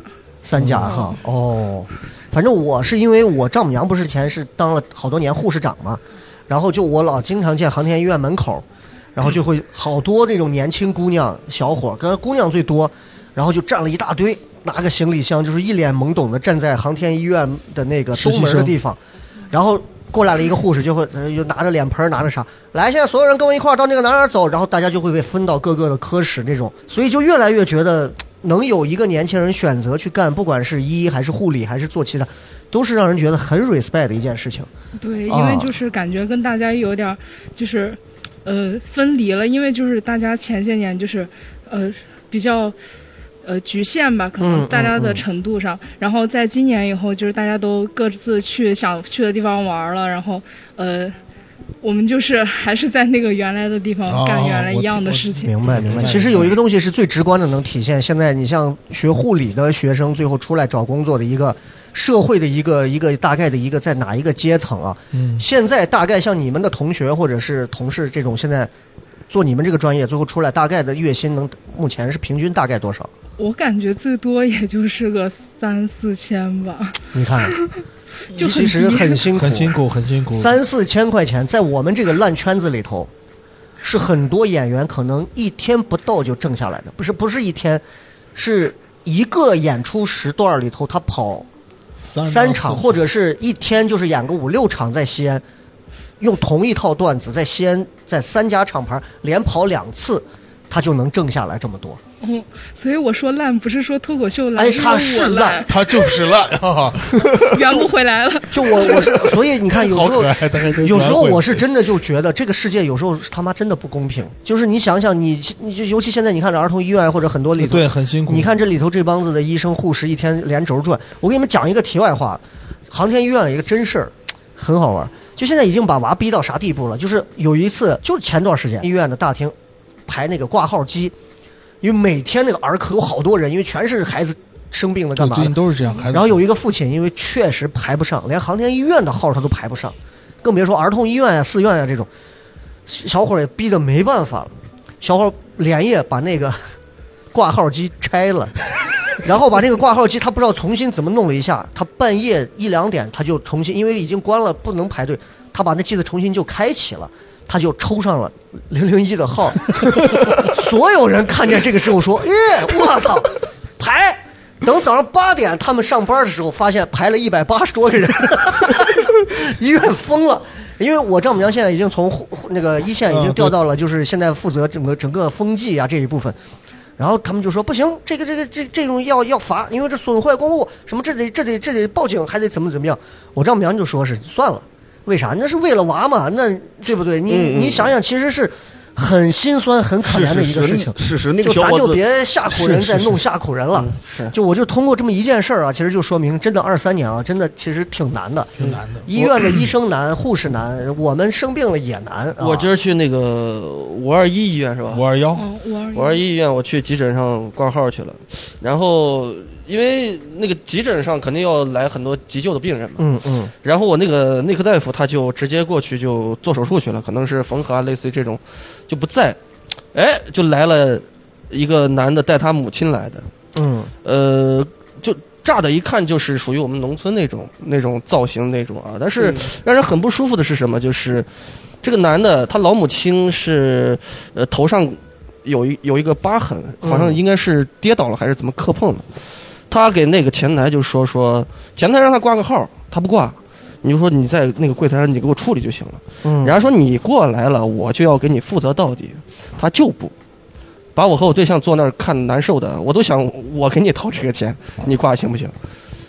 S1: 三甲哈、哦，反正我是因为我丈母娘不是前是当了好多年护士长嘛，然后就我老经常见航天医院门口，然后就会好多那种年轻姑娘小伙儿，跟姑娘最多，然后就站了一大堆，拿个行李箱，就是一脸懵懂的站在航天医院的那个
S4: 实习
S1: 东门的
S4: 生
S1: 地方，然后过来了一个护士，就会呃就拿着脸盆儿拿着啥，来，现在所有人跟我一块儿到那个哪儿哪儿走，然后大家就会被分到各个的科室那种，所以就越来越觉得能有一个年轻人选择去干，不管是医还是护理还是做其他，都是让人觉得很 respect 的一件事情。
S10: 对，
S1: 啊
S10: 因为就是感觉跟大家有点儿就是。呃分离了，因为就是大家前些年就是呃比较。呃，局限吧，
S12: 嗯
S10: 可能
S12: 嗯
S10: 大家的
S12: 嗯
S10: 程度上。然后在今年以后，就是大家都各自去想去的地方玩了，然后呃，我们就是 还是在那个原来的地方干原来一样的事情。
S1: 哦啊明白明白。嗯其实有一个东西是最直观的，能体现现在你像学护理的学生最后出来找工作的一个社会的一个一个大概的一个在哪一个阶层啊？
S4: 嗯
S1: 现在大概像你们的同学或者是同事这种，现在做你们这个专业最后出来大概的月薪能目前是平均大概多少？
S10: 我感觉最多也就是个三四千吧，
S1: 你看，
S10: 就
S1: 其实
S10: 低
S1: 很辛苦，
S4: 很辛苦，很辛苦。
S1: 三四千块钱，在我们这个烂圈子里头，是很多演员可能一天不到就挣下来的，不是不是一天，是一个演出时段里头他跑
S4: 三
S1: 三
S4: 到
S1: 场，
S4: 四
S1: 或者是一天就是演个五六场在西安，用同一套段子在西安在三家厂牌连跑两次，他就能挣下来这么多。
S10: 嗯，所以我说烂不是说脱口秀烂，
S1: 哎，他
S10: 是
S1: 是
S10: 我
S1: 烂，，
S4: 他就是烂啊！
S10: 圆不回来了。
S1: 就我我是，所以你看，有时
S4: 好
S1: 候
S4: 可爱大概都
S1: 有时候
S4: 蛮会
S1: 我是真的就觉得这个世界有时候他妈真的不公平。就是你想想你，你就尤其现在你看这儿童医院或者很多里头，
S4: 对很辛苦
S1: 你看这里头这帮子的医生护士一天连轴转。我给你们讲一个题外话，航天医院有一个真事儿，很好玩儿。就现在已经把娃逼到啥地步了？就是有一次，就是前段时间医院的大厅排那个挂号机，因为每天那个儿科有好多人，因为全是孩子生病了干
S4: 对
S1: 嘛的
S4: 最近都是这样，孩子
S1: 然后有一个父亲，因为确实排不上，连航天医院的号他都排不上，更别说儿童医院呀、寺院呀这种。小伙儿也逼得没办法了，小伙儿连夜把那个挂号机拆了， 然后把那个挂号机他不知道重新怎么弄了一下，他半夜一两点他就重新，因为已经关了不能排队，他把那机子重新就开启了。他就抽上了零零一的号， 所有人看见这个之后说：“哎，我操，排！”等早上八点他们上班的时候，发现排了一百八十多个人， 医院疯了。因为我丈母娘现在已经从户那个一线已经调到了，就是现在负责整个整个风纪啊这一部分。然后他们就说不行，这个这个这这种要要罚，因为这损坏公物，什么这得这得这得报警，还得怎么怎么样。我丈母娘就说是算了，为啥？那是为了娃嘛，那对不对？你
S6: 嗯嗯
S1: 你想想，其实是很心酸、很可怜的一个事情。
S6: 是是是那个
S1: 就
S6: 小
S1: 咱
S6: 伙
S1: 就
S6: 子
S1: 别吓唬人，再弄吓唬人了。
S6: 是
S1: 就我就通过这么一件事儿啊，其实就说明，真的二三年啊，真的其实挺难的，挺
S4: 难的。
S1: 医院的医生难，护士难，我们生病了也难。啊
S5: 我今儿去那个五二一医院是吧？
S4: 五二幺
S10: 嗯521
S5: 五二一医院，我去急诊上挂号去了。然后因为那个急诊上肯定要来很多急救的病人嘛，
S1: 嗯嗯
S5: 然后我那个内科大夫他就直接过去就做手术去了，可能是缝合啊，类似于这种，就不在。哎，就来了一个男的带他母亲来的，
S1: 嗯
S5: 呃，就乍的一看就是属于我们农村那种那种造型那种啊，但是
S3: 嗯
S5: 让人很不舒服的是什么？就是这个男的他老母亲是呃头上有一有一个疤痕，好像
S3: 嗯
S5: 应该是跌倒了还是怎么磕碰了。他给那个前台就说说，前台让他挂个号，他不挂，你就说你在那个柜台上你给我处理就行了。
S1: 嗯
S5: 人家说你过来了，我就要给你负责到底，他就不。把我和我对象坐那儿看难受的，我都想我给你掏这个钱，你挂行不行？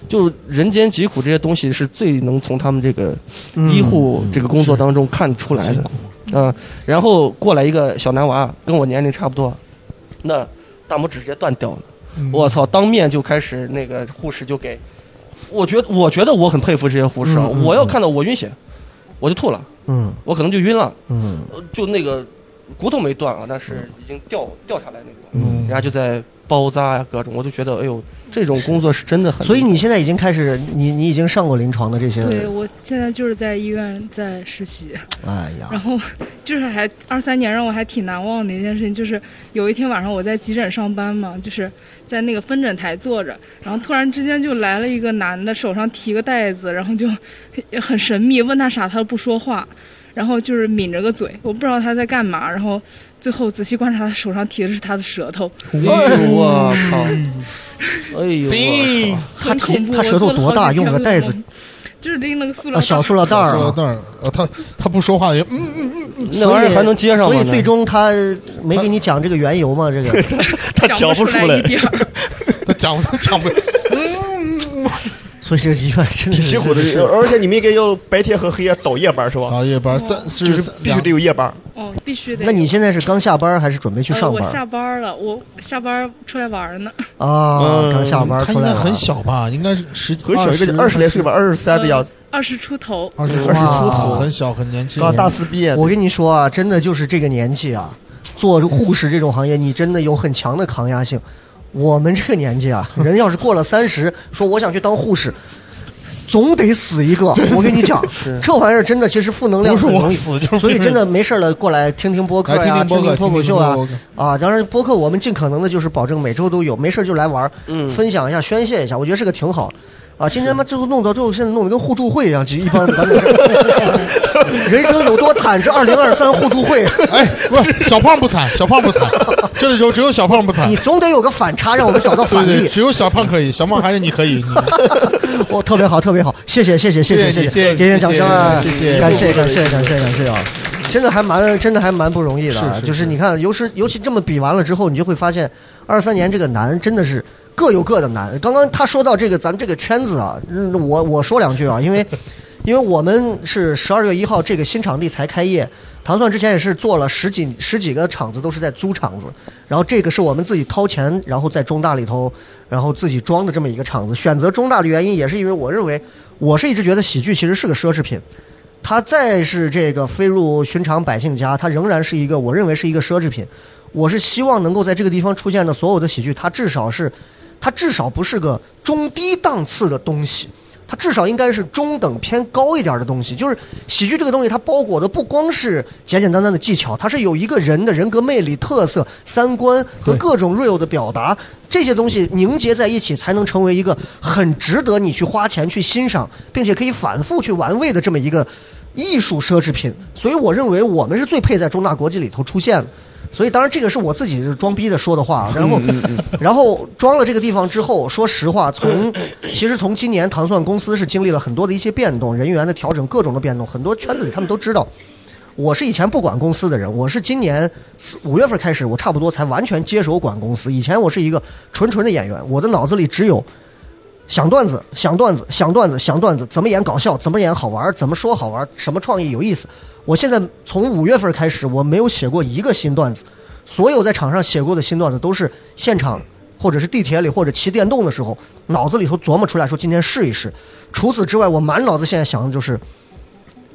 S5: 就人间疾苦这些东西是最能从他们这个
S3: 嗯
S5: 医护这个工作当中看出来的，嗯、然后过来一个小男娃，跟我年龄差不多，那大拇指直接断掉了，
S1: 嗯
S5: 我操，当面就开始那个护士就给，我觉得我觉得我很佩服这些护士啊，
S1: 嗯嗯
S5: 我要看到我晕血，我就吐了，
S1: 嗯
S5: 我可能就晕了，
S1: 嗯
S5: 呃就那个骨头没断啊，但是已经掉掉下来那种，
S1: 嗯
S5: 人家就在包扎呀、各种，我就觉得哎呦，这种工作是真的很，
S1: 所以你现在已经开始，你你已经上过临床的这些，
S10: 对，我现在就是在医院在实习。
S1: 哎
S5: 啊
S1: 呀，
S10: 然后 就是还二三年让我还挺难忘的一件事情，就是有一天晚上我在急诊上班嘛，就是在那个分诊台坐着，然后突然之间就来了一个男的，手上提个袋子，然后就也很神秘，问他啥他都不说话，然后就是抿着个嘴，我不知道他在干嘛，然后最后仔细观察，他手上提的是他的舌头，
S5: 哎呦我靠，哎呦我靠，
S1: 他提
S10: 很恐怖
S1: 他舌头多大，用个袋子，
S10: 就是拎了个塑料
S1: 啊小塑料袋儿啊
S4: 塑料袋儿，呃他他不说话也嗯嗯嗯嗯，
S1: 所以所以最终他没给你讲这个缘由吗？这个
S4: 他讲不出来一点， 他讲不 嗯讲不，
S1: 所以这医院真的
S6: 挺
S1: 是
S6: 辛苦的
S1: 是
S6: 哦事，而且你们应该要白天和黑夜倒夜班是吧？
S4: 倒夜班三
S6: 就是必须得有夜班。
S10: 哦，必须得有。
S1: 那你现在是刚下班还是准备去上
S10: 呃？我
S1: 班
S10: 下班了，我下班出来玩呢。
S1: 啊？刚下班
S4: 嗯他
S1: 出
S4: 应
S1: 来
S4: 该
S1: 了
S4: 很小吧？应该是十
S6: 很小一个二十来岁吧，二十三
S10: 嗯
S6: 的样子，
S10: 二十出头。
S4: 二十啊
S6: 二十出头
S4: 很小很年轻。
S6: 刚大四毕业。
S1: 我跟你说啊，真的就是这个年纪啊，做护士这种行业，你真的有很强的抗压性。我们这个年 纪啊，人要是过了三十，说我想去当护士，总得死一个。我跟 你讲，这玩意儿真的其实负能量
S4: 不是
S1: 很
S4: 我
S1: 容易
S4: 死就是
S1: 所以
S4: 别人
S1: 真的没事儿了，过来听听播客
S4: 来
S1: 呀、
S4: 听听播客
S1: 脱口秀啊
S4: 听听
S1: 啊。当然，播客我们尽可能的就是保证每周都有，没事儿就来玩儿，分享一下、宣泄一下，我觉得这个挺好。啊，今天他妈最后弄到最后，现在弄得跟互助会一样，一帮 咱们这人生有多惨？这二零二三互助会，
S4: 哎，不是小胖不惨，小胖不惨，这里头只有小胖不惨
S1: 你。总得有个反差，让我们找到
S4: 对
S1: 反
S4: 对，
S1: 例。
S4: 只有小胖可以，小胖还是你可 以。你
S1: 哦，特别好，特别好，谢谢，谢谢，谢
S4: 谢谢
S1: 谢，
S4: 谢谢
S1: 给点掌声啊！
S4: 谢谢
S1: 感谢，感谢，感谢，感谢啊！真的还蛮，真的还蛮不容易的啊。就是你看，尤是尤其这么比完了之后，你就会发现，二三年这个难真的是各有各的难。刚刚他说到这个咱们这个圈子啊，嗯我我说两句啊，因为因为我们是十二月一号这个新场地才开业，糖蒜之前也是做了十几十几个场子，都是在租场子。然后这个是我们自己掏钱，然后在中大里头，然后自己装的这么一个场子。选择中大的原因也是因为我认为，我是一直觉得喜剧其实是个奢侈品，它再是这个飞入寻常百姓家，它仍然是一个我认为是一个奢侈品。我是希望能够在这个地方出现的所有的喜剧，它至少是，它至少不是个中低档次的东西，它至少应该是中等偏高一点的东西。就是喜剧这个东西，它包裹的不光是简简单单的技巧，它是有一个人的人格魅力、特色、三观和各种 real 的表达，这些东西凝结在一起，才能成为一个很值得你去花钱去欣赏，并且可以反复去玩味的这么一个艺术奢侈品。所以我认为我们是最配在中大国际里头出现的。所以，当然这个是我自己就是装逼的说的话，啊然后，然后装了这个地方之后，说实话，从其实从今年糖蒜公司是经历了很多的一些变动，人员的调整，各种的变动，很多圈子里他们都知道。我是以前不管公司的人，我是今年四五月份开始，我差不多才完全接手管公司。以前我是一个纯纯的演员，我的脑子里只有想段子，想段子，想段子，想段子，怎么演搞笑，怎么演好玩，怎么说好玩，什么创意有意思。我现在从五月份开始，我没有写过一个新段子，所有在场上写过的新段子都是现场或者是地铁里或者骑电动的时候，脑子里头琢磨出来说今天试一试。除此之外，我满脑子现在想的就是。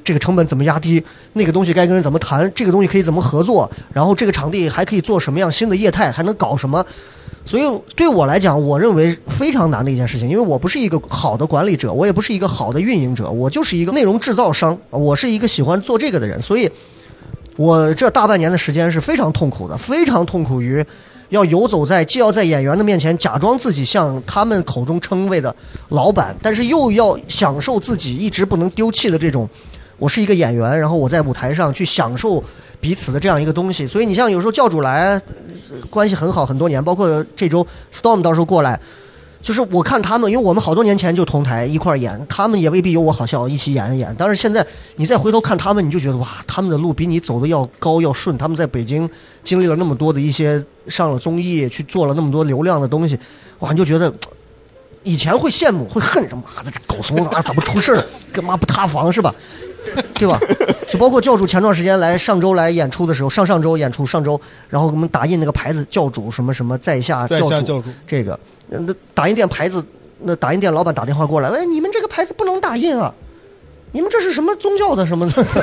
S1: 这个成本怎么压低，那个东西该跟人怎么谈，这个东西可以怎么合作，然后这个场地还可以做什么样新的业态，还能搞什么。所以对我来讲，我认为非常难的一件事情，因为我不是一个好的管理者，我也不是一个好的运营者，我就是一个内容制造商，我是一个喜欢做这个的人，所以我这大半年的时间是非常痛苦的，非常痛苦于要游走在既要在演员的面前假装自己像他们口中称谓的老板，但是又要享受自己一直不能丢弃的这种，我是一个演员，然后我在舞台上去享受彼此的这样一个东西。所以你像有时候教主来，呃关系很好很多年，包括这周 Storm 到时候过来。就是我看他们，因为我们好多年前就同台一块儿演，他们也未必有我好笑，一起演一演。但是现在你再回头看他们，你就觉得哇，他们的路比你走的要高要顺。他们在北京经历了那么多的一些上了综艺，去做了那么多流量的东西，哇，你就觉得以前会羡慕会恨什么啊，这狗怂啊，怎么出事儿， 干嘛不塌房是吧？ 对吧？就包括教主前段时间来上周来演出的时候，上上周演出上周，然后我们打印那个牌子，教主什么什么在下
S4: 在
S1: 教主，
S4: 下教主
S1: 这个呃那打印店牌子，那打印店老板打电话过来，哎喂，你们这个牌子不能打印啊，你们这是什么宗教的什么 的？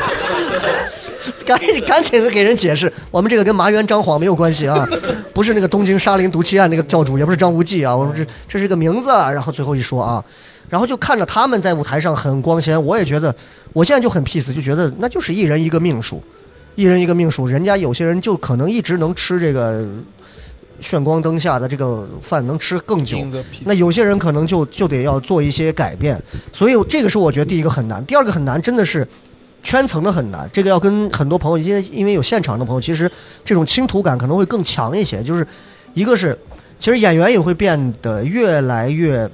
S1: 赶紧赶紧的给人解释，我们这个跟麻原彰晃没有关系啊，不是那个东京沙林毒气案那个教主，也不是张无忌啊，我们这这是一个名字啊。然后最后一说啊，然后就看着他们在舞台上很光鲜，我也觉得我现在就很 peace，就觉得那就是一人一个命数，一人一个命数，人家有些人就可能一直能吃这个炫光灯下的这个饭能吃更久
S4: 听得 peace，
S1: 那有些人可能就就得要做一些改变，所以这个是我觉得第一个很难，第二个很难真的是圈层的很难，这个要跟很多朋友，因为因为有现场的朋友，其实这种倾吐感可能会更强一些，就是一个是其实演员也会变得越来越。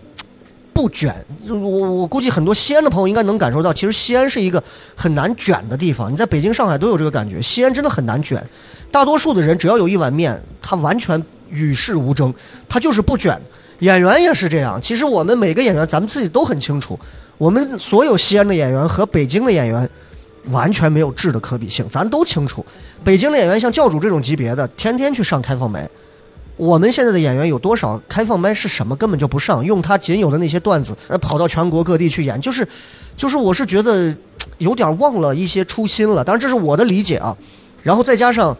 S1: 不卷，就我我估计很多西安的朋友应该能感受到，其实西安是一个很难卷的地方。你在北京、上海都有这个感觉，西安真的很难卷。大多数的人只要有一碗面，他完全与世无争，他就是不卷。演员也是这样。其实我们每个演员，咱们自己都很清楚，我们所有西安的演员和北京的演员完全没有质的可比性，咱都清楚。北京的演员像教主这种级别的，天天去上开放麦。我们现在的演员有多少开放麦是什么根本就不上，用他仅有的那些段子，呃，跑到全国各地去演，就是，就是我是觉得有点忘了一些初心了。当然这是我的理解啊，然后再加上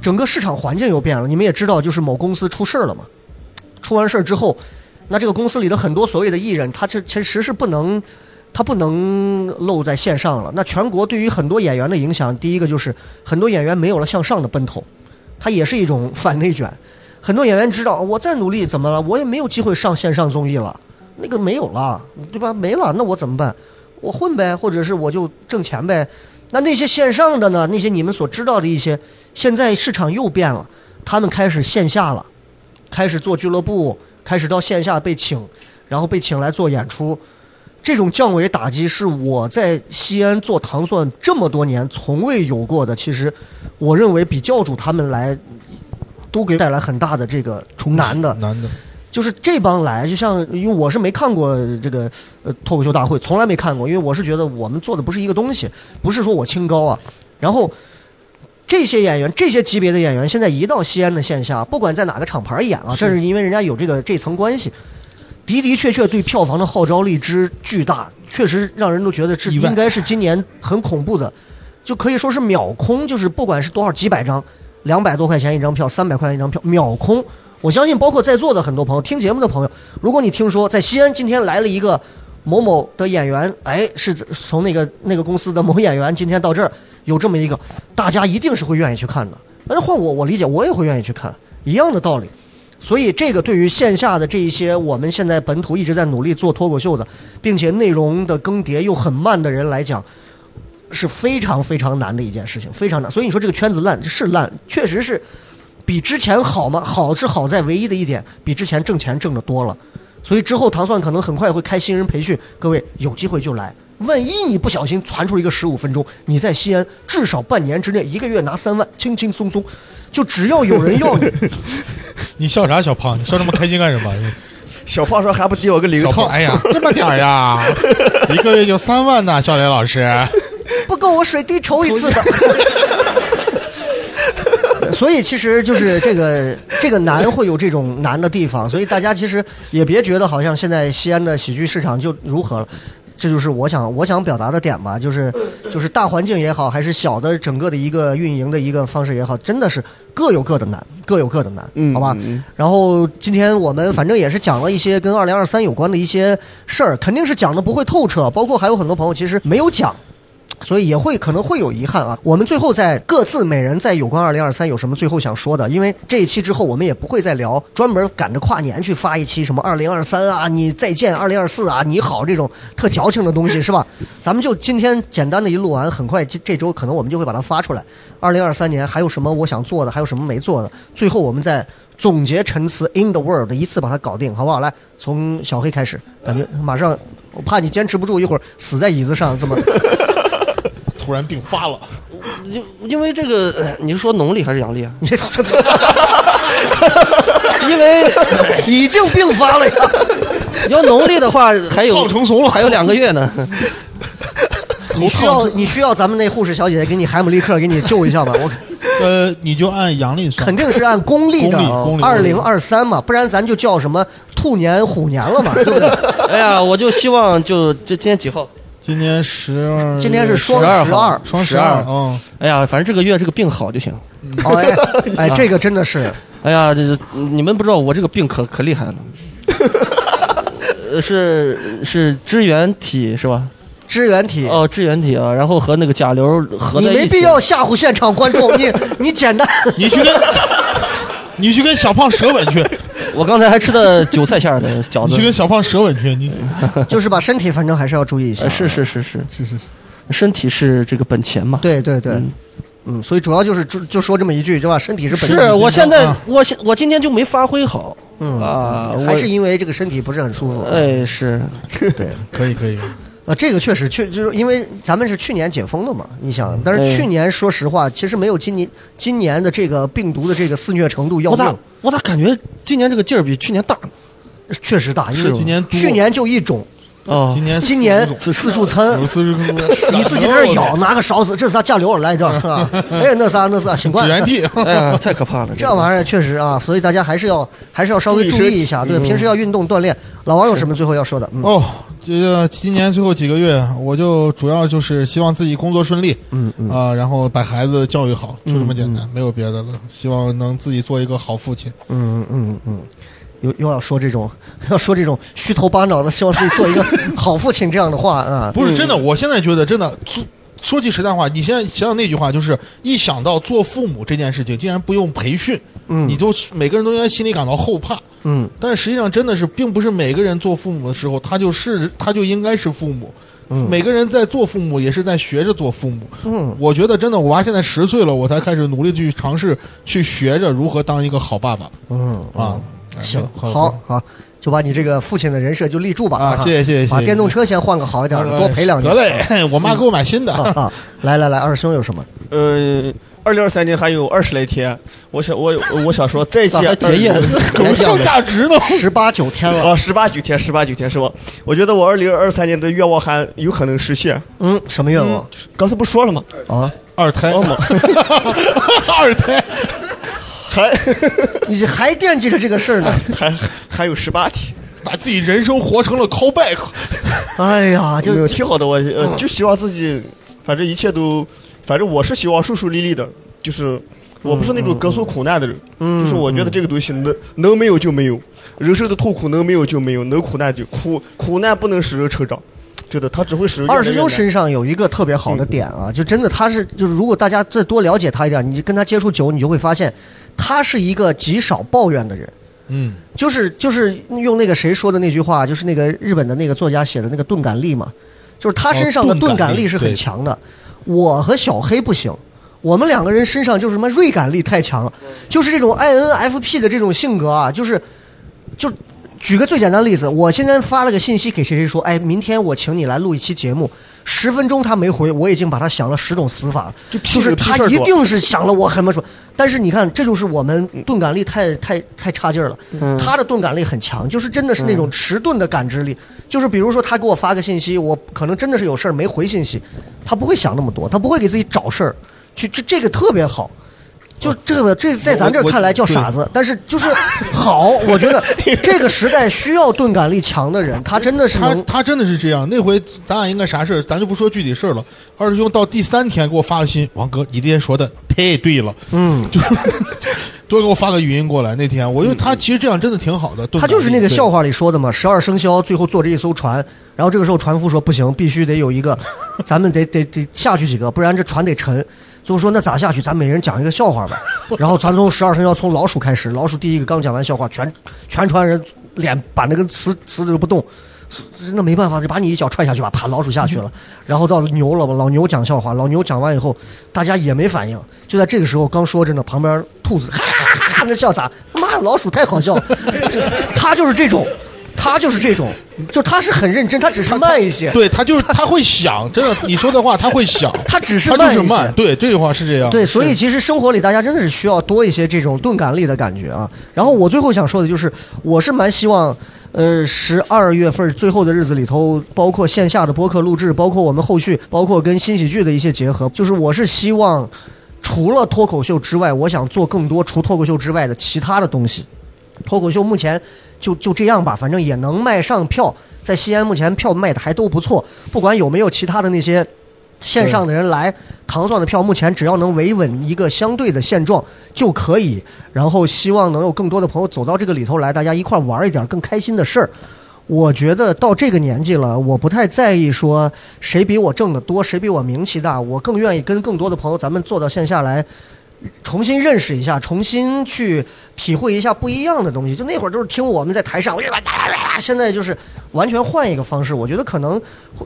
S1: 整个市场环境又变了，你们也知道，就是某公司出事儿了嘛，出完事儿之后，那这个公司里的很多所谓的艺人，他其其实是不能，他不能露在线上了。那全国对于很多演员的影响，第一个就是很多演员没有了向上的奔头，它也是一种反内卷。很多演员知道哦我再努力怎么了，我也没有机会上线上综艺了，那个没有了，对吧？没了，那我怎么办？我混呗，或者是我就挣钱呗。那那些线上的呢？那些你们所知道的一些，现在市场又变了，他们开始线下了。开始做俱乐部，开始到线下被请，然后被请来做演出，这种降维打击是我在西安做糖蒜这么多年从未有过的。其实，我认为比教主他们来都给带来很大的这个难的
S4: 难的。
S1: 就是这帮来，就像因为我是没看过这个呃脱口秀大会，从来没看过，因为我是觉得我们做的不是一个东西，不是说我清高啊。然后这些演员，这些级别的演员，现在一到西安的线下，不管在哪个厂牌演啊，这是因为人家有这个这层关系，的的确确对票房的号召力之巨大，确实让人都觉得是
S4: 意外
S1: 应该是今年很恐怖的，就可以说是秒空，就是不管是多少几百张，两百多块钱一张票，三百块钱一张票，秒空。我相信，包括在座的很多朋友，听节目的朋友，如果你听说在西安今天来了一个某某的演员，哎，是从那个那个公司的某演员今天到这儿有这么一个，大家一定是会愿意去看的。那换我，我理解，我也会愿意去看，一样的道理。所以，这个对于线下的这一些我们现在本土一直在努力做脱口秀的，并且内容的更迭又很慢的人来讲，是非常非常难的一件事情，非常难。所以你说这个圈子烂是烂，确实是比之前好吗？好是好在唯一的一点，比之前挣钱挣得多了。所以之后糖蒜可能很快会开新人培训，各位有机会就来。万一你不小心传出一个十五分钟，你在西安至少半年之内一个月拿三万，轻轻松松。就只 要有人要你，
S4: 你笑啥，小胖？你笑这么开心干什么？
S6: 小胖说还不给我个零
S4: 小
S6: 头
S4: 胖，哎呀，这么点儿 呀，一个月就三万呢，笑雷老师。
S1: 不够我水滴筹一次的。 所以其实就是这个这个难会有这种难的地方，所以大家其实也别觉得好像现在西安的喜剧市场就如何了。这就是我想我想表达的点吧，就是就是大环境也好，还是小的整个的一个运营的一个方式也好，真的是各有各的难，各有各的难，好吧？然后今天我们反正也是讲了一些跟二零二三有关的一些事儿，肯定是讲的不会透彻，包括还有很多朋友其实没有讲，所以也会可能会有遗憾啊。我们最后在各自每人在有关二零二三有什么最后想说的？因为这一期之后，我们也不会再聊专门赶着跨年去发一期什么二零二三啊，你再见二零二四啊，你好这种特矫情的东西是吧？咱们就今天简单的一录完，很快这这周可能我们就会把它发出来。二零二三年还有什么我想做的，还有什么没做的？最后我们再总结陈词 in the world，一次把它搞定，好不好？来，从小黑开始，感觉马上。我怕你坚持不住，一会儿死在椅子上，这么
S4: 突然病发了，
S5: 因因为这个，呃你是说农历还是阳 历啊？
S1: 你这这
S5: 因为
S1: 已经病发了呀。
S5: 要农历的话，还有
S4: 胖成怂了
S5: 还有两个月呢。
S1: 你需要你需要咱们那护士小姐姐给你海姆立克给你救一下吗？我
S4: 呃，你就按阳历算，
S1: 肯定是按公历的
S4: 公历公历
S1: 二零二三嘛，不然咱就叫什么兔年虎年了 嘛，对不对？
S5: 哎呀，我就希望就这今天几号？
S4: 今年十二，
S1: 今天是双
S4: 十
S1: 十二
S4: 双十二
S5: 十二，
S4: 嗯，
S5: 哎呀，反正这个月这个病好就行。啊
S1: 哦哎哎，这个真的是
S5: 哎呀，这这你们不知道我这个病可可厉 害了，呃是是支原体是吧？
S1: 支原体。
S5: 哦，支原体啊，然后和那个甲流合
S1: 你
S5: 在一起。
S1: 没必要吓唬现场观众， 你你简单，
S4: 你去跟你去跟小胖舌吻去，
S5: 我刚才还吃的韭菜馅儿的饺
S4: 你去
S5: 子。
S4: 跟小胖舌吻去，你
S1: 就是把身体反正还是要注意一下
S5: 呃。是是是是，
S4: 是是是，
S5: 身体是这个本钱嘛。
S1: 对对对
S5: 嗯，
S1: 嗯，所以主要就是就就说这么一句，对吧？身体是本
S5: 是
S1: 身，
S5: 我现在
S4: 啊
S5: 我现我今天就没发挥好。
S1: 嗯
S5: 啊，我
S1: 还是因为这个身体不是很舒服。
S5: 哎是，
S1: 对。
S4: 可以可以，
S1: 啊，这个确实确就是因为咱们是去年解封的嘛，你想，但是
S5: 哎
S1: 去年说实话，其实没有今年今年的这个病毒的这个肆虐程度要
S5: 我咋
S1: 命，
S5: 我咋感觉今年这个劲儿比去年大呢？
S1: 确实大，因
S4: 是
S1: 为
S4: 今年多
S1: 去年就一种，
S5: 哦，
S4: 今年
S1: 今年自助餐， 你自己 在那舀，拿个勺子，这仨酱流着来一段，是吧？哎，那仨那仨，醒惯。
S5: 哎呀，太可怕了！
S1: 这玩意儿确实啊，所以大家还是要还是要稍微注意一下，对，平时要运动锻炼。老王有什么最后要说的？
S4: 嗯
S1: 嗯，
S4: 哦，这个今年最后几个月，我就主要就是希望自己工作顺利，
S1: 嗯嗯
S4: 啊、然后把孩子教育好，就这么简单，没有别的了。希望能自己做一个好父亲。
S1: 嗯嗯嗯，又又要说这种 要说这种虚头巴脑的，希望自己做一个好父亲这样的话啊，
S4: 不是真的，我现在觉得真的。说说句实在话，你现在想想那句话，就是一想到做父母这件事情，竟然不用培训，
S1: 嗯
S4: 你就每个人都应该心里感到后怕。
S1: 嗯
S4: 但实际上，真的是并不是每个人做父母的时候，他就是他就应该是父母。
S1: 嗯
S4: 每个人在做父母，也是在学着做父母。
S1: 嗯
S4: 我觉得真的，我娃现在十岁了，我才开始努力去尝试去学着如何当一个好爸爸
S1: 嗯
S4: 啊。
S1: 行，
S4: 哎
S1: 好好，就把你这个父亲的人设就立住吧。
S4: 啊谢谢谢谢
S1: 把
S4: 谢谢啊
S1: 电动车先换个好一点的，多赔两年。
S4: 得嘞，我妈给我买新的。
S1: 啊啊！来来来，二师兄有什么？
S6: 呃，二零二三年还有二十来天，我想我我想说再见
S5: 咋还结 业了
S6: 总
S4: 剩价值呢？
S1: 十八九天了，
S6: 啊，十八九天，十八九天是吧？我觉得我二零二三年的愿望还有可能实现。
S1: 嗯，什么愿望
S6: 刚才不说了吗？
S1: 啊？
S4: 二胎，
S6: 哦嘛，
S4: 二胎，
S6: 还
S1: 你还惦记着这个事儿呢？
S6: 还还有十八天。
S4: 把自己人生活成了 callback。
S1: 哎呀，
S6: 没
S1: 就嗯
S6: 有挺好的，我呃就希望自己，反正一切都，反正我是希望顺顺利利的，就是我不是那
S1: 嗯
S6: 种隔宿苦难的人，就是我觉得这个东西能能没有就没有，人生的痛苦能没有就没有，能苦难就苦，苦难不能使人成长，真的，它只会使人越来
S1: 二
S6: 越
S1: 师
S6: 难
S1: 兄身上有一个特别好的点啊，就真的他是，就是如果大家再多了解他一点，你跟他接触久，你就会发现，他是一个极少抱怨的人。
S4: 嗯，
S1: 就是就是用那个谁说的那句话，就是那个日本的那个作家写的那个钝感力嘛，就是他身上的
S4: 哦钝
S1: 钝
S4: 感力
S1: 感力是很强的。我和小黑不行，我们两个人身上就是什么锐感力太强了，就是这种 INFP 的这种性格啊，就是就举个最简单的例子，我今天发了个信息给谁谁说，哎，明天我请你来录一期节目，十分钟他没回，我已经把他想了十种死法了，
S6: 就屁
S1: 就是
S6: 事
S1: 他
S6: 屁事儿
S1: 一
S6: 多
S1: 定是想了我很么说，但是你看，这就是我们钝感力太太太差劲儿了，他的钝感力很强，就是真的是那种迟钝的感知力，就是比如说他给我发个信息，我可能真的是有事儿没回信息，他不会想那么多，他不会给自己找事儿，就就这个特别好。就这个，这在咱这儿看来叫傻子，但是就是好，我觉得这个时代需要钝感力强的人，他真的是
S4: 他
S1: 能，
S4: 他真的是这样。那回咱俩应该啥事儿，咱就不说具体事儿了。二师兄到第三天给我发个信，王哥，你爹说的太对了，
S1: 嗯，
S4: 就是多给我发个语音过来。那天我因为他其实这样真的挺好的，
S1: 嗯他就是那个笑
S4: 话。
S1: 话里说的嘛，十二生肖最后坐着一艘船，然后这个时候船夫说不行，必须得有一个，咱们得得得下去几个，不然这船得沉。最后说那咋下去？咱每人讲一个笑话吧。然后咱从十二生肖从老鼠开始，老鼠第一个刚讲完笑话，全全船人脸板着跟瓷瓷着不动。那没办法，就把你一脚踹下去吧，啪，老鼠下去了。然后到了牛了吧，老牛讲笑话，老牛讲完以后，大家也没反应。就在这个时候，刚说着呢，旁边兔子哈哈哈哈那笑啥？他妈的，老鼠太好笑了，这他就是这种，他就是这种，就他是很认真，他只是慢一些。
S4: 对他就是他会想，真的，你说的话他会想，
S1: 他只是
S4: 他就是
S1: 慢一些
S4: 慢，对，这句话啊是这样，
S1: 对，所以其实生活里大家真的是需要多一些这种钝感力的感觉啊。然后我最后想说的就是，我是蛮希望，呃，十二月份最后的日子里头，包括线下的播客录制，包括我们后续，包括跟新喜剧的一些结合，就是我是希望，除了脱口秀之外，我想做更多除脱口秀之外的其他的东西。脱口秀目前就就这样吧，反正也能卖上票，在西安目前票卖的还都不错，不管有没有其他的那些线上的人来，糖蒜的票目前只要能维稳一个相对的现状就可以，然后希望能有更多的朋友走到这个里头来，大家一块儿玩一点更开心的事儿。我觉得到这个年纪了，我不太在意说谁比我挣得多，谁比我名气大，我更愿意跟更多的朋友咱们坐到线下来，重新认识一下，重新去体会一下不一样的东西。就那会儿都是听我们在台上，现在就是完全换一个方式。我觉得可能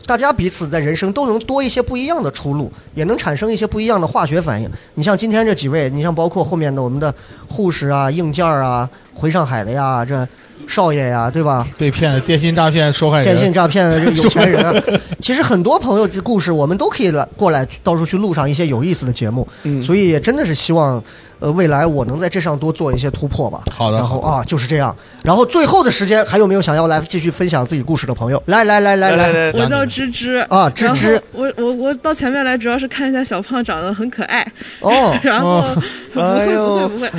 S1: 大家彼此在人生都能多一些不一样的出路，也能产生一些不一样的化学反应。你像今天这几位，你像包括后面的我们的护士啊、硬件啊、回上海的呀，这少爷呀，对吧？
S4: 被骗的电信诈骗受害人，
S1: 电信诈骗的 这有钱人啊，其实很多朋友的故事，我们都可以来过来到处去录上一些有意思的节目，
S4: 嗯
S1: 所以也真的是希望，呃，未来我能在这上多做一些突破吧。
S4: 好的
S1: 然后
S4: 好的
S1: 啊，就是这样。然后最后的时间，还有没有想要来继续分享自己故事的朋友？来来来来来
S12: 我叫芝芝
S1: 啊芝芝
S12: 然后我我我到前面来主要是看一下小胖长得很可爱
S1: 哦
S12: 然后
S4: 哦
S12: 不
S4: 哎
S12: 会不
S4: 呦
S12: 会不会，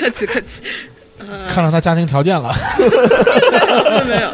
S12: 客气客气，呃
S4: 看上他家庭条件了，
S12: 没有没有，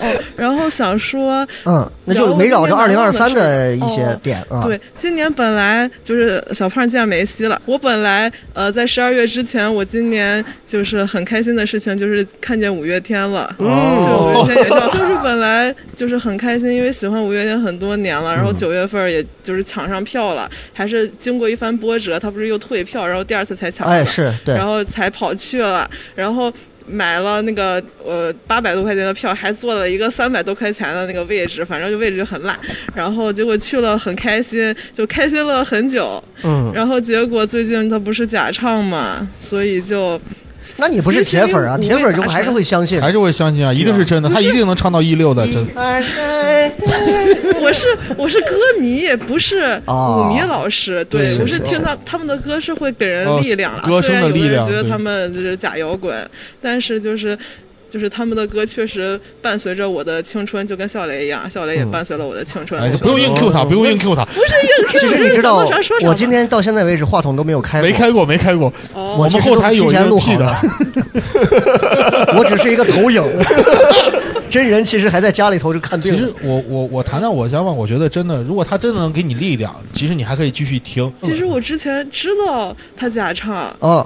S12: 哦，然后想说，
S1: 嗯，那就围绕着二零二三的一些点啊。
S12: 哦对，今年本来就是小胖见梅西了。我本来呃在十二月之前，我今年就是很开心的事情就是看见五月天了，
S13: 嗯
S1: 哦
S12: 就是五月天演唱，就是本来就是很开心，因为喜欢五月天很多年了，然
S1: 嗯
S12: 后九月份儿也就是抢上票了，还是经过一番波折，他不是又退票，然后第二次才抢上，
S1: 哎是对
S12: 然后才跑去了，然后。买了那个呃八百多块钱的票，还坐了一个三百多块钱的那个位置，反正就位置就很烂。然后结果去了很开心，就开心了很久。
S1: 嗯
S12: 然后结果最近他不是假唱嘛，所以就
S1: 那 你不是铁粉啊？铁粉就还是会相信，
S4: 还是会相信啊，一定是真的，他一定能唱到一六的，真的。
S12: 我是我是歌迷，不是舞
S4: 哦
S12: 迷老师。对
S4: 是
S12: 我是
S4: 是
S12: 听
S4: 是
S12: 他他们的歌是会给人
S4: 哦
S12: 力量的，
S4: 歌
S12: 虽然
S4: 声的
S12: 有
S4: 力
S12: 的人
S4: 量
S12: 觉得
S4: 对
S12: 他们就是假摇滚，但是就是。就是他们的歌确实伴随着我的青春，就跟笑雷一样，笑雷也
S1: 嗯
S12: 伴随了我的青春。
S4: 哎
S12: 我，
S4: 不用硬 Q 他，不用硬 Q 他。
S12: 不是硬 Q，
S1: 其实你知道
S12: 我是想到啥说，啥
S1: 我今天到现在为止话筒都没有开，
S4: 没开过，没开过。
S1: 我
S12: 哦
S4: 我们后台有
S1: 其
S4: 一
S1: 实都是提前
S4: 个 P
S1: 录好
S4: 的，
S1: 我只是一个投影，真人其实还在家里头就看
S4: 其
S1: 病
S4: 实。我我我谈谈我的想法，我觉得真的，如果他真的能给你力量，其实你还可以继续听。
S12: 其实我之前知道他假唱，
S1: 啊，哦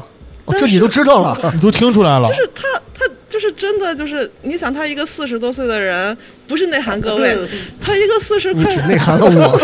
S1: 这你都知道了，
S4: 你都听出来了
S12: 就。是他他就是真的就是，你想他一个四十多岁的人，不是内涵各位，他一个四十
S1: 你
S12: 快
S1: 只内涵 了我，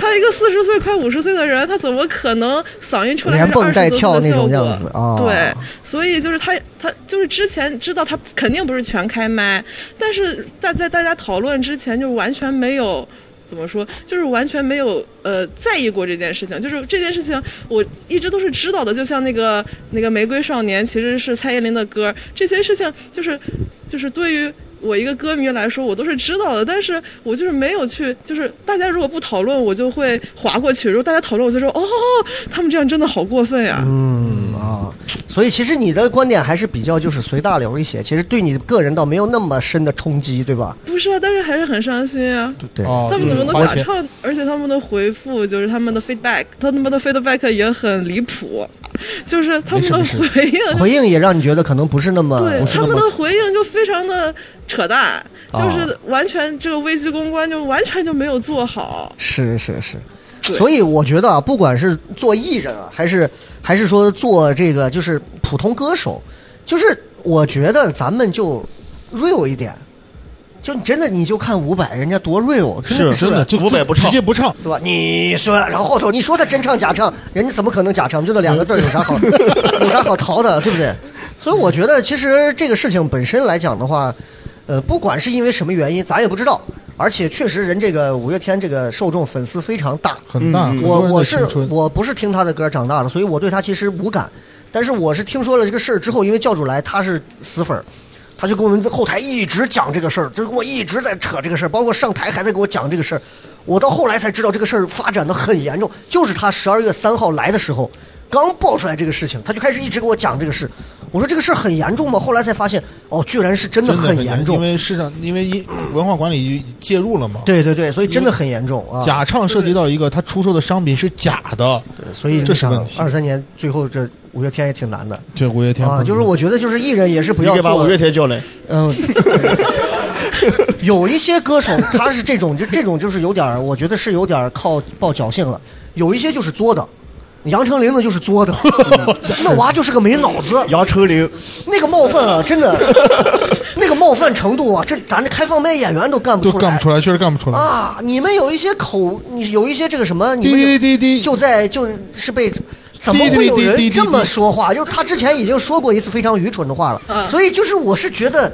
S12: 他一个四十岁快五十岁的人，他怎么可能嗓音出来还
S1: 连
S12: 是
S1: 蹦带
S12: 20多
S1: 跳
S12: 岁的
S1: 那种
S12: 效果
S1: 样子
S9: 哦
S1: 啊
S12: 对，所以就是他他就是之前知道他肯定不是全开麦，但是在在大家讨论之前就完全没有。怎么说？就是完全没有呃在意过这件事情，就是这件事情我一直都是知道的。就像那个那个《玫瑰少年》其实是蔡依林的歌，这些事情就是就是对于我一个歌迷来说，我都是知道的，但是我就是没有去，就是大家如果不讨论，我就会划过去；如果大家讨论，我就说哦，他们这样真的好过分呀！
S1: 嗯啊，所以其实你的观点还是比较就是随大流一些，其实对你个人倒没有那么深的冲击，对吧？
S12: 不是啊，但是还是很伤心啊。
S1: 对，哦
S12: 他们怎么能假唱？而且他们的回复就是他们的 feedback，他们的 feedback 也很离谱，就是他们的
S1: 没事没事
S12: 回应
S1: 回应也让你觉得可能不是那么
S12: 对
S1: 不是
S12: 他
S1: 那
S12: 们
S1: 么
S12: 的回应就非常的扯淡，就
S1: 啊
S12: 是完全这个危机公关就完全就没有做好。
S1: 是是是，所以我觉得啊，不管是做艺人啊，还是还是说做这个就是普通歌手，就是我觉得咱们就 real 一点，就你真的你就看伍佰人家多 real，真的
S4: 是真的，就直接不唱，
S1: 对吧？你说，然后后头你说他真唱假唱，人家怎么可能假唱？就那两个字儿有啥好有啥好逃的，对不对？所以我觉得，其实这个事情本身来讲的话，呃，不管是因为什么原因，咱也不知道。而且确实，人这个五月天这个受众粉丝非常大，嗯
S4: 很大很
S1: 我
S4: 多人的
S1: 我是
S4: 青春
S1: 我不是听他的歌长大的，所以我对他其实无感。但是我是听说了这个事儿之后，因为教主来他是死粉儿，他就跟我们在后台一直讲这个事儿，就是跟我一直在扯这个事儿，包括上台还在给我讲这个事儿。我到后来才知道这个事儿发展的很严重，就是他十二月三号来的时候，刚爆出来这个事情，他就开始一直给我讲这个事。我说这个事儿很严重吗？后来才发现，哦，居然是真的
S4: 真的
S1: 很
S4: 很
S1: 严
S4: 严
S1: 重
S4: 因。为市场，因为一文化管理介入了嘛。
S1: 对对对，所以真的很严重啊！
S4: 假唱涉及到一个他出售的商品是假的，
S1: 所以
S4: 这是问题。
S1: 二三年最后这五月天也挺难的。
S4: 这五月天
S1: 啊，就是我觉得就是艺人也是不
S6: 你
S1: 要
S6: 可以把
S1: 做
S6: 五月天叫来。
S1: 嗯，有一些歌手他是这种，就这种就是有点儿，我觉得是有点儿靠抱侥幸了。有一些就是作的，杨丞琳呢就是作的， 那娃就是个没脑子。
S6: 嗯杨丞琳，
S1: 那个冒犯啊，真的，那个冒犯程度啊，这咱这开放麦演员都干不
S4: 都
S1: 出来，
S4: 干不出来，确实干不出来。
S1: 啊！你们有一些口，你有一些这个什么，你
S4: 嗯滴
S1: 们
S4: 滴滴滴
S1: 就在就是被怎么会有人
S4: 嗯
S1: 这么说话？就是他之前已经说过一次非常愚蠢的话了，所以就是我是觉得。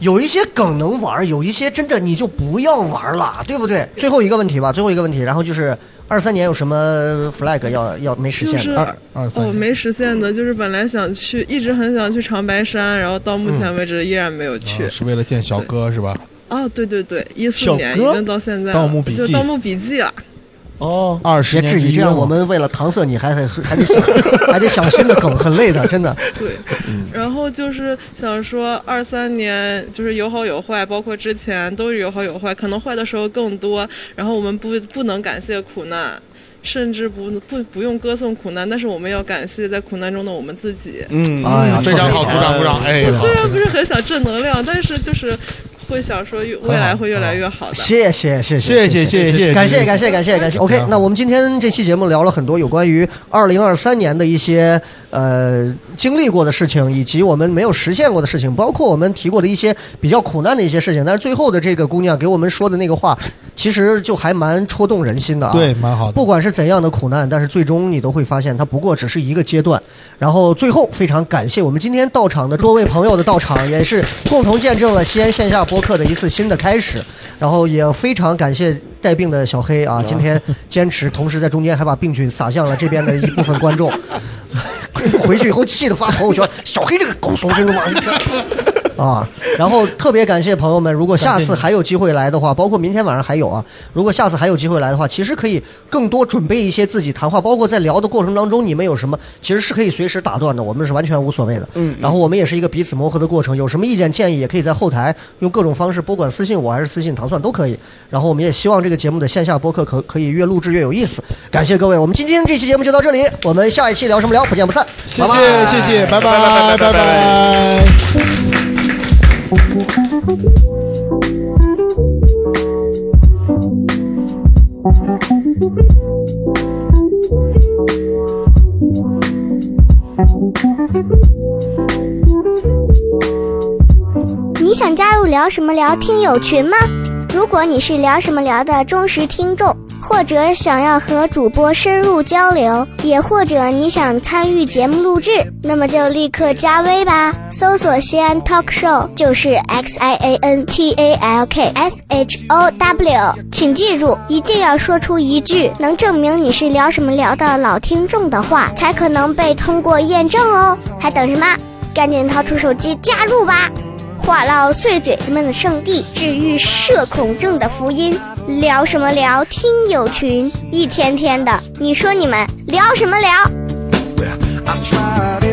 S1: 有一些梗能玩，有一些真的你就不要玩了，对不对？最后一个问题吧，最后一个问题，然后就是二三年有什么 flag 要要没实
S12: 就
S1: 现
S12: 是
S1: 的？
S12: 哦，没实现的，就是本来想去，一直很想去长白山，然后到目前为止依然没有去。
S1: 啊
S4: 嗯是为了见小哥是吧？
S12: 啊，对对对，一四
S4: 小
S12: 年已
S4: 哥
S12: 经到现在了，
S4: 盗墓笔
S12: 就
S4: 记
S12: 《盗墓笔记》了。
S4: 哦，二十
S1: 别
S4: 年
S1: 至于
S4: 之
S1: 这
S4: 约
S1: 样，
S4: 嘛
S1: 我们为了搪塞你还得还得想 还得想新的梗，很累的，真的。
S12: 对，然后就是想说，二三年就是有好有坏，包括之前都是有好有坏，可能坏的时候更多。然后我们不不能感谢苦难，甚至不不不用歌颂苦难，但是我们要感谢在苦难中的我们自己。
S4: 嗯哎呀非常好鼓掌鼓掌哎
S12: 我虽然不是很想正能量，但是就是会想说越未来会越来越好的。
S1: 谢谢
S4: 谢
S1: 谢
S4: 谢谢谢谢
S1: 感谢
S4: 谢
S1: 感谢感谢感谢。OK，那我们今天这期节目聊了很多有关于二零二三年的一些呃经历过的事情，以及我们没有实现过的事情，包括我们提过的一些比较苦难的一些事情。但是最后的这个姑娘给我们说的那个话，其实就还蛮戳动人心的啊。
S4: 对蛮好的
S1: 不管是怎样的苦难，但是最终你都会发现，它不过只是一个阶段。然后最后非常感谢我们今天到场的多位朋友的到场，也是共同见证了西安线下播客的一次新的开始。然后也非常感谢带病的小黑啊，今天坚持，同时在中间还把病菌撒向了这边的一部分观众。回去以后气得发朋友圈，小黑这个狗怂真他妈 啊！然后特别感谢朋友们，如果下次还有机会来的话，包括明天晚上还有啊，如果下次还有机会来的话，其实可以更多准备一些自己谈话，包括在聊的过程当中，你们有什么其实是可以随时打断的，我们是完全无所谓的。
S14: 嗯
S1: 然后我们也是一个彼此磨合的过程，有什么意见建议也可以在后台用各种方式，不管私信我还是私信糖蒜都可以。然后我们也希望这个节目的线下播客可可以越录制越有意思。感谢各位，我们今天这期节目就到这里，我们下一期聊什么聊，不见不散。
S4: 哎谢
S1: 拜拜
S4: 谢谢谢，拜拜
S1: 拜拜
S4: 拜
S1: 拜
S4: 拜。
S15: 你想加入聊什么聊听友群吗？如果你是聊什么聊的忠实听众，或者想要和主播深入交流，也或者你想参与节目录制，那么就立刻加微吧，搜索西安 Talk Show 就是 X I A N T A L K S H O W，请记住，一定要说出一句能证明你是聊什么聊的老听众的话，才可能被通过验证哦。还等什么？赶紧掏出手机加入吧！话唠碎嘴子们的圣地，治愈社恐症的福音。聊什么聊？听友群，一天天的，你说你们聊什么聊？
S16: I'm trying